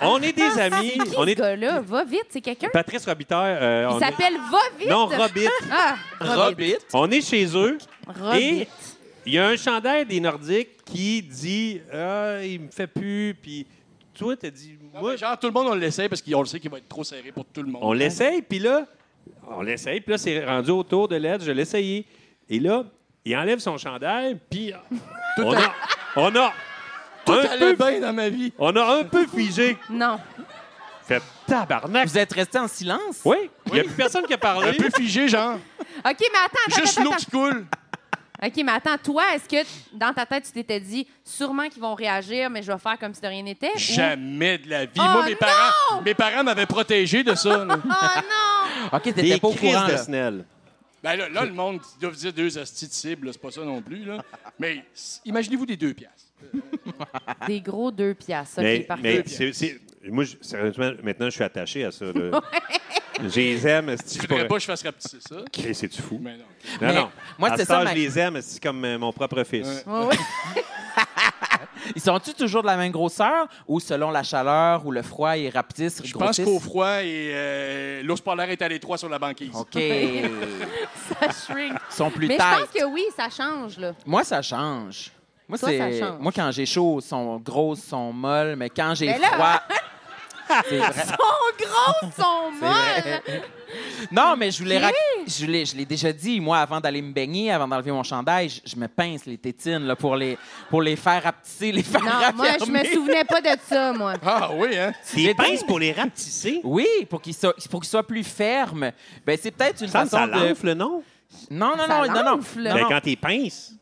S6: on est des amis.
S3: Qui,
S6: on
S3: ce
S6: est...
S3: gars-là? Va vite, c'est quelqu'un?
S6: Patrice Robitaille. euh,
S3: Il
S6: on est-
S3: s'appelle Va vite.
S6: Non, Robit.
S3: Ah, Robit.
S4: Robit.
S6: On est chez eux.
S3: Robit.
S6: Et il y a un chandail des Nordiques qui dit Ah, il me fait plus. Puis toi, t'as dit Moi,
S5: Moi, genre, tout le monde, on l'essaie parce qu'on le sait qu'il va être trop serré pour tout le monde.
S6: On l'essaye, puis là, on l'essaye, puis là, c'est rendu autour de l'aide, je l'ai essayé. Et là, il enlève son chandail, puis on a, on a
S5: Tout
S6: un
S5: allait
S6: peu,
S5: bien dans ma vie.
S6: on a un peu figé.
S3: Non.
S6: Fait tabarnak.
S4: Vous êtes restés en silence?
S6: Oui, il n'y a plus personne qui a
S5: Un
S6: parlé.
S5: peu figé, genre.
S3: OK, mais attends, attends,
S5: Juste
S3: attends,
S5: l'eau
S3: attends.
S5: qui coule.
S3: OK, mais attends, toi, est-ce que t- dans ta tête, tu t'étais dit sûrement qu'ils vont réagir, mais je vais faire comme si de rien n'était? ou-
S5: Jamais de la vie.
S3: Oh,
S5: moi, mes
S3: non!
S5: parents, mes parents m'avaient protégé de ça. là.
S3: Oh non!
S4: OK, t'étais
S6: Des
S4: pas au
S6: crises
S4: courant,
S6: de
S4: là.
S6: Snell.
S5: Ben là, là, le monde ils doivent dire deux astis de cible, là, c'est pas ça non plus. Là. Mais s- imaginez-vous des deux piastres.
S3: Des gros deux piastres. OK,
S6: Mais,
S3: parfait.
S6: mais c'est- c'est- moi, je- sérieusement, maintenant, je suis attaché à ça. là. Je les aime.
S5: Tu
S6: Si je
S5: voudrais
S6: pourrais...
S5: pas que je fasse rapetisser ça.
S6: Chris, C'est-tu fou?
S5: Mais non.
S6: Non,
S4: Mais
S6: non.
S4: moi,
S6: À
S4: c'est
S6: cet
S4: ça,
S6: âge,
S4: ma-
S6: je les aime, c'est comme euh, mon propre fils.
S5: Ouais.
S3: Ouais, ouais.
S4: Ils sont-tu toujours de la même grosseur ou selon la chaleur ou le froid, ils rapetissent,
S5: Je pense
S4: grossissent?
S5: qu'au froid, et euh, l'ours polaire est à l'étroit sur la banquise.
S4: OK. Ils
S3: Ça shrink.
S4: sont plus
S3: Mais je
S4: tight.
S3: pense que oui, ça change, là.
S4: Moi, ça change. Moi,
S3: Toi, ça
S4: c'est-
S3: change.
S4: Moi, quand j'ai chaud, ils sont grosses, ils sont molles, mais quand j'ai
S3: Mais là-
S4: froid. c'est vrai.
S3: Ton gros, son
S4: vrai.
S3: molle!
S4: Non, mais je voulais. rac- Je l'ai, je l'ai déjà dit, moi, avant d'aller me baigner, avant d'enlever mon chandail, je, je me pince les tétines là, pour, les, pour les faire rapetisser, les faire
S3: Non, moi, je me
S4: raffermer.
S3: souvenais pas de ça, moi.
S5: Ah oui, hein?
S6: Des pinces pour les rapetisser.
S4: Oui, pour qu'ils soient, pour qu'ils soient plus fermes. Ben, c'est peut-être une
S6: Ça,
S4: façon
S6: ça
S4: de.
S5: euh,
S6: l'enfle, non?
S4: Non, non,
S3: Ça
S4: non, non, non.
S3: l'enfle.
S4: Non,
S6: Ben,
S4: non.
S6: quand t'es pince.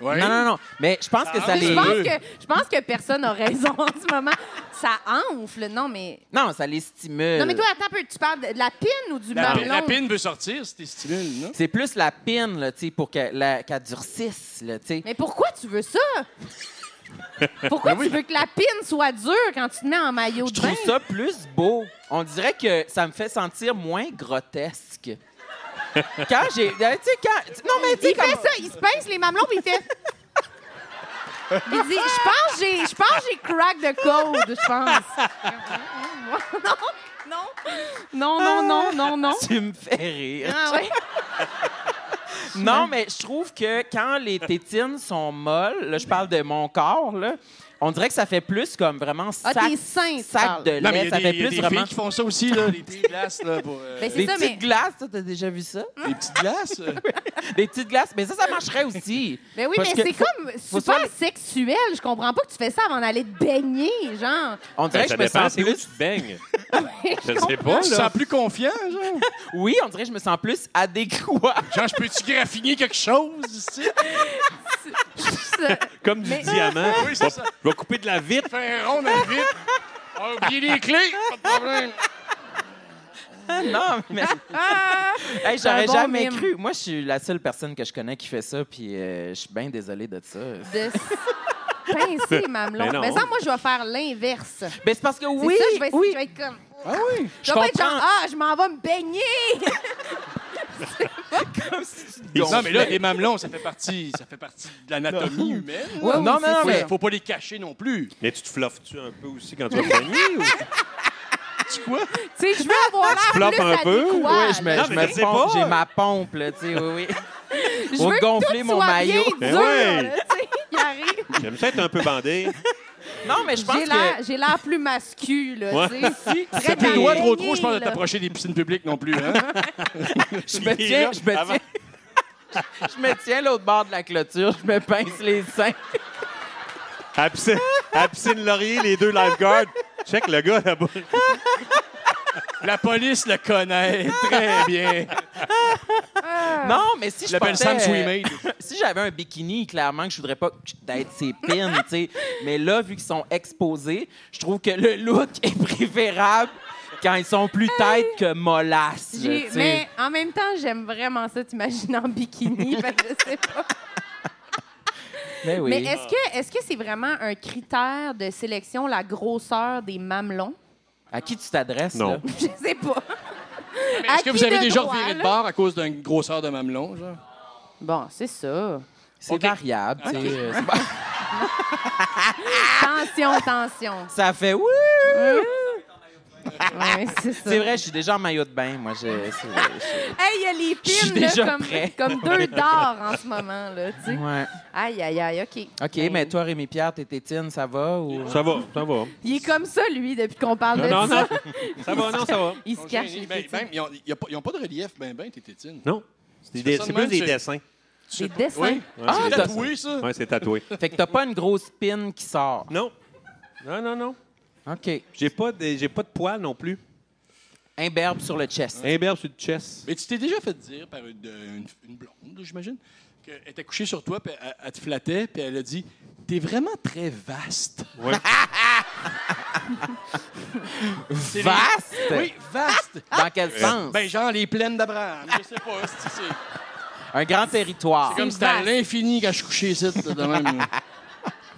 S5: Ouais.
S4: Non, non, non. Mais je pense que ça
S3: Mais
S5: enfle.
S4: les.
S3: je pense que je pense que personne n'a raison en ce moment. Ça enfle, non mais.
S4: Non, ça les stimule.
S3: Non mais toi, attends un peu, tu parles de la pine ou du
S5: La, pi-
S3: ballon?
S5: la pine veut sortir, c'était stylé, non?
S4: C'est plus la pine, là, tu sais, pour qu'elle la- qu'elle durcisse, là, tu sais.
S3: Mais pourquoi tu veux ça? Pourquoi tu veux que la pine soit dure quand tu te mets en maillot
S4: Ben
S3: de
S4: Je
S3: bain?
S4: trouve ça plus beau. On dirait que ça me fait sentir moins grotesque. quand j'ai. euh, Tu sais, quand. Non, mais tu sais,
S3: Il
S4: comme-
S3: fait ça, il se pince les mamelons puis il fait. Il dit, je pense que j'ai, je pense que j'ai crack de code, je pense. Non, non, non, non, non, non, non.
S4: Tu me fais rire.
S3: Ah ouais.
S4: Non, mais je trouve que quand les tétines sont molles, là, je parle de mon corps, là, On dirait que ça fait plus comme vraiment
S3: Ah,
S4: sac,
S3: tes seins, tu
S4: sac
S3: parles.
S4: de
S5: Non, mais
S4: lait.
S5: il y
S4: Ça
S5: a
S4: fait
S5: des, il y a des
S4: plus
S5: filles
S4: vraiment.
S5: qui font ça aussi, là, les petites glaces. Là, pour, euh,
S3: Ben,
S4: Des
S3: c'est ça, mais,
S4: petites glaces, toi, t'as déjà vu ça?
S5: les petites glaces. euh.
S4: Des petites glaces, mais ça, ça marcherait aussi.
S3: ben oui, mais
S4: Parce que
S3: c'est
S4: faut-
S3: comme
S4: faut
S3: super
S4: soit-
S3: sexuel. Je comprends pas que tu fais ça avant d'aller te baigner, genre.
S4: On dirait
S6: ça
S4: que je me
S6: dépend,
S4: sens
S6: c'est où tu
S4: plus.
S6: te baignes. je sais pas,
S5: Tu te
S6: là.
S5: sens plus confiant, genre?
S4: Oui, on dirait que je me sens plus adéquat.
S5: Genre, je peux-tu graffiner quelque chose ici?
S6: Comme du diamant.
S5: Ah Oui, c'est ça.
S6: Je vais couper de la vitre.
S5: Faire un rond dans le vide. On a oublié les clés, pas de problème.
S4: non, mais. Hey,
S3: C'est un
S4: J'aurais
S3: bon
S4: jamais
S3: mime.
S4: cru. Moi, je suis la seule personne que je connais qui fait ça, puis euh, je suis bien désolée de ça. Ben,
S3: de s- pincer les mamelons.
S6: Ben non.
S3: Mais ça, moi, je vais faire l'inverse. C'est
S4: Ben, c'est parce que oui,
S3: ça, je vais,
S4: oui,
S3: je vais être comme...
S5: Ah oui?
S4: je
S3: Je vais pas être
S4: comprends.
S3: genre, ah, je m'en vais me baigner!
S5: non, mais là, les mamelons, ça fait partie, ça fait partie de l'anatomie humaine.
S4: Ouais,
S5: Faut-
S4: non, non, non,
S5: faut,
S4: mais-
S5: faut pas les cacher non plus.
S6: Mais tu te fluffes-tu un peu aussi quand tu vas te baigner? ou-
S5: Tu quoi?
S3: tu sais, je veux avoir l'air
S6: floppes
S3: plus
S6: un peu?
S3: adéquat,
S4: Oui, je me,
S6: Non,
S4: je
S6: mais
S4: me
S6: je sais
S4: pompe,
S6: pas.
S4: j'ai ma pompe, là, tu sais, oui, oui.
S3: Je
S4: Pour
S3: veux que
S4: gonfler
S3: tout
S4: mon
S3: soit
S4: maillot.
S3: Bien
S6: Ben
S3: dur,
S6: ouais.
S3: là, tu sais, il arrive.
S6: J'aime ça être un peu bandé.
S4: Non, mais je pense
S3: J'ai l'air-
S4: que...
S3: J'ai l'air plus mascu, là,
S6: Ouais.
S3: tu sais. Prête à
S5: T'as
S3: me
S5: le droit trop
S3: baigner,
S5: trop, je pense, de
S3: là.
S5: t'approcher des piscines publiques non plus. Hein?
S4: Je me tiens, je me tiens... Je me tiens l'autre bord de la clôture, je me pince les seins.
S6: À piscine, à piscine Laurier, les deux lifeguards. Check le gars là-bas.
S5: La police le connaît très bien.
S3: Ah.
S4: Non, mais si
S5: Je
S4: je
S5: l'appelle
S4: portais,
S5: Sam
S4: euh,
S5: Swimade.
S4: Si j'avais un bikini, clairement que je voudrais pas que- d'être ses pins, tu sais. Mais là, vu qu'ils sont exposés, je trouve que le look est préférable quand ils sont plus têtes que molasses, là,
S3: J'ai-
S4: tu sais.
S3: Mais en même temps, j'aime vraiment ça, t'imagines en bikini. fait que je sais pas.
S4: Ben oui.
S3: Mais est-ce que est-ce que c'est vraiment un critère de sélection, la grosseur des mamelons?
S4: À qui tu t'adresses,
S6: Non.
S4: là?
S3: Je sais pas.
S5: Mais Est-ce
S3: À
S5: que vous
S3: qui
S5: avez
S3: de
S5: déjà
S3: droit,
S5: reviré de
S3: là?
S5: bord à cause d'une grosseur de mamelon? Genre?
S3: Bon, c'est ça.
S4: C'est
S5: Ok.
S4: variable, tu sais. euh, c'est pas-
S3: Tension, tension.
S4: Ça fait... Ouh!
S3: Ouais, c'est ça.
S4: C'est vrai, je suis déjà en maillot de bain, moi. Je, c'est- je-
S3: Hey, il y a les
S4: Je suis
S3: pins là,
S4: déjà
S3: comme,
S4: prêt.
S3: comme deux d'or en ce moment. Là, tu sais.
S4: ouais.
S3: Aïe, aïe, aïe, OK. Ben,
S4: OK, mais toi, Rémi-Pierre, t'es tétine, ça va? Ou...
S6: Ça va, ça va.
S3: Il est comme ça, lui, depuis qu'on parle de
S6: Non, non,
S3: ça.
S6: non. Ça va, non, ça va.
S3: Il se cache. les
S5: Ben,
S3: tétines.
S5: ben, ils ont- ils ont pas- ils ont pas de relief, ben, ben, tes tétines.
S6: Non. C'est des-
S5: Ça,
S6: c'est
S5: même,
S6: plus des
S5: c'est-
S6: dessins.
S3: Des dessins.
S5: Oui.
S4: Ah,
S5: c'est
S4: t'as-
S5: tatoué, ça.
S6: Ouais, c'est tatoué.
S4: Fait que t'as pas une grosse pine qui sort.
S6: Non. Non, non, non.
S4: OK.
S6: J'ai pas de, j'ai pas de poils non plus.
S4: Imberbe sur le chest.
S6: Imberbe sur le chest.
S5: Mais tu t'es déjà fait dire par une, une- une blonde, j'imagine, qu'elle était couchée sur toi, puis elle, elle te flattait, puis elle a dit T'es vraiment très vaste.
S6: Ouais.
S5: C'est les-
S4: Vaste?
S5: Oui, vaste.
S4: Dans quel sens?
S5: Ben, genre les plaines d'Abraham. Je sais pas. c'est- C'est c'est
S4: Un grand territoire.
S5: comme si c'était à
S3: vaste.
S5: l'infini quand je suis couché ici. là, de même.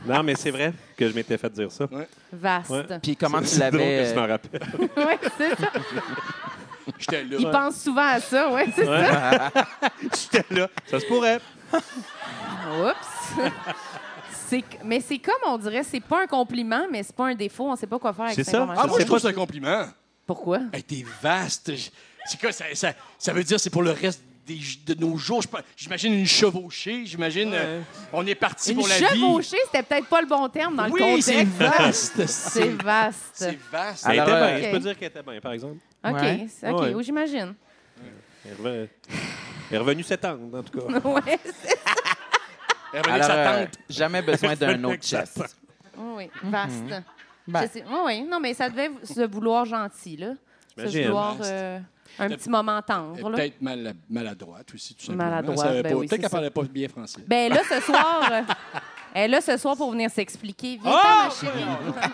S6: Non, mais c'est vrai que je m'étais fait dire ça.
S3: Vaste.
S6: Ouais.
S4: Puis comment Ah, tu
S6: C'est drôle que
S4: l'avais... euh,
S6: je m'en rappelle.
S3: Ouais, c'est ça.
S5: J'étais là.
S3: Il pense souvent à ça, ouais, c'est ça.
S6: J'étais là. Ça se pourrait.
S3: Oups. C'est- mais c'est comme on dirait, c'est pas un compliment, mais c'est pas un défaut. On sait pas quoi faire avec
S6: C'est
S3: cette
S6: ça.
S5: Ah,
S3: information.
S5: moi, je trouve que c'est un compliment.
S3: Pourquoi?
S5: Hey, t'es vaste. Je- C'est quoi, ça, ça, ça veut dire c'est pour le reste des, de nos jours. Je pe- J'imagine une chevauchée. J'imagine euh, on est parti
S3: Une
S5: pour la vie.
S3: chevauchée, c'était peut-être pas le bon terme dans le
S5: Oui,
S3: contexte.
S5: c'est vaste.
S3: C'est vaste.
S5: C'est vaste.
S6: Elle
S4: Alors,
S6: était
S4: euh,
S6: bien. Je
S3: ok.
S6: peux dire qu'elle était bien, par exemple.
S3: OK,
S4: Ouais.
S3: c'est- OK,
S6: Ouais.
S3: ou j'imagine.
S6: Elle est revenue, elle est revenue sept ans, en tout cas.
S3: Ouais, c'est-
S5: Elle revenait de
S4: Alors,
S5: sa
S4: euh,
S5: tante.
S4: jamais besoin d'un autre
S6: que ça
S4: chest.
S3: oui, vaste.
S4: Ben.
S3: Je sais- oui, oui. Non, mais ça devait se vouloir gentil, là. Se
S6: J'imagine.
S3: vouloir euh, un petit moment
S5: Et
S3: tendre, là.
S5: Peut-être mal- maladroite aussi, tout simplement.
S3: Maladroite,
S5: Elle savait
S3: ben
S5: pas-
S3: oui,
S5: Peut-être
S3: c'est
S5: qu'elle
S3: ça.
S5: parlait pas bien français.
S3: Ben là, ce soir... euh, Elle est là ce soir pour venir s'expliquer. Viens, t'en,
S6: Oh!
S5: Ah!
S3: ma chérie.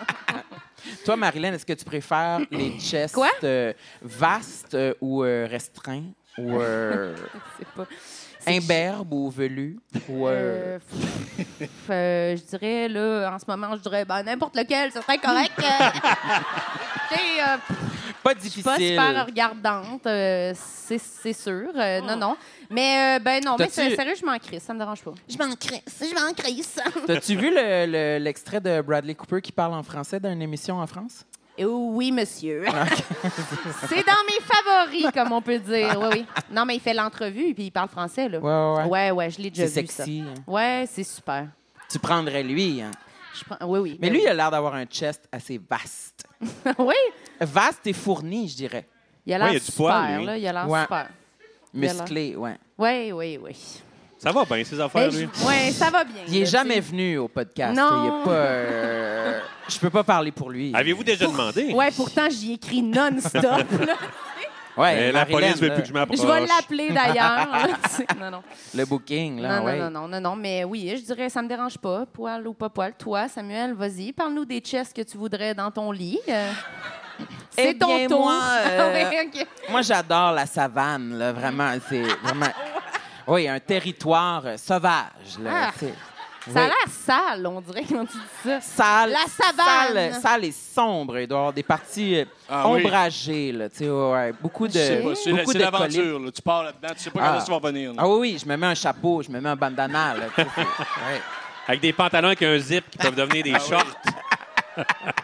S4: Toi, Marilyn, est-ce que tu préfères les chests
S3: Quoi?
S4: euh, vastes euh, ou euh, restreints ou euh,
S3: C'est pas-
S4: imberbes ou velus? Ou, euh,
S3: Euh, pff, euh, je dirais, là, en ce moment, je dirais, ben, n'importe lequel, ce serait correct. Euh, t'sais, euh, pff, pas
S4: pas difficile.
S3: super regardante, euh, c'est c'est sûr. Euh, Non, non. Mais, euh, ben, non, mais
S4: Oh. T'as-tu-
S3: sérieux, je m'en crisse, ça me dérange pas.
S1: Je m'en crisse, je m'en crisse.
S4: T'as-tu vu le- le- l'extrait de Bradley Cooper qui parle en français d'une émission en France?
S3: Et oui, monsieur. c'est dans mes favoris, comme on peut dire. Oui, oui. Non, mais il fait l'entrevue, puis il parle français, là.
S4: Ouais, ouais, ouais.
S3: ouais, je l'ai déjà
S4: C'est
S3: vu, ça.
S4: sexy. hein.
S3: Ouais, c'est super.
S4: Tu prendrais lui. hein.
S3: Je prends- Oui, oui.
S4: Mais lui, il a l'air d'avoir un chest assez vaste.
S3: oui,
S4: Vaste et fourni, je dirais.
S3: il a l'air
S6: Ouais, il a du
S3: super,
S6: poil, lui.
S3: là. Il a l'air
S4: Ouais.
S3: super. Il a l'air-
S4: Musclé, ouais.
S3: Oui, oui, oui.
S6: Ça va bien, ses affaires, lui.
S3: Oui, Ben, ça va bien.
S4: Il est
S3: là,
S4: jamais
S3: tu sais.
S4: venu au podcast.
S3: Non.
S4: Il est pas. euh, Je peux pas parler pour lui.
S6: Avez-vous déjà demandé?
S3: Ouais, pourtant, j'y écris non-stop. là.
S4: Ouais,
S6: Eh, la
S4: Marilyn,
S6: police veut
S4: là,
S6: plus que
S3: Je
S6: je m'approche.
S4: Oh,
S3: vais l'appeler d'ailleurs. là, tu sais. non, non.
S4: Le booking, là,
S3: non,
S4: ouais.
S3: non, non, non, non, non, mais oui, je dirais, ça me dérange pas, poil ou pas poil. Toi, Samuel, vas-y, parle-nous des chests que tu voudrais dans ton lit. Euh,
S4: Eh
S3: C'est ton
S4: bien,
S3: tour.
S4: moi, euh,
S3: Oui, ok.
S4: Moi, j'adore la savane, là, vraiment. C'est vraiment. Oui, un territoire euh, sauvage, là.
S3: Ah.
S4: tu sais.
S3: Ça a
S4: Oui.
S3: l'air sale, on dirait, quand tu dis ça.
S4: Sale,
S3: La savane.
S4: Sale, sale et sombre. Il doit y avoir des parties euh,
S5: Ah oui.
S4: ombragées, là, tu sais, ouais, ouais. Beaucoup de.
S5: C'est pas- c'est la-
S4: beaucoup
S5: c'est
S4: de collines.
S5: l'aventure. là. Tu pars là-dedans, tu sais pas
S4: Ah.
S5: quand est-ce que tu vas venir.
S4: Ah oui, oui, je me mets un chapeau, je me mets un bandana, là, tu sais, c'est- ouais.
S6: Avec des pantalons avec un zip qui peuvent devenir des shorts.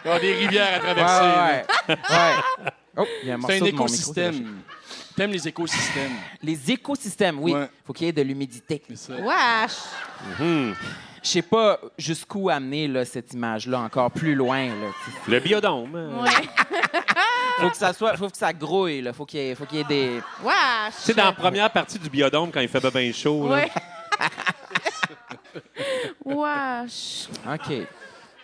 S5: Il y a des rivières à
S4: Ouais,
S5: traverser. là.
S4: ouais, ouais. Ouais. Oh, il y a un
S5: C'est
S4: morceau
S5: un
S4: de mon micro qui a lâché.
S5: écosystème. T'aimes les écosystèmes.
S4: Les écosystèmes, oui.
S5: Ouais.
S4: faut qu'il y ait de l'humidité.
S5: C'est ça.
S3: Wesh!
S4: Je sais pas jusqu'où amener là, cette image-là, encore plus loin. Là.
S6: Le biodôme. euh,
S3: Ouais.
S4: Faut que ça soit, faut que ça grouille. Là. Faut qu'il y ait, faut qu'il y ait des.
S3: Wesh!
S6: Tu sais, dans la première partie du biodôme, quand il fait bien chaud, là,
S4: hein.
S3: Ouais. Wesh!
S4: Ok.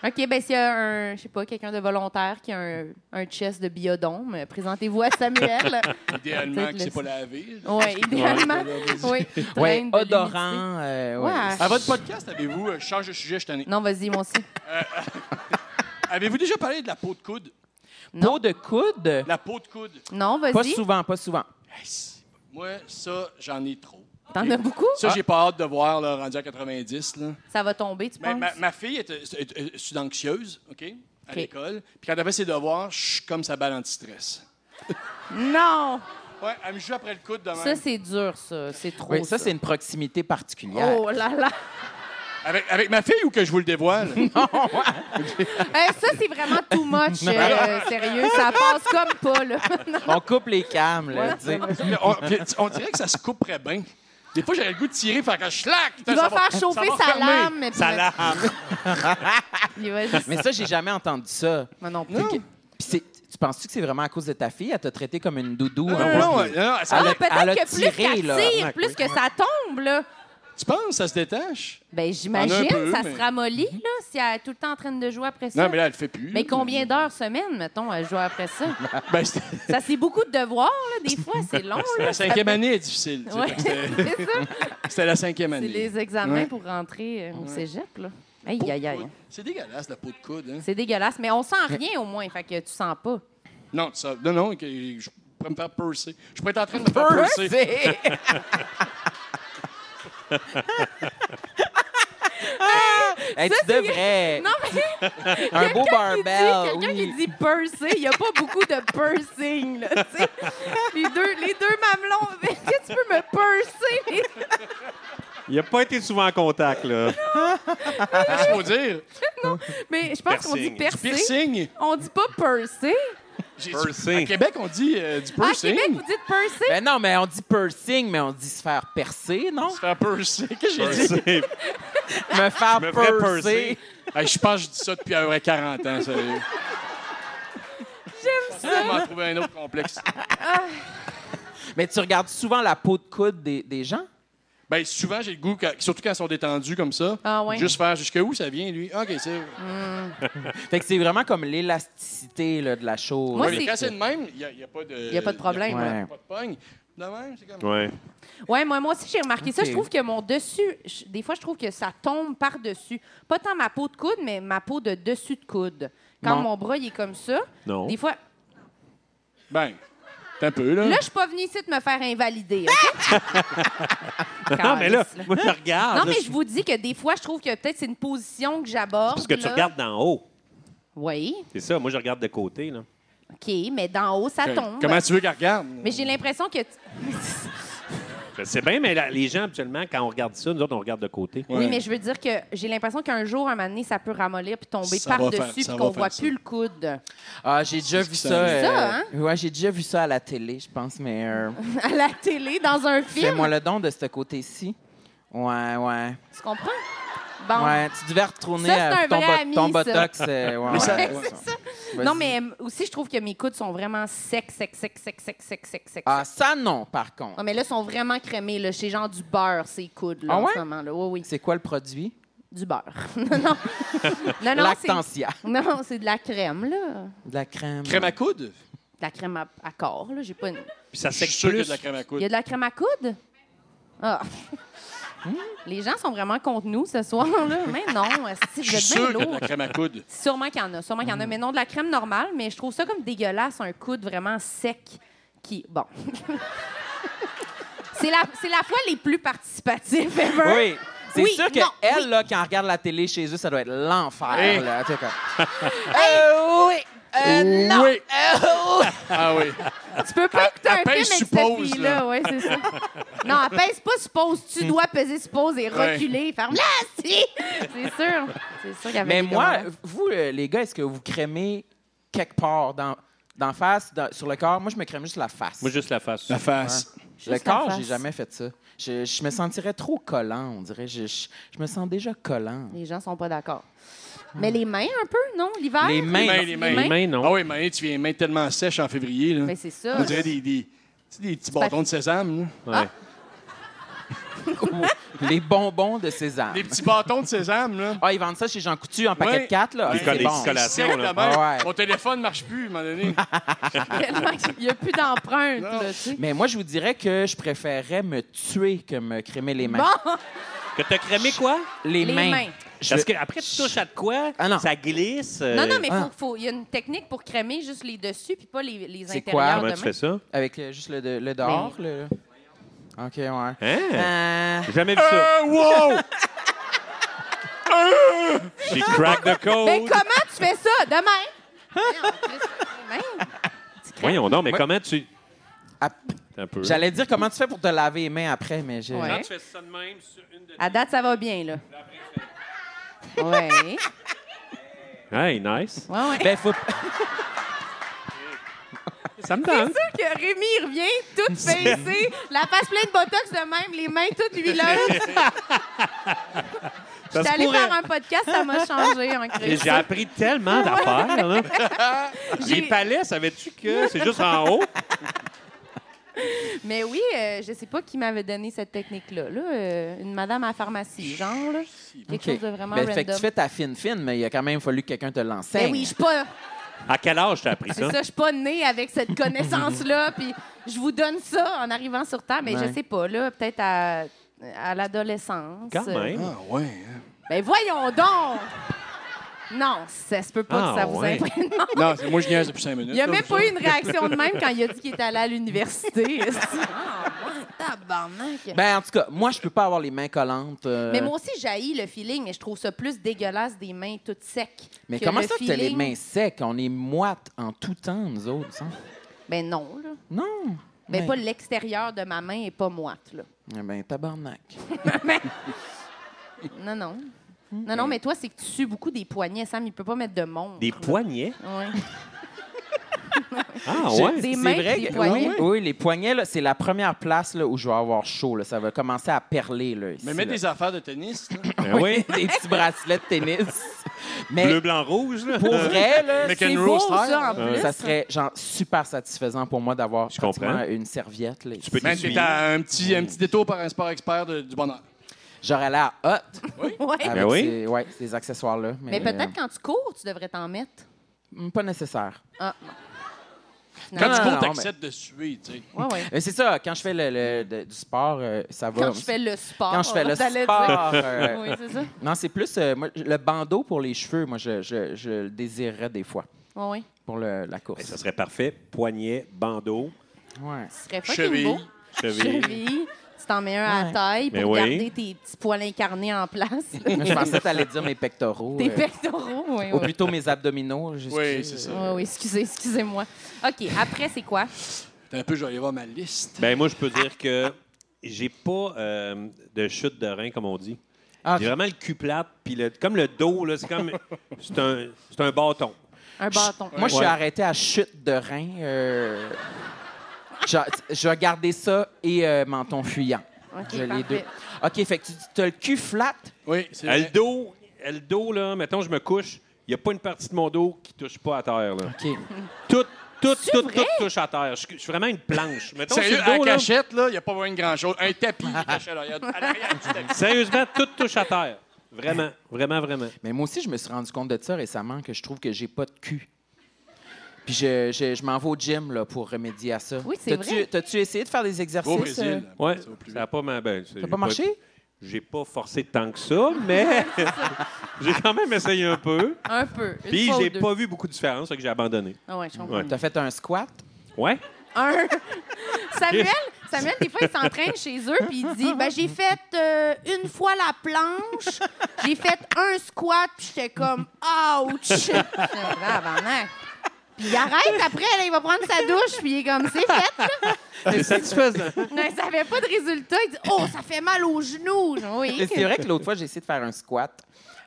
S3: OK, ben s'il y a un, je sais pas, quelqu'un de volontaire qui a un, un chest de biodôme, euh, présentez-vous à Samuel.
S5: Idéalement,
S3: Peut-être
S5: que c'est
S3: le-
S5: pas lavé.
S3: oui, idéalement. Oui,
S4: Ouais,
S3: traîne de l'humidité.
S4: odorant. euh, ouais.
S3: Ouais.
S5: À votre podcast, avez-vous, euh, je change de sujet cette année,
S3: Non, vas-y, moi aussi.
S5: avez-vous déjà parlé de la peau de coude?
S4: Peau de coude.
S5: La peau de coude.
S3: Non,
S4: Pas
S3: vas-y.
S4: souvent, pas souvent.
S5: Yes. Moi, ça, j'en ai trop. Ah.
S3: T'en as beaucoup?
S5: Ça, j'ai pas hâte de voir, là, rendu à 90. Là.
S3: Ça va tomber, tu
S5: Mais
S3: penses?
S5: ma, ma fille est, est- est- est sudanxieuse, OK, à
S3: OK.
S5: l'école. Puis quand elle fait ses devoirs, je suis comme sa balle anti-stress.
S3: Non!
S5: Ouais, elle me joue après le coude demain.
S3: Ça, c'est dur, ça. C'est trop.
S4: Oui, ça c'est une proximité particulière.
S3: Oh là là!
S5: Avec, avec ma fille ou que je vous le dévoile?
S3: Eh, ça, c'est vraiment too much. euh, sérieux, ça passe comme pas, là.
S4: On coupe les câbles. là, tu sais.
S5: Puis on, puis on dirait que ça se couperait bien. Des fois, j'aurais le goût de tirer, faire que je slack.
S3: Il va faire chauffer sa lame. mais puis
S6: ça
S3: le-
S6: lame.
S3: Il va juste...
S4: Mais ça, j'ai jamais entendu ça.
S3: Moi non plus.
S5: Non,
S4: Puis c'est- tu penses-tu que c'est vraiment à cause de ta fille? Elle t'a traité comme une doudou.
S5: non,
S4: un
S5: non,
S4: peu,
S5: non,
S4: puis-
S5: non, ça-
S3: Ah,
S4: Elle a- elle a
S3: peut-être que plus
S4: tiré,
S3: qu'elle
S4: là.
S3: tire, plus que ça tombe, là.
S5: Tu penses, ça se détache?
S3: Ben,
S5: En un
S3: j'imagine,
S5: peu,
S3: ça
S5: mais-
S3: se ramollit, là, si elle est tout le temps en train de jouer après ça.
S5: Non, mais là, elle le fait plus.
S3: Mais combien d'heures semaine, mettons, à jouer après ça?
S5: Ben, c'était-
S3: ça, c'est beaucoup de devoirs, là, des fois, c'est long, là.
S5: la cinquième année est difficile. tu sais,
S3: Ouais,
S5: fait que C'était
S3: c'est ça.
S5: c'était la cinquième
S3: C'est
S5: année.
S3: les examens
S5: Ouais.
S3: pour rentrer euh, au cégep, là. Aïe, aïe, aïe.
S5: C'est dégueulasse, la peau de coude. Hein?
S3: C'est dégueulasse, mais on sent rien au moins, fait que tu sens pas.
S5: Non, ça, non, non, que je pourrais me faire percer. Je pourrais être en train de me faire percer.
S4: Hey,
S3: Ça,
S4: tu
S3: c'est-
S4: devrais.
S3: Non, mais
S4: Un beau
S3: quelqu'un qui dit-
S4: barbell.
S3: Quelqu'un
S4: oui.
S3: qui dit percer, il n'y a pas beaucoup de pursing, là, tu sais. Les deux, les deux mamelons, est-ce que tu peux me percer?
S6: Il n'a pas été souvent en contact, là.
S5: Qu'est-ce qu'il faut dire?
S3: Mais je pense qu'on dit
S6: Piercing.
S3: percer.
S5: Piercing.
S3: On dit pas percer.
S5: J'ai-
S6: Percing.
S5: À Québec, on dit euh, du
S3: Ah, à Québec,
S5: piercing.
S3: vous dites percer?
S4: Ben non, mais on dit piercing, mais on dit se faire percer, non?
S5: Se faire percer. Qu'est-ce que j'ai dit?
S6: C'est-
S4: Me
S3: ah,
S4: faire
S6: me ferais
S4: percer.
S6: percer.
S5: Hey, je pense que je dis ça depuis à peu près 40 ans, sérieux.
S3: J'aime ça.
S5: On m'en trouver un autre complexe.
S4: Mais tu regardes souvent la peau de coude des, des gens?
S5: Ben, souvent, j'ai le goût, quand- surtout quand ils sont détendus comme ça,
S3: Ah ouais.
S5: juste faire jusqu'à où ça vient, lui. OK, c'est...
S4: Fait que c'est vraiment comme l'élasticité là, de la chose.
S3: Moi,
S5: Ouais,
S3: c'est-
S5: mais quand c'est de même, il n'y a, y a pas de...
S3: Y a pas de problème,
S5: y a
S4: ouais.
S5: pas de pogne. De même, c'est comme...
S6: Ouais.
S3: Ouais, moi, moi aussi, j'ai remarqué ça.
S4: Ok.
S3: Je trouve que mon dessus, je- des fois, je trouve que ça tombe par-dessus. Pas tant ma peau de coude, mais ma peau de dessus de coude. Quand
S4: Non.
S3: mon bras, il est comme ça,
S6: Non.
S3: des fois...
S5: Ben, t'es un peu, là.
S3: Là, je suis pas venue ici de me faire invalider, OK?
S6: Non, mais là,
S3: Calice,
S6: moi, je regarde.
S3: Ah, Non,
S6: là,
S3: mais je vous dis que des fois, je trouve que peut-être c'est une position que j'aborde.
S6: Parce que tu
S3: là.
S6: regardes d'en haut.
S3: Oui,
S6: C'est ça, moi, je regarde de côté, là.
S3: OK, mais d'en haut, ça tombe.
S5: Comment tu veux qu'elle regarde?
S3: Mais j'ai l'impression que... tu-
S6: Je sais bien, mais la- les gens, habituellement, quand on regarde ça, nous autres, on regarde de côté.
S5: Ouais.
S3: Oui, mais je veux dire que j'ai l'impression qu'un jour, un moment donné, ça peut ramollir puis tomber
S5: Ça va faire-
S3: par-dessus
S5: ça
S3: puis
S5: va
S3: qu'on
S5: faire
S3: voit
S5: ça.
S3: plus le coude.
S4: Ah, j'ai déjà
S5: C'est ce
S4: vu
S5: qui
S4: ça. euh,
S5: s'amuse.
S3: Ça, hein?
S4: Ouais, j'ai déjà vu ça à la télé, je pense, mais euh,
S3: À la télé, dans un film.
S4: fais-moi le don de ce côté-ci. Ouais, ouais.
S3: Tu comprends? Bon.
S4: Ouais, tu devais retourner
S3: Ça, c'est
S4: à
S3: un
S4: ton,
S3: vrai
S4: bo-
S3: ami,
S4: ton
S3: ça.
S4: botox. euh, ouais,
S5: Mais ça-
S4: ouais,
S5: Ouais,
S4: ouais, ça. Vas-y.
S3: Non, mais euh, aussi, je trouve que mes coudes sont vraiment secs, secs, secs, secs, secs, secs, secs, secs.
S4: Ah, ça, non, par contre.
S3: Non, mais là, ils sont vraiment crémés. Là. C'est genre du beurre, ces coudes, là,
S4: Ah ouais?
S3: en ce moment. Là. Oui, oui,
S4: C'est quoi le produit?
S3: du beurre. non, non. non, non, c'est...
S4: Lactantia.
S3: non, c'est de la crème, là.
S4: De la crème.
S5: Crème à coude?
S3: De la crème à, à corps, là. J'ai pas une-
S5: Puis ça
S6: sec
S5: plus.
S6: plus.
S5: de la crème à
S3: Il y
S5: coude.
S3: a de la crème à coude? Ah.
S5: Hmm.
S3: Les gens sont vraiment contre nous ce soir, là. Mais non, si
S5: Je
S3: je
S5: suis sûr
S3: vais
S5: Hmm. qu'il y a de
S3: l'eau.
S5: la crème à coude.
S3: Sûrement qu'il y en a, sûrement qu'il y en a. Mais non, de la crème normale, mais je trouve ça comme dégueulasse, un coude vraiment sec qui. Bon. c'est, la, c'est la fois les plus participatifs ever.
S4: Oui. C'est
S3: Oui,
S4: sûr que
S3: non,
S4: elle, là, quand elle regarde la télé chez eux, ça doit être l'enfer.
S5: Hey.
S4: là. Tu sais, comme-
S3: Euh, oui! non! Euh,
S5: Oui. Ah oui.
S3: Tu peux pas écouter
S5: elle
S3: un
S5: pèse
S3: film avec cette
S5: suppose,
S3: fille-là. Ouais, c'est ça. non, elle pèse pas suppose. Tu dois peser suppose et
S5: Ouais.
S3: reculer. Ferme là, si! C'est sûr. C'est sûr qu'il y avait
S4: Mais
S3: des
S4: moi,
S3: commentaires.
S4: vous, euh, les gars, est-ce que vous crémez quelque part dans, dans face, dans- sur le corps? Moi, je me crème juste la face.
S6: Moi, juste la face.
S5: La face.
S4: le
S3: Juste la
S4: corps,
S3: face.
S4: j'ai jamais fait ça. Je, je me sentirais trop collant, on dirait. Je, je- je me sens déjà collant.
S3: Les gens sont pas d'accord. Mais les mains, un peu, non? L'hiver?
S4: Les mains.
S5: Les mains, les mains.
S6: Les mains, non.
S5: Ah oui, mais tu viens les mains tellement sèches en février. Là.
S3: Mais Ben, c'est ça.
S5: On dirait des, des, tu sais, des petits bâtons de sésame. là.
S3: Oh.
S6: Ouais.
S3: Ah.
S4: les bonbons de sésame.
S5: Des petits bâtons de sésame. Là.
S4: Ah, ils vendent ça chez Jean Coutu en paquet
S5: Ouais.
S4: de 4, là. Ah,
S6: Les
S4: c'est
S6: collés-
S4: bon.
S6: les collations.
S5: Sec, la
S6: là.
S5: main.
S4: Ah ouais.
S5: Mon téléphone ne marche plus, à un moment donné.
S3: Tellement qu'il- Il n'y a plus d'empreinte, là, tu sais.
S4: Mais moi, je vous dirais que je préférerais me tuer que me crémer les mains.
S3: Bon!
S6: Que t'as crémé quoi?
S4: Les,
S3: Les
S4: mains.
S3: mains.
S4: Je-
S6: Parce qu'après, tu touches à de quoi?
S4: Ah non.
S6: Ça glisse. euh,
S3: Non, non, mais il
S4: Ah.
S3: faut, il y a une technique pour crémer juste les dessus puis pas les, les
S4: C'est
S3: intérieurs
S4: quoi?
S3: de
S6: Comment tu
S3: main.
S6: fais ça?
S4: Avec euh, juste le, de- le dehors, le... OK, ouais.
S6: Hein?
S4: Euh,
S6: J'ai Jamais vu ça.
S5: Euh, wow!
S6: She cracked the
S3: Mais
S6: code.
S3: Ben, comment tu fais ça? Demain! Voyons, Christ, demain?
S6: Voyons donc, mais comment tu.
S4: ap-
S6: Un peu.
S4: J'allais dire comment tu fais pour te laver les mains après, mais j'ai.
S3: Ouais.
S6: tu fais ça de même sur une de
S3: À date, ça va bien, là. Oui.
S6: Hey, nice.
S3: Ouais, ouais.
S4: Ben, faut...
S6: Ça me
S3: C'est
S6: tente.
S3: sûr que Rémi il revient tout pincé, la face pleine de botox de même, les mains toutes huileuses.
S6: Ça
S3: J'étais
S6: se
S3: allée
S6: pourrait.
S3: faire un podcast, ça m'a changé en
S6: Et
S3: crise.
S6: J'ai appris tellement d'affaires. là. Les
S3: J'ai-
S6: palais, savais-tu que c'est juste en haut?
S3: Mais oui, euh, je sais pas qui m'avait donné cette technique-là. Là, euh, une madame à la pharmacie, genre, là. Quelque
S4: OK.
S3: chose de vraiment
S4: Ben, fait que
S3: random.
S4: tu fais ta fine-fine, mais il a quand même fallu que quelqu'un te l'enseigne.
S3: Ben oui, je suis pas...
S6: À quel âge t'as appris
S3: C'est
S6: ça?
S3: ça, je suis pas née avec cette connaissance-là, puis je vous donne ça en arrivant sur Terre, mais
S4: Ouais.
S3: je sais pas, là, peut-être à, à l'adolescence. euh,
S6: Quand même.
S5: Ah ouais. hein.
S3: Ben voyons donc! Non, ça se peut pas
S6: Ah,
S3: que ça vous
S6: ouais.
S3: imprime. Non.
S5: Non, c'est- moi, je niaise depuis cinq minutes.
S3: Il n'y a
S5: là,
S3: même
S5: vous
S3: pas eu une
S5: autres.
S3: réaction de même quand il a dit qu'il était allé à l'université. Ah, ouais, tabarnak!
S4: Ben, en tout cas, moi, je peux pas avoir les mains collantes. euh,
S3: Mais moi aussi, j'haïs le feeling, mais je trouve ça plus dégueulasse des mains toutes secs.
S4: mais
S3: que
S4: comment
S3: le
S4: ça que t'as les
S3: feeling-
S4: mains secs? On est moites en tout temps, nous autres, ça.
S3: Ben non, là.
S4: Non.
S3: Ben
S4: Mais-
S3: pas l'extérieur de ma main est pas moite, là.
S4: Eh Ben, tabarnak.
S3: Non, non. Non, non, mais toi, c'est que tu sues beaucoup des poignets, Sam. Il peut pas mettre de montre.
S6: Des
S3: là.
S6: poignets?
S3: Ouais.
S6: Ah, ouais.
S3: Des
S4: C'est
S3: mains
S4: vrai
S3: puis des
S4: que-
S3: poignets.
S4: Oui, oui, les poignets, là, c'est la première place là, où je vais avoir chaud. là. Ça va commencer à perler. Là, ici,
S5: Mais mets
S4: là.
S5: des affaires de tennis. là.
S6: Ben oui.
S4: des petits bracelets de tennis. Mais
S6: Bleu, blanc, rouge, là.
S4: pour vrai, là,
S5: McEnroe
S3: C'est beau,
S5: style.
S3: ça, en plus.
S4: ça serait genre super satisfaisant pour moi d'avoir
S6: Je comprends.
S4: pratiquement une serviette. là, ici.
S6: peux
S5: Man,
S6: t'essuyer.
S5: t'es à un petit, un petit détour par un sport expert de- du bonheur.
S4: J'aurais l'air hot
S3: Ouais.
S4: avec
S6: Ben oui.
S4: ces, ouais, ces accessoires-là. Mais,
S3: Eh, Mais peut-être
S4: euh,
S3: quand tu cours, tu devrais t'en mettre.
S4: mm, pas nécessaire.
S3: Ah, non.
S5: Quand
S4: Non,
S5: tu
S4: non,
S5: cours,
S4: non,
S5: t'acceptes de suer, tu sais.
S3: Ouais, ouais.
S4: Mais Euh, c'est ça, quand je fais le, le- de- du sport, euh, ça va.
S3: Quand je fais le sport.
S4: Quand je fais le
S3: t'allais
S4: sport,
S3: dire.
S4: euh,
S3: Oui, c'est ça.
S4: Non, c'est plus euh, moi, le bandeau pour les cheveux. Moi, je, je- je le désirerais des fois
S3: Oui, oui.
S4: pour le- la course.
S6: Ben, ça serait parfait. Poignet, bandeau,
S4: Ouais.
S3: Ce serait fucking
S5: Cheville.
S3: beau.
S6: cheville.
S3: Cheville. Tu t'en mets un
S4: Ouais.
S3: à taille
S6: Mais
S3: pour
S6: oui.
S3: garder tes petits poils incarnés en place. là.
S4: Je pensais que t'allais dire mes pectoraux.
S3: tes
S4: euh,
S3: pectoraux, oui,
S4: ou
S3: oui.
S4: plutôt mes abdominaux. j'excuse.
S5: Oui, c'est ça.
S3: Oui, oui, excusez, excusez-moi. OK, après, c'est quoi?
S5: T'es un peu, je vais aller voir ma liste.
S6: Ben moi, je peux dire que j'ai pas euh, de chute de rein, comme on dit.
S4: Ah,
S6: J'ai vraiment le cul plate, puis le- comme le dos, là, c'est comme... C'est un, c'est un bâton.
S3: Un bâton.
S4: Moi, je suis
S6: Ouais.
S4: arrêté à chute de rein. euh, je, je vais garder ça et euh, menton fuyant.
S3: OK,
S4: J'ai les
S3: parfait.
S4: deux. OK, fait que tu as le cul flat.
S5: Oui, c'est
S6: Elle
S5: vrai.
S6: le dos, elle le dos, là, mettons, je me couche, il n'y a pas une partie de mon dos qui touche pas à terre. Là.
S4: OK.
S6: Tout, tout, tout, tout touche à terre. Je, je suis vraiment une planche. Mettons, sur
S5: Sérieux,
S6: le
S5: à
S6: dos,
S5: la
S6: là,
S5: cachette, là, il n'y a pas vraiment grand-chose. Un tapis qui cachait à l'arrière à l'arrière du tapis.
S6: sérieusement, tout touche à terre. Vraiment, vraiment, vraiment.
S4: Mais moi aussi, je me suis rendu compte de ça récemment, que je trouve que j'ai pas de cul. Puis je, je- je m'en vais au gym là, pour remédier à ça.
S3: Oui, c'est
S4: T'as-tu-
S3: vrai.
S4: T'as-tu essayé de faire des exercices?
S5: Au
S4: euh,
S5: Brésil.
S6: Ouais,
S5: au plus
S6: ça n'a pas, ma- ben,
S4: Ça n'a pas marché?
S6: J'ai pas forcé tant que ça, mais j'ai quand même essayé un peu.
S3: Un peu. Une
S6: Puis
S3: fois ou
S6: j'ai
S3: deux.
S6: pas vu beaucoup de différence, fait que j'ai abandonné.
S3: Ah ouais, je comprends.
S6: Ouais.
S4: T'as fait un squat?
S6: Ouais.
S3: Un. Samuel, Samuel, des fois, il s'entraîne chez eux, puis il dit ben, J'ai fait euh, une fois la planche, j'ai fait un squat, puis j'étais comme Ouch J'étais Tabarnak. Puis il arrête après, là, il va prendre sa douche, puis il est comme C'est fait. là.
S6: C'est satisfaisant.
S3: Mais ça n'avait pas de résultat. Il dit Oh, ça fait mal aux genoux. Oui.
S4: Et C'est vrai que l'autre fois, j'ai essayé de faire un squat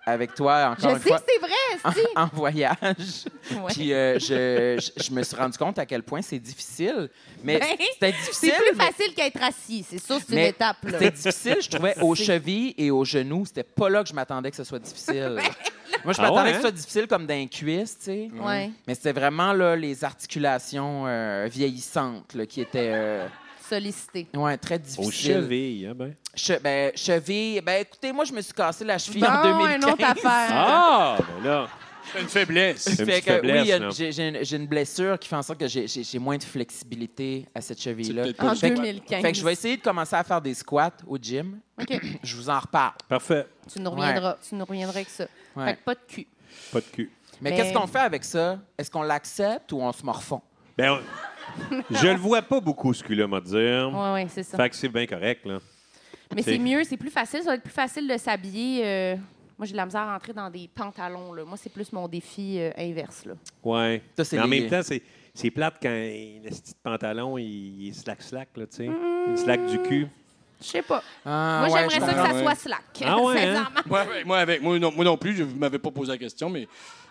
S4: avec toi,
S3: Je
S4: encore une
S3: sais
S4: fois.
S3: que c'est vrai, si.
S4: en voyage. Puis euh, je, je, je me suis rendu compte à quel point c'est difficile. Mais
S3: Ben,
S4: c'était difficile.
S3: C'est plus
S4: mais-
S3: facile qu'être assis. C'est sûr, c'est une
S4: mais
S3: étape. Là.
S4: C'était difficile, je trouvais, aux
S3: C'est-
S4: chevilles et aux genoux. C'était pas là que je m'attendais que ce soit difficile. Moi, je
S6: Ah
S4: m'attendais que
S6: ouais, hein?
S4: ce soit difficile comme d'un cuisse, tu sais.
S3: Ouais.
S4: Mais c'était vraiment là, les articulations euh, vieillissantes là, qui étaient euh,
S3: Sollicité.
S4: ouais, très
S6: Aux
S4: difficiles.
S6: chevilles, hein, ben.
S4: Che- ben, cheville. Ben, écoutez, moi, je me suis cassé la cheville en
S3: Bon,
S4: 2015.
S3: une autre affaire.
S6: Ah, ben là.
S5: C'est une faiblesse.
S6: C'est
S4: Fait
S6: une petite
S4: que, oui,
S6: faiblesse,
S4: il y a-
S6: là.
S4: j'ai- j'ai une- j'ai une blessure qui fait en sorte que j'ai- j'ai j'ai moins de flexibilité à cette cheville-là.
S5: peut-être pas
S3: En
S5: Fait que-
S3: 2015.
S4: Fait que je vais essayer de commencer à faire des squats au gym.
S3: OK.
S4: Je vous en reparle.
S6: Parfait.
S3: Tu nous reviendras. Tu nous reviendras avec ça.
S4: Ouais.
S3: Fait que pas de cul.
S6: Pas de cul.
S4: Mais,
S3: Mais-
S4: qu'est-ce qu'on fait avec ça? Est-ce qu'on l'accepte ou on se morfond?
S6: Ben, on- je le vois pas beaucoup, ce cul-là, m'a dire.
S3: Oui, oui, c'est ça.
S6: Mm. Fait que c'est bien correct, là.
S3: Mais
S6: c'est-
S3: c'est mieux, c'est plus facile. Ça va être plus facile de s'habiller. euh, Moi, j'ai de la misère à rentrer dans des pantalons. Là. Moi, c'est plus mon défi euh, inverse. Là.
S6: Ouais.
S4: Ça, c'est
S6: Mais en
S4: les-
S6: même temps, c'est, c'est plate quand le petit pantalon, il, il est slack-slack, là, tu sais.
S4: Mmh.
S6: Il slack du cul.
S3: Je sais pas.
S4: Ah,
S3: Moi,
S4: ouais, je
S3: j'aimerais ça
S4: comprends.
S3: que ça
S5: ouais.
S3: soit slack.
S6: Ah ouais, hein?
S3: Sincèrement,
S5: Moi, avec- moi, avec, moi, non, moi non plus, je- vous m'avez pas posé la question, mais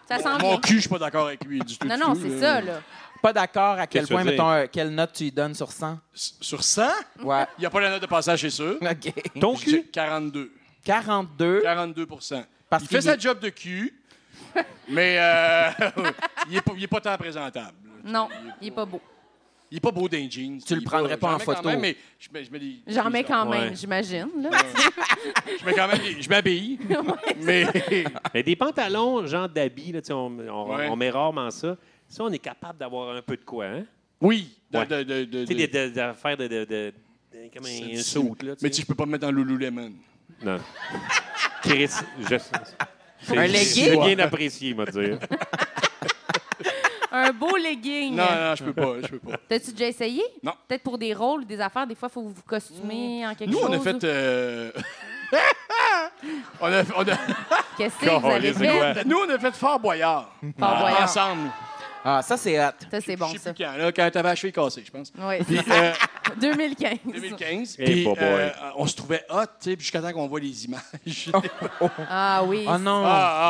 S3: ça
S5: mon,
S3: sent
S5: mon
S3: bien.
S5: cul, je suis pas d'accord avec lui du tout.
S3: Non,
S5: du
S3: non,
S5: tout,
S3: c'est
S5: là.
S3: ça. là.
S4: Pas d'accord à quel
S6: Qu'est-ce que
S4: point,
S6: tu veux
S4: mettons, euh, quelle note tu lui donnes sur 100?
S5: S- Sur 100,
S4: Ouais.
S5: il n'y a pas la note de passage, c'est sûr.
S4: OK.
S6: Ton
S5: Je dis
S6: cul?
S5: 42.
S4: 42.
S5: 42
S4: Parce qu'il
S5: Il fait sa
S4: est-
S5: job de cul, mais euh, il n'est pas, il est pas tant présentable.
S3: Non, il est pas beau.
S5: Il n'est pas beau d'un jeans.
S4: Tu le
S5: il est
S4: prendrais pas
S5: j'en
S4: en
S5: mets quand
S4: photo.
S5: même, mais je mets, je mets des-
S3: J'en mets quand
S6: Ouais.
S3: même, j'imagine. là.
S5: Je mets quand même des- Je m'habille, mais...
S6: Mais des pantalons, genre d'habits, là, tu sais, on, on-
S5: Ouais.
S6: on met rarement ça. Ça, on est capable d'avoir un peu de quoi, hein?
S5: Oui. de-
S6: Ouais.
S5: de- de- de-
S6: Tu sais,
S5: de-
S6: des- des- des affaires de... de, de- de- comme
S5: C'est-
S6: un
S5: c'est-
S6: saut, là,
S5: Mais
S6: tu
S5: tu sais,
S6: sais.
S5: je peux pas me mettre dans Lululemon.
S6: Non. Chris, je... C'est,
S4: Un
S6: c'est
S4: legging?
S6: bien apprécié, m'a dire.
S3: Un beau legging.
S5: Non, non, je peux pas, je peux pas.
S3: T'as-tu déjà essayé?
S5: Non.
S3: Peut-être pour des rôles, des affaires, des fois, il faut vous costumer en quelque
S5: Nous,
S3: chose.
S5: on a fait... euh, on a, on a-
S3: Qu'est-ce que vous avez
S6: Caliste, c'est quoi?
S3: fait?
S5: Nous, on a fait Fort Boyard.
S3: Fort
S5: Ah,
S3: Boyard.
S5: Ensemble.
S4: Ah, ça, c'est hot.
S3: Ça, c'est bon,
S5: je sais
S3: ça.
S5: plus quand, là, quand t'avais la cheville cassée, je pense.
S3: Oui,
S5: Puis, euh,
S3: 2015.
S5: 2015.
S6: Eh,
S5: puis,
S6: boy, boy.
S5: euh, on se trouvait hot, tu sais, puis jusqu'à temps qu'on voit les images.
S3: Ah oui.
S4: Oh non.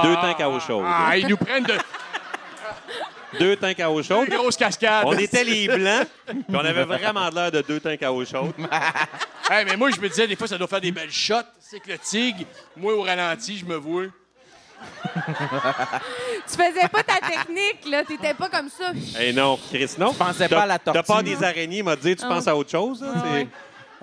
S6: Deux tanks à eau chaude.
S5: Ah, ils nous prennent de
S6: Deux tanks à eau chaude.
S5: deux grosses cascades.
S6: On était les blancs, puis on avait vraiment l'air de deux tanks à eau chaude.
S5: Hey, mais moi, je me disais, des fois, ça doit faire des belles shots. C'est que le tigre, moi, au ralenti, je me vois.
S3: Tu faisais pas ta technique, là. T'étais pas comme ça.
S6: Eh non, Chris, non. Je
S4: pensais pas à la tortue. Ah.
S6: T'as peur des araignées, m'a dit, tu penses à autre chose? là, c'est-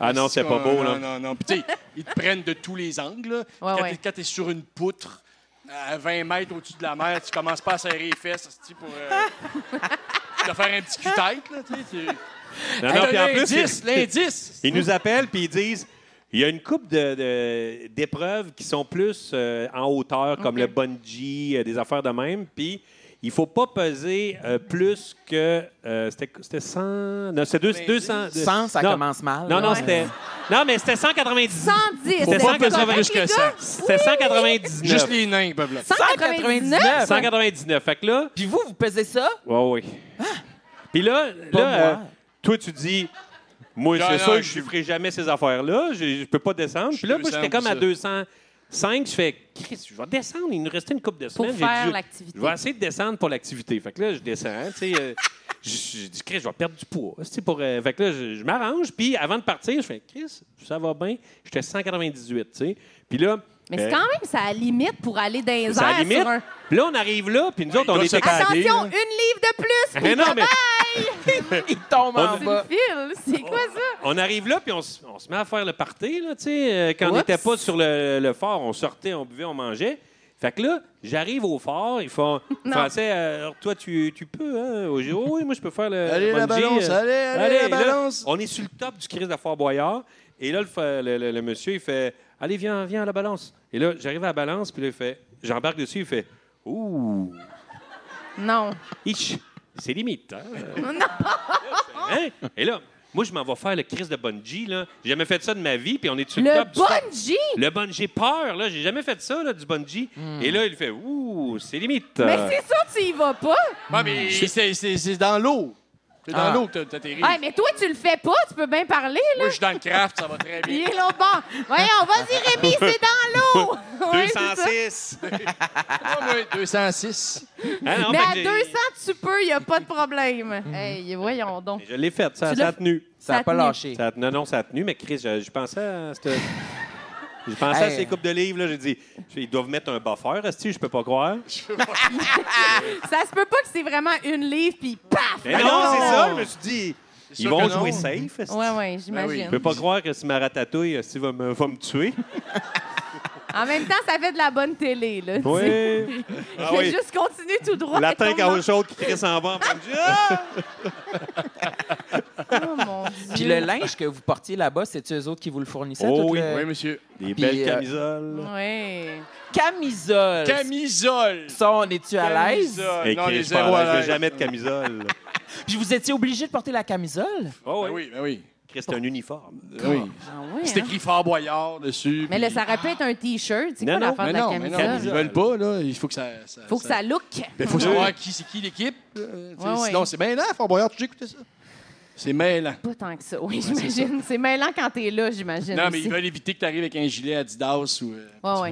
S6: Ah non, c'est pas beau,
S5: non,
S6: là.
S5: Non, non, Puis, tu sais, ils te prennent de tous les angles. là.
S3: Ouais,
S5: quand
S3: ouais.
S5: t'es- quand t'es sur une poutre à 20 mètres au-dessus de la mer, tu commences pas à serrer les fesses hostie, pour euh, te faire un petit cul-tête. là, tu sais, tu-
S6: Non, non, puis en plus,
S5: L'indice,
S6: ils-
S5: l'indice.
S6: ils nous appellent, puis ils disent, il y a une coupe d'épreuves de, d'épreuves qui sont plus euh, en hauteur, comme le bungee, euh, des affaires de même, puis il faut pas peser euh, plus que... euh, c'était- c'était 100... Non, c'était deux- 200...
S4: 100, ça
S6: non.
S4: commence mal.
S6: Non,
S4: là.
S6: non,
S4: Ouais.
S6: c'était... Non, mais c'était 190.
S3: 110.
S6: C'était
S3: c'est
S5: pas
S3: correct,
S6: 180
S3: les
S5: jusque
S3: gars?
S5: ça.
S6: C'était 199.
S5: Juste les nains peuvent le faire.
S3: 199.
S6: 199. Fait que là,
S4: Puis vous, vous pesez ça?
S6: ouais, oui. Puis là,
S4: Pas
S6: là euh,
S4: moi.
S6: toi, tu dis, moi,
S5: Non,
S6: c'est
S5: non,
S6: sûr que
S5: je-
S6: je ne ferai jamais ces affaires-là. Je, je peux pas descendre. Puis là, moi,
S5: 200
S6: j'étais comme à
S5: pour
S6: 205. Je fais, Chris, je vais descendre. Il nous restait une couple de semaines. J'ai
S3: faire
S6: dit, je-
S3: l'activité.
S6: Je vais essayer de descendre pour l'activité. Fait que là, je descends. Tu sais, euh, Je- J'ai dit, Chris, je vais perdre du poids. C'est pour, euh, fait que là, je, je m'arrange. Puis avant de partir, je fais, Chris, ça va bien. J'étais 198, tu sais. Puis là.
S3: Mais c'est
S6: euh,
S3: quand même ça à la limite pour aller dans les airs
S6: c'est à la limite.
S3: sur un...
S6: Puis là, on arrive là, puis nous autres,
S5: il
S6: on
S5: doit
S6: était.
S5: se taper.
S3: Attention,
S5: là.
S3: une livre de plus!
S6: Mais
S3: puis
S6: non, mais-
S4: Il tombe en
S3: C'est
S4: bas.
S3: le fil, c'est quoi ça?
S6: On arrive là, puis on, s- on se met à faire le party, là, tu sais. euh, quand on
S3: Oups.
S6: n'était pas sur le, le fort, on sortait, on buvait, on mangeait. Fait que là, j'arrive au fort, ils font.
S3: Non.
S6: Français, euh, alors toi, tu, tu peux, hein? au- Oui, oui, moi, je peux faire le.
S5: Allez,
S6: le
S5: la
S6: bungee,
S5: balance,
S6: euh.
S5: allez, allez, la
S6: là,
S5: balance.
S6: on est sur le top du Christ de Fort Boyard. Et là, le, fa- le- le- le monsieur, il fait Allez, viens, viens à la balance. Et là, j'arrive à la balance, puis là, il fait J'embarque dessus, il fait Ouh,
S3: Non.
S6: ich, c'est limite. Hein?
S3: Oh,
S6: Hein? Et là, moi, je m'en vais faire le Christ de bungee. là. J'ai jamais fait ça de ma vie, puis on est sur le,
S3: Le
S6: top du
S3: bungee!
S6: le bungee, j'ai peur, là. J'ai jamais fait ça, là, du bungee.
S5: Hmm.
S6: Et là, il fait Ouh, c'est limite.
S3: Mais c'est sûr que tu y vas pas!
S5: Ouais, mais c'est- c'est c'est dans l'eau. C'est dans
S4: Ah.
S5: l'eau que t'as- t'atterris.
S3: Hey, mais toi, tu le fais pas, tu peux bien parler, là!
S5: Moi, je suis dans le craft, ça va très
S3: Il
S5: bien.
S3: est là bas. Voyons, vas-y, Rémi, c'est dans l'eau! Ouais, c'est ça.
S6: 206.
S5: Ah, ouais, 206.
S6: Hein, non,
S3: Mais
S6: fait
S3: à
S6: que j'ai-
S3: 200, tu peux, il n'y a pas de problème. Hey, voyons donc.
S6: Je l'ai faite, ça,
S3: Tu
S6: ça
S3: l'as-
S6: a tenu.
S4: Ça n'a
S3: Ça
S4: pas
S3: a
S4: lâché.
S6: Ça a- non, non, ça a tenu, mais Chris, je, je pensais à cette... Je pensais à
S4: Hey.
S6: ces coupes de livres, là. J'ai dit, ils doivent mettre un buffer, Asti, je peux pas croire.
S3: Ça se peut pas que c'est vraiment une livre, puis paf!
S6: Mais non,
S5: non!
S6: c'est Ben ça, je me suis dit,
S5: C'est
S6: ils
S5: sûr
S6: vont
S5: que non.
S6: jouer safe, asti.
S3: Ouais, ouais,
S6: Je
S3: j'imagine.
S6: peux pas croire que si ma ratatouille, Asti, va me, va me tuer.
S3: En même temps, ça fait de la bonne télé, là. tu sais.
S6: Oui. Ah
S3: Je vais
S6: oui.
S3: juste continuer tout droit. Oh
S6: Latin
S3: Tombe dans-
S6: caoutchouc qui crisse en bas. on me dit, Ah!
S3: Oh, mon Dieu.
S4: Puis le linge que vous portiez là-bas, c'est eux autres qui vous le fournissaient?
S6: Oh
S4: tout
S6: oui,
S4: le-
S5: Oui, Euh, monsieur.
S6: Des
S4: Puis,
S6: belles
S4: euh,
S6: camisoles.
S3: Ouais.
S4: Camisole.
S5: Camisole.
S4: Ça, on est-tu à l'aise?
S5: Camisole.
S6: Et
S5: Non, les
S6: Euh, Chris, je
S5: Ben zéros à
S6: ne
S5: l'aise.
S6: jamais de camisole.
S4: Puis vous étiez obligé de porter la camisole?
S6: Oh
S5: Ben oui, ben oui.
S6: Chris, c'est un uniforme.
S5: Ben oui.
S3: Ah ouais,
S5: C'est
S3: hein.
S5: écrit Fort Boyard dessus.
S3: Mais là,
S5: puis-
S3: ça aurait pu être un T-shirt. C'est
S6: Non,
S3: quoi
S6: non,
S3: l'affaire
S5: Mais
S3: de la
S5: non, mais non,
S3: camisole?
S5: ils veulent pas, là. Il faut que ça. ça
S3: Faut que ça look.
S5: Il faut savoir qui c'est qui l'équipe. euh, tu sais,
S3: Ouais, ouais.
S5: Sinon, c'est mêlant, Fort Boyard. Tu écouté ça? C'est mêlant.
S3: Pas tant que ça, oui, j'imagine. C'est mêlant quand t'es là, j'imagine.
S5: Non, mais
S3: aussi.
S5: ils veulent éviter que tu arrives avec un gilet Adidas ou. euh,
S3: Ouais,
S5: tu
S3: ouais.
S5: vois,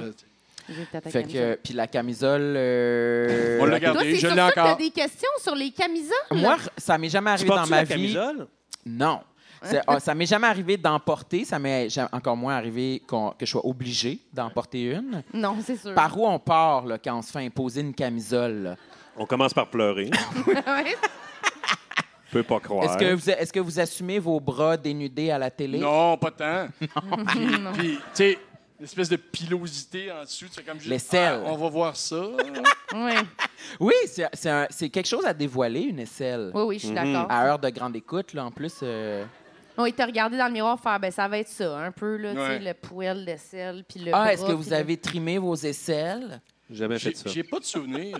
S3: J'ai peut-être la
S4: Fait que,
S3: camisole.
S4: euh, puis la camisole... euh,
S5: On l'a
S3: Toi,
S5: gardé,
S3: c'est
S5: je
S3: sur
S5: l'ai
S3: ça que t'as
S5: encore.
S3: des questions sur les camisoles?
S4: Moi, r- ça m'est jamais
S6: Tu
S4: arrivé dans
S6: portes-tu
S4: ma
S6: la
S4: vie.
S6: camisole?
S4: Non. C'est- ah, ça m'est jamais arrivé d'en porter. Ça m'est ja- encore moins arrivé qu'on- que je sois obligé d'en porter une.
S3: Non, c'est sûr.
S4: Par où on part là, quand on se fait imposer une camisole? là?
S6: On commence par pleurer.
S3: Ouais.
S6: Je peux pas croire.
S4: Est-ce que, vous- est-ce que vous assumez vos bras dénudés à la télé?
S5: Non, Ah, pas tant. Puis, puis, tu sais, une espèce de pilosité en dessous. Tu fais comme juste.
S4: L'aisselle.
S5: Ah, on va voir ça.
S3: Oui,
S4: Oui, c'est- c'est un- c'est quelque chose à dévoiler, une aisselle.
S3: oui, oui, je suis d'accord.
S4: À heure de grande écoute, là, en plus. euh,
S3: Oui, t'as regardé dans le miroir faire, ben ça va être ça, un peu, là, tu
S5: Ouais.
S3: sais, le poil, le sel, puis le
S4: Ah,
S3: bras,
S4: est-ce que
S3: puis
S4: vous
S3: le-
S4: avez trimé vos aisselles?
S6: J'ai jamais
S5: J'ai
S6: fait ça.
S5: j'ai pas de souvenir.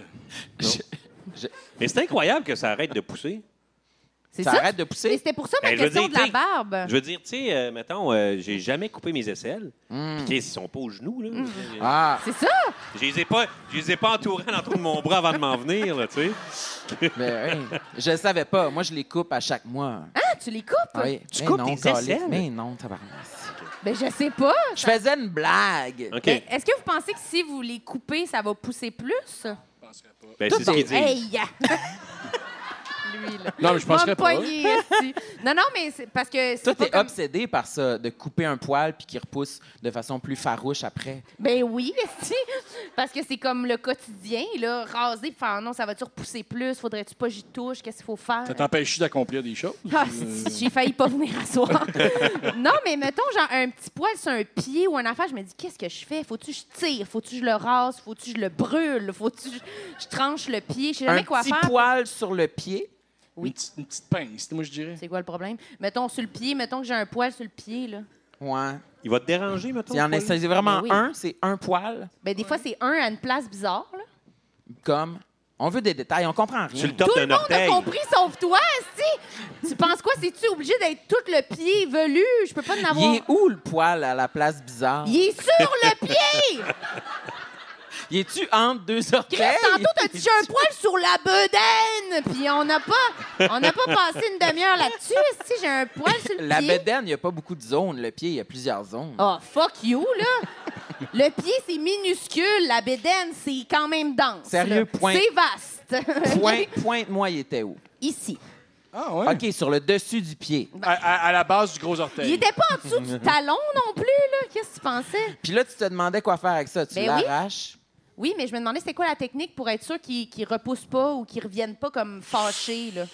S6: Mais c'est incroyable que ça arrête de pousser.
S3: C'est
S4: Ça
S3: ça?
S4: arrête de
S3: Mais
S4: pousser?
S3: c'était pour ça ma
S6: Ben, je veux
S3: question
S6: dire,
S3: de la
S6: t'sais,
S3: barbe.
S5: Ah.
S6: Je veux dire, tu sais, euh, mettons, euh, j'ai jamais coupé mes aisselles.
S5: Hmm.
S6: Puis Chris, ils sont pas aux genoux, là. Je-
S4: Ah,
S3: C'est ça?
S6: Je les ai pas, je les ai pas entourés en dessous de mon bras avant de m'en venir, là, tu sais.
S4: ben, oui. je le savais pas. Moi, je les coupe à chaque mois.
S3: Ah, tu les coupes?
S4: Oui.
S6: Tu
S4: Mais
S6: coupes
S4: non,
S6: tes
S4: câlisse.
S6: aisselles?
S4: Mais non, tabarnak.
S3: Ben je sais pas.
S4: Je faisais une blague.
S6: OK.
S3: Ben, Est-ce que vous pensez que si vous les coupez, ça va pousser plus?
S5: Je penserais pas.
S6: Ben, c'est ce qu'ils disent.
S3: Hey! Lui, là.
S5: Non, mais je
S3: Va
S5: penserais
S3: me
S5: pas.
S3: pogner, esti. Non, non, mais c'est parce que c'est
S4: Toi,
S3: pas
S4: t'es
S3: comme-
S4: obsédé par ça, de couper un poil puis qu'il repousse de façon plus farouche après.
S3: Ben oui, esti. Parce que c'est comme le quotidien, là. Raser, puis faire non, ça va-tu repousser plus? Faudrait-tu pas que j'y touche? Qu'est-ce qu'il faut faire?
S5: Ça t'empêche d'accomplir des choses?
S3: Ah, si, j'ai failli pas venir à soir. non, mais mettons, genre, un petit poil sur un pied ou un affaire, je me dis, qu'est-ce que je fais? Faut-tu que je tire? Faut-tu que je le rase? Faut-tu que je le brûle? Faut-tu que je- je tranche le pied? Je sais jamais
S4: un
S3: quoi
S4: petit
S3: faire.
S4: poil sur le pied.
S3: Oui.
S5: Une, petite- une petite pince, moi, je dirais.
S3: C'est quoi le problème? Mettons, sur le pied, mettons que j'ai un poil sur le pied, là.
S4: Ouais.
S6: Il va te déranger, mettons.
S4: Il y en a-
S6: Paul?
S4: C'est vraiment
S3: Mais Ben oui.
S4: un, c'est un poil.
S3: Ben, des fois, c'est un à une place bizarre, là.
S4: Comme, on veut des détails, on comprend rien.
S6: Sur le top
S3: Tout le
S6: d'un
S3: monde
S6: orteil.
S3: a compris, sauf toi, si. Tu penses quoi? C'est-tu obligé d'être tout le pied velu? Je peux pas en avoir...
S4: Il est où le poil à la place bizarre?
S3: Il est sur le pied!
S4: Il est-tu entre deux orteils?
S3: Chris, tantôt, t'as dit j'ai un poil sur la bedaine! Puis on n'a pas, on n'a pas passé une demi-heure là-dessus. Si j'ai un poil sur le
S4: La
S3: pied.
S4: bedaine, il n'y a pas beaucoup de zones. Le pied, il y a plusieurs zones.
S3: Oh, fuck you, là! Le pied, c'est minuscule. La bedaine, c'est quand même dense.
S4: Sérieux,
S3: là.
S4: point.
S3: C'est vaste.
S4: Point, pointe-moi, il était où?
S3: Ici.
S5: Ah, ouais.
S4: OK, sur le dessus du pied.
S5: À, à- à la base du gros
S4: Ben.
S5: orteil.
S3: Il était pas en dessous du talon non plus, là. Qu'est-ce que tu pensais?
S4: Puis là, tu te demandais quoi faire avec ça. Tu
S3: Ben oui.
S4: l'arraches.
S3: Oui, mais je me demandais c'était quoi la technique pour être sûr qu'ils ne repoussent pas ou qu'ils reviennent pas comme fâchés, là.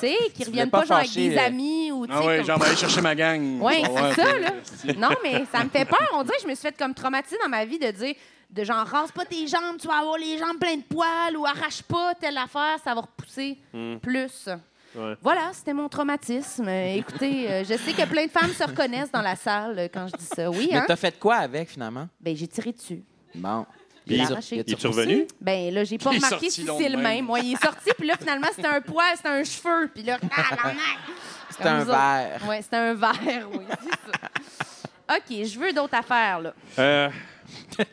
S3: tu sais, qu'ils
S4: voulais
S3: reviennent
S4: pas
S3: pas, genre avec
S4: fâcher,
S3: des
S4: euh,
S3: amis ou tu sais.
S5: Ah ouais,
S3: comme-
S5: genre, aller chercher ma gang.
S3: Ouais,
S5: Pour avoir
S3: c'est ça,
S5: un
S3: là.
S5: peu-
S3: Non, mais ça me fait peur. On dirait que je me suis fait comme traumatiser dans ma vie de dire de genre rase pas tes jambes, tu vas avoir les jambes pleines de poils ou arrache pas telle affaire, ça va repousser plus.
S6: Ouais.
S3: Voilà, c'était mon traumatisme. Euh, Écoutez, euh, je sais que plein de femmes se reconnaissent dans la salle euh, quand je dis ça. Oui, hein?
S4: Mais t'as fait quoi avec, finalement?
S3: Ben, j'ai tiré dessus.
S4: Bon.
S3: Il
S4: Y
S3: l'a
S4: a-tu-
S3: arraché.
S4: y a-tu
S6: Il est
S4: repoussé?
S6: revenu?
S3: Ben là, j'ai pas
S5: Il est
S3: remarqué
S5: sorti
S3: si
S5: long
S3: c'est le
S5: de
S3: même.
S5: même.
S3: Ouais, il est sorti, puis là, finalement, c'était un poil, c'était un cheveu, puis là, ah,
S4: C'était un verre.
S3: Ouais, c'était un verre, oui, c'est ça. OK, je veux d'autres affaires, là.
S6: Euh,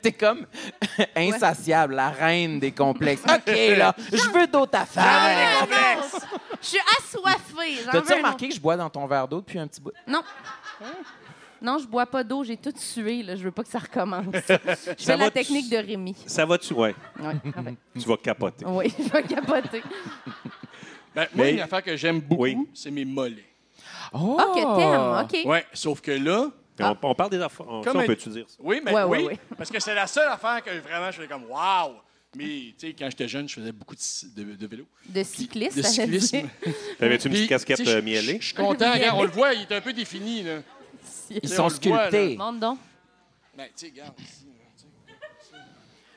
S4: T'es comme insatiable, la reine des complexes. OK, là, je veux d'autres affaires.
S3: J'en veux un autre. Je suis assoiffée. J'en veux
S4: T'as-tu
S3: un
S4: remarqué que je bois dans ton verre d'eau depuis un petit bout?
S3: autre. Non. Non, je bois pas d'eau, j'ai tout sué, là. Je veux pas que ça recommence. Je fais la
S6: va-tu-
S3: technique de Rémi.
S6: ça va-tu? Ouais,
S3: Oui, parfait.
S6: tu vas capoter.
S3: Oui, je vais capoter.
S5: Ben, moi,
S6: Mais-
S5: une affaire que j'aime beaucoup,
S6: Oui.
S5: c'est mes mollets.
S4: Oh,
S3: Ah, que t'aimes, OK.
S5: Ouais, sauf que là,
S6: On, on parle des affaires. On, ça,
S5: Comme
S6: on
S5: un-
S6: peut-tu dire ça?
S5: oui, mais
S3: Ouais, ouais,
S5: oui,
S3: ouais.
S5: parce que c'est la seule affaire que vraiment, je fais comme, waouh! Mais, tu sais, quand j'étais jeune, je faisais beaucoup de, de, de vélo.
S3: De cycliste,
S5: De
S3: ça veut dire.
S5: cyclisme.
S6: T'avais-tu une
S5: Puis,
S6: petite casquette
S5: tu sais, je-
S6: euh, miellée?
S5: Je suis content,
S3: Miellée.
S5: regarde, on le voit, il est un peu défini, là.
S4: ils sont
S5: on le voit, là.
S4: sculptés.
S3: Montre donc.
S5: Ben, tu sais, regarde ici, là, tu sais,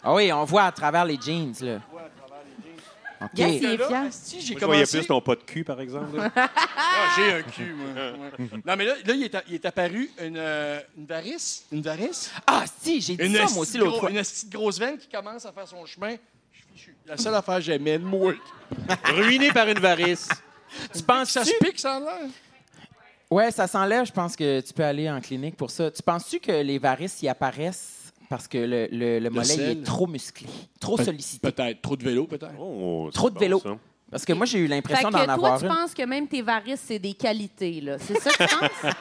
S4: Ah oui, on voit à travers les jeans, là.
S5: on voit à travers les jeans.
S4: OK.
S3: Yes, il est
S5: Là,
S3: fier.
S5: asti, j'ai
S6: Moi, je voyais
S5: commencé...
S6: plus ton pas de cul, par exemple. là.
S5: Ah, j'ai un cul, moi. Ouais. Non, mais là, là, il, est, a- il est apparu une, euh, une varice. Une varice?
S4: Ah, si, j'ai dit
S5: Une
S4: ça,
S5: asti
S4: moi aussi,
S5: de
S4: l'autre
S5: gros-
S4: fois.
S5: Une asti de grosse veine qui commence à faire son chemin. Je suis fichu. La seule affaire que j'aimais, moi.
S6: Ruiné par une varice.
S4: Tu penses
S5: Ça se pique, ça, là?
S4: Ouais, ça s'enlève. Je pense que tu peux aller en clinique pour ça. Tu penses-tu que les varices y apparaissent parce que le, le- le mollet il
S5: sel.
S4: est trop musclé, trop sollicité?
S5: Peut-être. Trop de vélo, peut-être.
S6: Oh, c'est
S4: Trop de
S6: bon,
S4: vélo.
S6: ça.
S4: Parce que moi, j'ai eu
S3: Fait
S4: l'impression
S3: que
S4: d'en
S3: toi,
S4: avoir
S3: tu
S4: une.
S3: penses que même tes varices, c'est des qualités, là. C'est ça que tu penses?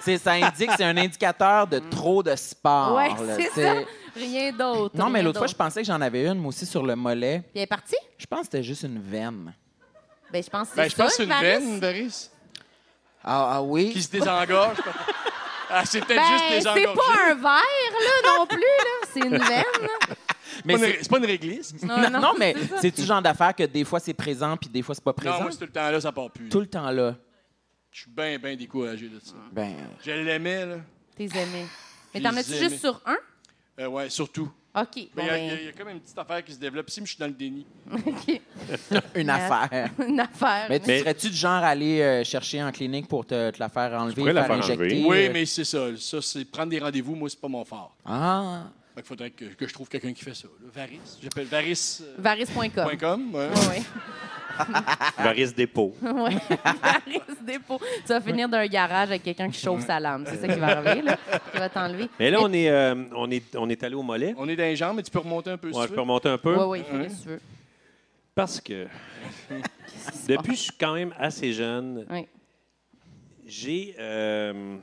S4: C'est- Ça indique, c'est un indicateur de trop de sport.
S3: Mm. ouais,
S4: Ah, là,
S3: c'est
S4: t'sais.
S3: ça. Rien d'autre.
S4: Non, mais
S3: rien
S4: l'autre fois, je
S3: d'autre.
S4: pensais que j'en avais une, moi aussi, sur le mollet.
S3: Puis elle est partie?
S4: Je pense que c'était juste une veine.
S3: Ben, je pense que c'est
S5: Ben, je
S3: ça,
S5: pense que c'est une
S3: varice.
S5: veine, une varice.
S4: Ah, ah
S5: Qui
S4: oui?
S5: se désengage. peut-être. Ah, c'est peut-être
S3: Ben,
S5: juste
S3: c'est pas
S5: désengorgé.
S3: un verre, là, non plus, là. C'est une veine.
S4: Mais
S5: C'est pas une-
S4: c'est-
S5: C'est pas une réglisse.
S4: non, non, mais c'est-tu le genre d'affaire que des fois, c'est présent puis des fois, c'est pas
S5: Non,
S4: présent?
S5: moi, c'est tout le temps là, ça part plus.
S4: Tout le temps là.
S5: Je suis bien, bien découragé de ça.
S4: Ben,
S5: Je l'aimais, là.
S3: T'es aimé. Mais
S5: Tes
S3: t'en as-tu
S5: aimés.
S3: juste sur un?
S5: Euh, ouais, surtout.
S3: OK.
S5: Mais
S3: Bon,
S5: il y a- il y, a-
S3: ben,
S5: il y a comme une petite affaire qui se développe. Si, mais je suis dans le déni.
S3: OK.
S4: une
S3: Yes.
S4: affaire.
S3: Une affaire.
S4: Mais tu
S6: Mais-
S4: serais-tu du genre à aller euh, chercher en clinique pour te, te la faire enlever,
S6: pourrais
S4: te
S6: la
S4: faire,
S6: faire enlever.
S4: injecter?
S5: Oui,
S4: euh,
S5: mais c'est ça. Ça, c'est prendre des rendez-vous, moi, c'est pas mon fort.
S4: Ah,
S5: Il faudrait que, que je trouve quelqu'un qui fait ça. là. Varice. J'appelle varice.com.
S3: Varice.com. Oui,
S5: ouais.
S3: oui.
S4: Ah.
S6: Varice dépôt.
S3: Ouais. Varice dépôt. Tu vas finir d'un garage avec quelqu'un qui chauffe sa lame. C'est ça qui va arriver, là. Qui va t'enlever.
S6: Mais là, on est, euh, on est, on est allé au mollet.
S5: On est dans les jambes, mais tu peux remonter un peu. si
S6: Ouais,
S5: tu
S6: je
S5: veux.
S6: peux remonter un peu.
S3: Oui, oui, fais ce que tu veux.
S6: Parce que depuis, je suis quand même assez jeune.
S3: Oui.
S6: J'ai, euh,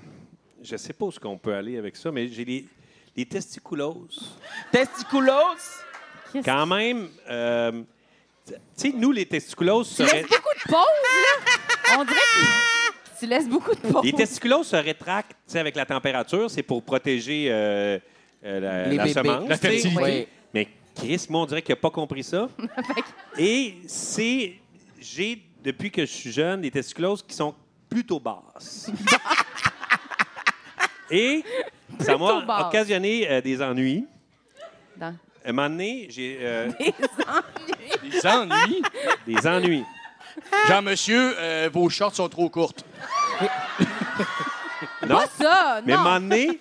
S6: je sais pas où ce qu'on peut aller avec ça, mais j'ai les, les testiculoses.
S4: Testiculose?
S6: Quand même, euh, tu sais, nous les testiculoses
S3: Tu
S6: seraient,
S3: laisses beaucoup de pauses, là. On dirait que tu laisses beaucoup de pauses.
S6: les testiculoses se rétractent, tu sais, avec la température, c'est pour protéger euh, euh, la,
S4: Les
S6: la
S4: bébés.
S6: semence,
S4: La
S6: tu sais.
S5: fertilité.
S4: Oui.
S6: Mais Chris, moi, on dirait qu'il n'a pas compris ça. Et c'est. J'ai, depuis que je suis jeune, des testiculoses qui sont plutôt basses. Et ça
S3: Plutôt
S6: m'a
S3: basses.
S6: occasionné euh, des ennuis.
S3: Dans-
S6: À un moment donné, j'ai euh,
S5: Des ennuis.
S6: des ennuis.
S5: Jean-Monsieur, euh, vos shorts sont trop courtes.
S6: Non?
S3: Pas ça,
S6: Mais à un
S3: non.
S6: moment donné,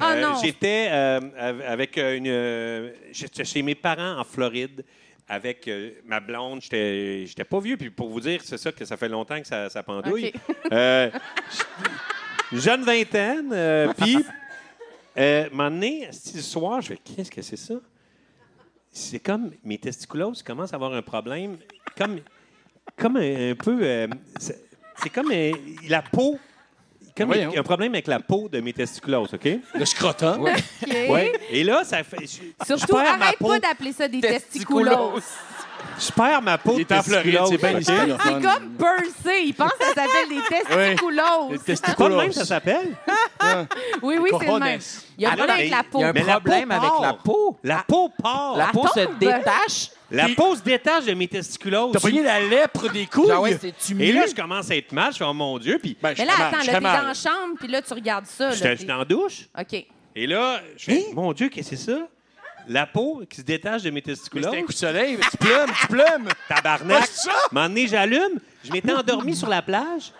S3: Ah,
S6: euh,
S3: non.
S6: j'étais euh, av- avec euh, une. euh, j'étais chez mes parents en Floride avec euh, ma blonde. J'étais j'étais pas vieux. Puis pour vous dire, c'est ça que ça fait longtemps que ça, ça pendouille. Euh, jeune vingtaine. euh, puis, euh, un moment donné, asti, le soir, je fais qu'est-ce que c'est ça? C'est comme mes testiculoses commencent à avoir un problème. Comme, comme un, un peu. euh, c'est c'est comme euh, la peau. Comme
S5: Voyons.
S6: un problème avec la peau de mes testiculoses, OK?
S5: Le scrotum.
S3: OK.
S6: Et là, ça fait. je- je
S3: Surtout,
S6: perds ma
S3: arrête
S6: peau.
S3: pas d'appeler ça des
S4: Testiculose.
S3: testiculos.
S6: Je perds ma peau
S5: Il
S6: de
S5: est en Floride,
S6: testiculose,
S5: c'est bien
S6: OK?
S5: ici. le
S3: C'est
S5: fun.
S3: comme burcé. Il pense que ça s'appelle des
S5: Les
S3: testiculoses.
S6: C'est pas
S5: testiculos.
S6: le même, ça s'appelle?
S3: oui, oui, c'est le même. Il y a un problème avec la peau.
S4: Il y a un
S6: Mais la
S4: problème
S6: peau
S4: avec
S6: part.
S4: la
S3: Oh!
S4: peau.
S6: La peau part.
S4: La peau se
S3: tombe.
S4: détache.
S6: La
S5: Puis-
S6: peau se détache de mes testiculoses.
S5: T'as pogné la lèpre des couilles?
S4: Genre, ouais, c'est tu
S6: Et là, je commence à être mal. Je fais, oh mon Dieu. Puis
S5: Ben, je
S3: Mais là,
S5: serais mal,
S3: attends,
S5: je
S3: là,
S5: serais
S3: t'es
S5: mal.
S3: dans la chambre, puis là, tu regardes ça. là,
S6: j'étais
S3: t'es-
S6: j'étais en douche.
S3: OK.
S6: Et là, je fais, mon Dieu, qu'est-ce que c'est ça? La peau qui se détache de mes
S5: Mais
S6: testiculoses.
S5: C'était un coup de soleil. Tu plumes, tu plumes.
S6: Tabarnak.
S5: Ah, c'est ça?
S6: M'en j'allume. Je m'étais endormi sur la plage.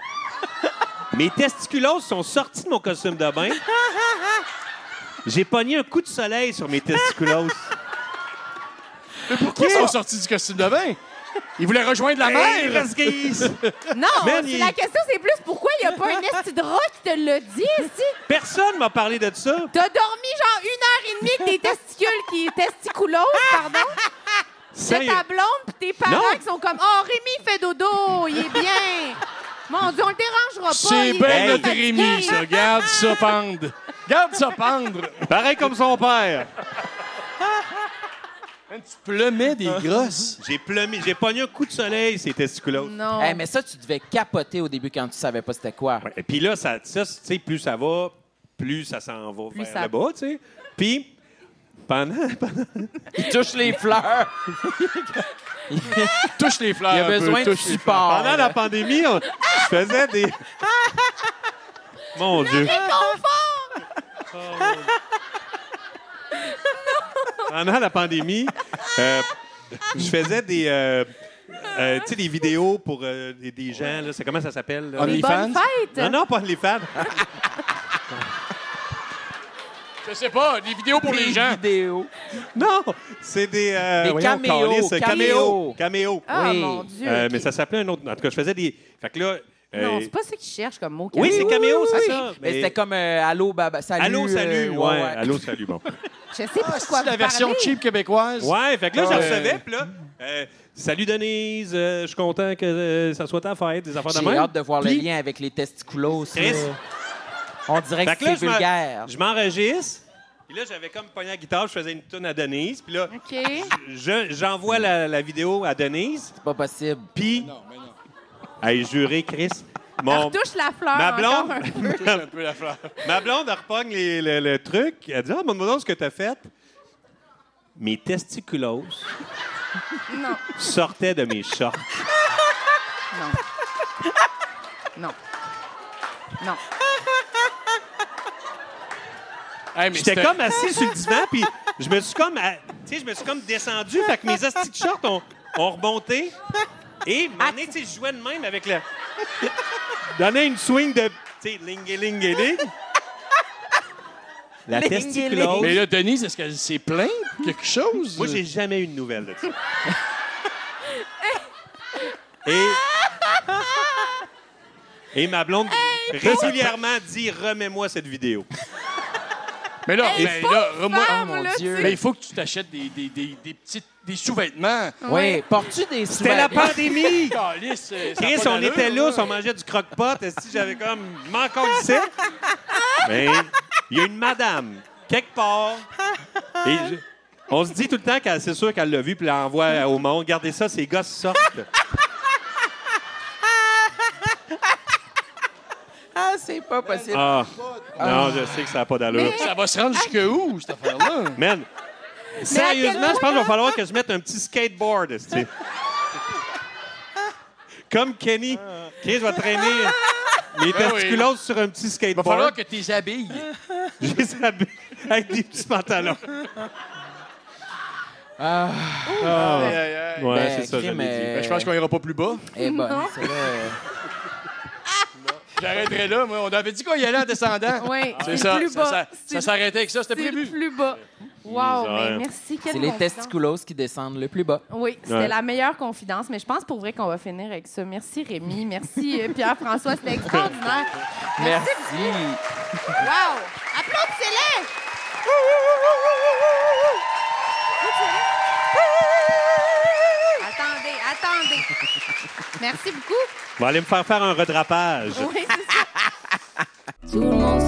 S6: Mes testiculoses sont sortis de mon costume de bain. J'ai pogné un coup de soleil sur mes testiculoses.
S5: Pourquoi ils sont sortis du costume de bain? Ils voulaient rejoindre la
S6: Hey,
S5: mer.
S6: parce que-
S3: Non,
S6: Man,
S3: c'est
S6: il-
S3: la question, c'est plus pourquoi il n'y a pas un esti de rat qui te l'a dit, esti?
S6: Personne m'a parlé de ça.
S3: T'as dormi genre une heure et demie avec des testicules qui... testiculoses, pardon?
S6: Ah, Ça,
S3: C'est
S6: il-
S3: ta blonde puis tes parents
S6: Non.
S3: qui sont comme « Oh, Rémi il fait dodo, il est bien! » Mon Dieu, on le dérangera pas.
S5: C'est
S3: il est
S5: bien
S3: pas
S5: notre
S3: fatigué.
S5: Rémi, ça. Garde ça pendre. Garde ça pendre.
S6: Pareil comme son père.
S5: Tu plumais des grosses.
S6: J'ai plumé, j'ai pogné un coup de soleil, ces testiculoses.
S3: Non.
S4: Eh, mais ça, tu devais capoter au début quand tu savais pas c'était quoi.
S6: Ouais, Et puis là, ça, ça, tu sais, plus ça va, plus ça s'en va
S3: Plus
S6: vers
S3: ça-
S6: le bas, tu sais. Puis, pendant, pendant-
S4: Il touche les fleurs.
S5: Touche les fleurs.
S4: Il a
S5: un peu,
S4: besoin de
S5: touche les
S4: support.
S6: pendant la pandémie, on- je faisais des... Mon Dieu. Oh. Pendant la pandémie, euh, je faisais des... euh, euh, tu sais, des vidéos pour euh, des, des gens, là, c'est comment ça s'appelle? là?
S5: On
S3: Les
S5: les
S3: bonnes
S5: fans?
S3: fêtes!
S6: Non, non, pas les fans.
S5: Je sais pas, des vidéos pour les
S6: hein.
S5: gens.
S4: vidéos.
S6: Non, c'est des... euh,
S4: Des
S6: voyons,
S4: caméos,
S6: câlisse,
S4: caméos.
S6: Caméos. Caméos.
S3: Ah,
S4: Oui.
S3: mon Dieu.
S6: Euh,
S3: ok.
S6: Mais ça s'appelait un autre. En tout cas, je faisais des. Fait que là. euh,
S3: Non, c'est pas ça qu'ils cherchent comme mot.
S6: Oui,
S3: Camille.
S6: c'est caméo, c'est
S4: Oui.
S6: ça.
S4: Mais c'était comme euh, Allô, baba, salut.
S6: Allô,
S4: euh,
S6: salut.
S4: ouais,
S6: ouais,
S4: ouais.
S6: allô, salut. Bon.
S3: Je sais pas
S6: Ah,
S3: quoi
S5: C'est la
S3: vous
S5: version
S3: parlez.
S5: cheap québécoise.
S6: Ouais, fait que là, je
S3: Ah,
S5: Ouais.
S6: recevais, puis là. euh, salut, Denise. euh, je suis content que euh, ça soit ta fête, des affaires de
S4: J'ai
S6: même.
S4: hâte de voir le
S6: Puis,
S4: lien avec les testiculos.
S6: Chris.
S4: là. On dirait
S6: Fait
S4: que
S6: que là,
S4: c'est
S6: je m'en-
S4: vulgaire.
S6: je m'enregistre. Puis là, j'avais comme pogné la guitare, je faisais une tune à Denise. Puis là,
S3: OK.
S6: je- j'envoie la, la vidéo à Denise.
S4: C'est pas possible.
S6: Puis.
S5: Non, mais non.
S6: Hey, juré, Chris. Mon,
S3: Touche la fleur
S6: ma
S3: encore
S6: blonde.
S3: un peu.
S5: Touche un peu la fleur.
S6: Ma blonde, elle repogne les- le, le truc. Elle dit Ah, demande-moi donc ce que t'as fait. Mes testiculoses
S3: Non.
S6: sortaient de mes shorts.
S3: Non. Non. Non.
S5: Hey, mais
S6: J'étais
S5: c'était-
S6: comme assis sur le divan, puis je me suis comme, à- tu sais, je me suis comme descendu, fait que mes hosties de shorts ont, ont remonté. Et mon nez, tu sais, je jouais de même avec le. Donnais une swing de, tu sais, ling ling ling. La
S5: Mais
S6: testiculose.
S5: là, Denise, est-ce qu'elle s'est plainte? Quelque chose?
S6: Moi, j'ai jamais eu de nouvelles de ça. Et. Et ma blonde régulièrement dit remets-moi cette vidéo.
S5: Mais là,
S3: Hey,
S5: mais
S3: pauvre
S5: là, remoi-
S3: femme,
S5: Oh, mon
S3: là,
S5: Dieu.
S4: tu sais.
S5: Mais il faut que tu t'achètes des, des, des, des petites des sous-vêtements.
S4: Oui, portes-tu des
S6: C'était la
S4: sous-vêtements?
S6: pandémie!
S5: Calisse, euh, ça a
S6: Chris,
S5: pas
S6: on
S5: d'allure,
S6: était là,
S5: là.
S6: on mangeait du croque-pot, et si j'avais comme manqué ici. Mais il y a une madame, quelque part. Et je- on se dit tout le temps qu'elle c'est sûr qu'elle l'a vu, puis elle envoie au monde. Regardez ça, ces gosses sortent.
S4: Ah, c'est pas possible.
S6: Ah. Non, je sais que ça n'a pas d'allure.
S5: Ça va se rendre jusque où, cette affaire-là?
S6: Man, sérieusement, je pense qu'il va falloir que je mette un petit skateboard. esti. Comme Kenny. Chris va traîner mes
S5: Ben oui.
S6: testiculoses sur un petit
S5: Il va falloir
S6: skateboard.
S5: que tu les habilles.
S6: Je les habille avec des petits pantalons.
S5: Aïe, aïe, aïe.
S6: Ah, Ouais,
S4: Ben,
S6: c'est ça, je
S4: crime,
S6: l'ai dit.
S5: Ben, je pense qu'on ira pas plus bas.
S4: Eh
S3: Non.
S4: bonne, celle-là.
S5: J'arrêterai là. Moi, on avait dit qu'on y allait en descendant.
S3: Oui,
S5: C'est
S3: le
S5: ça.
S3: plus
S5: Ça,
S3: bas.
S5: ça-
S3: C'est
S5: ça s'arrêtait avec ça. C'était
S3: C'est le
S5: prévu.
S3: plus bas. Wow, mais
S6: Misère.
S3: merci. quelle
S4: C'est les
S3: confidence.
S4: testiculoses qui descendent le plus bas.
S3: Oui, c'était
S6: Ouais.
S3: la meilleure confidence, mais je pense pour vrai qu'on va finir avec ça. Merci Rémi, merci euh, Pierre-François, c'était extraordinaire.
S4: Merci.
S3: Wow! Applaudissez-les! Attendez, attendez. Merci beaucoup.
S6: On va aller me faire faire un redrapage.
S3: Oui, c'est ça.
S1: Tout le monde se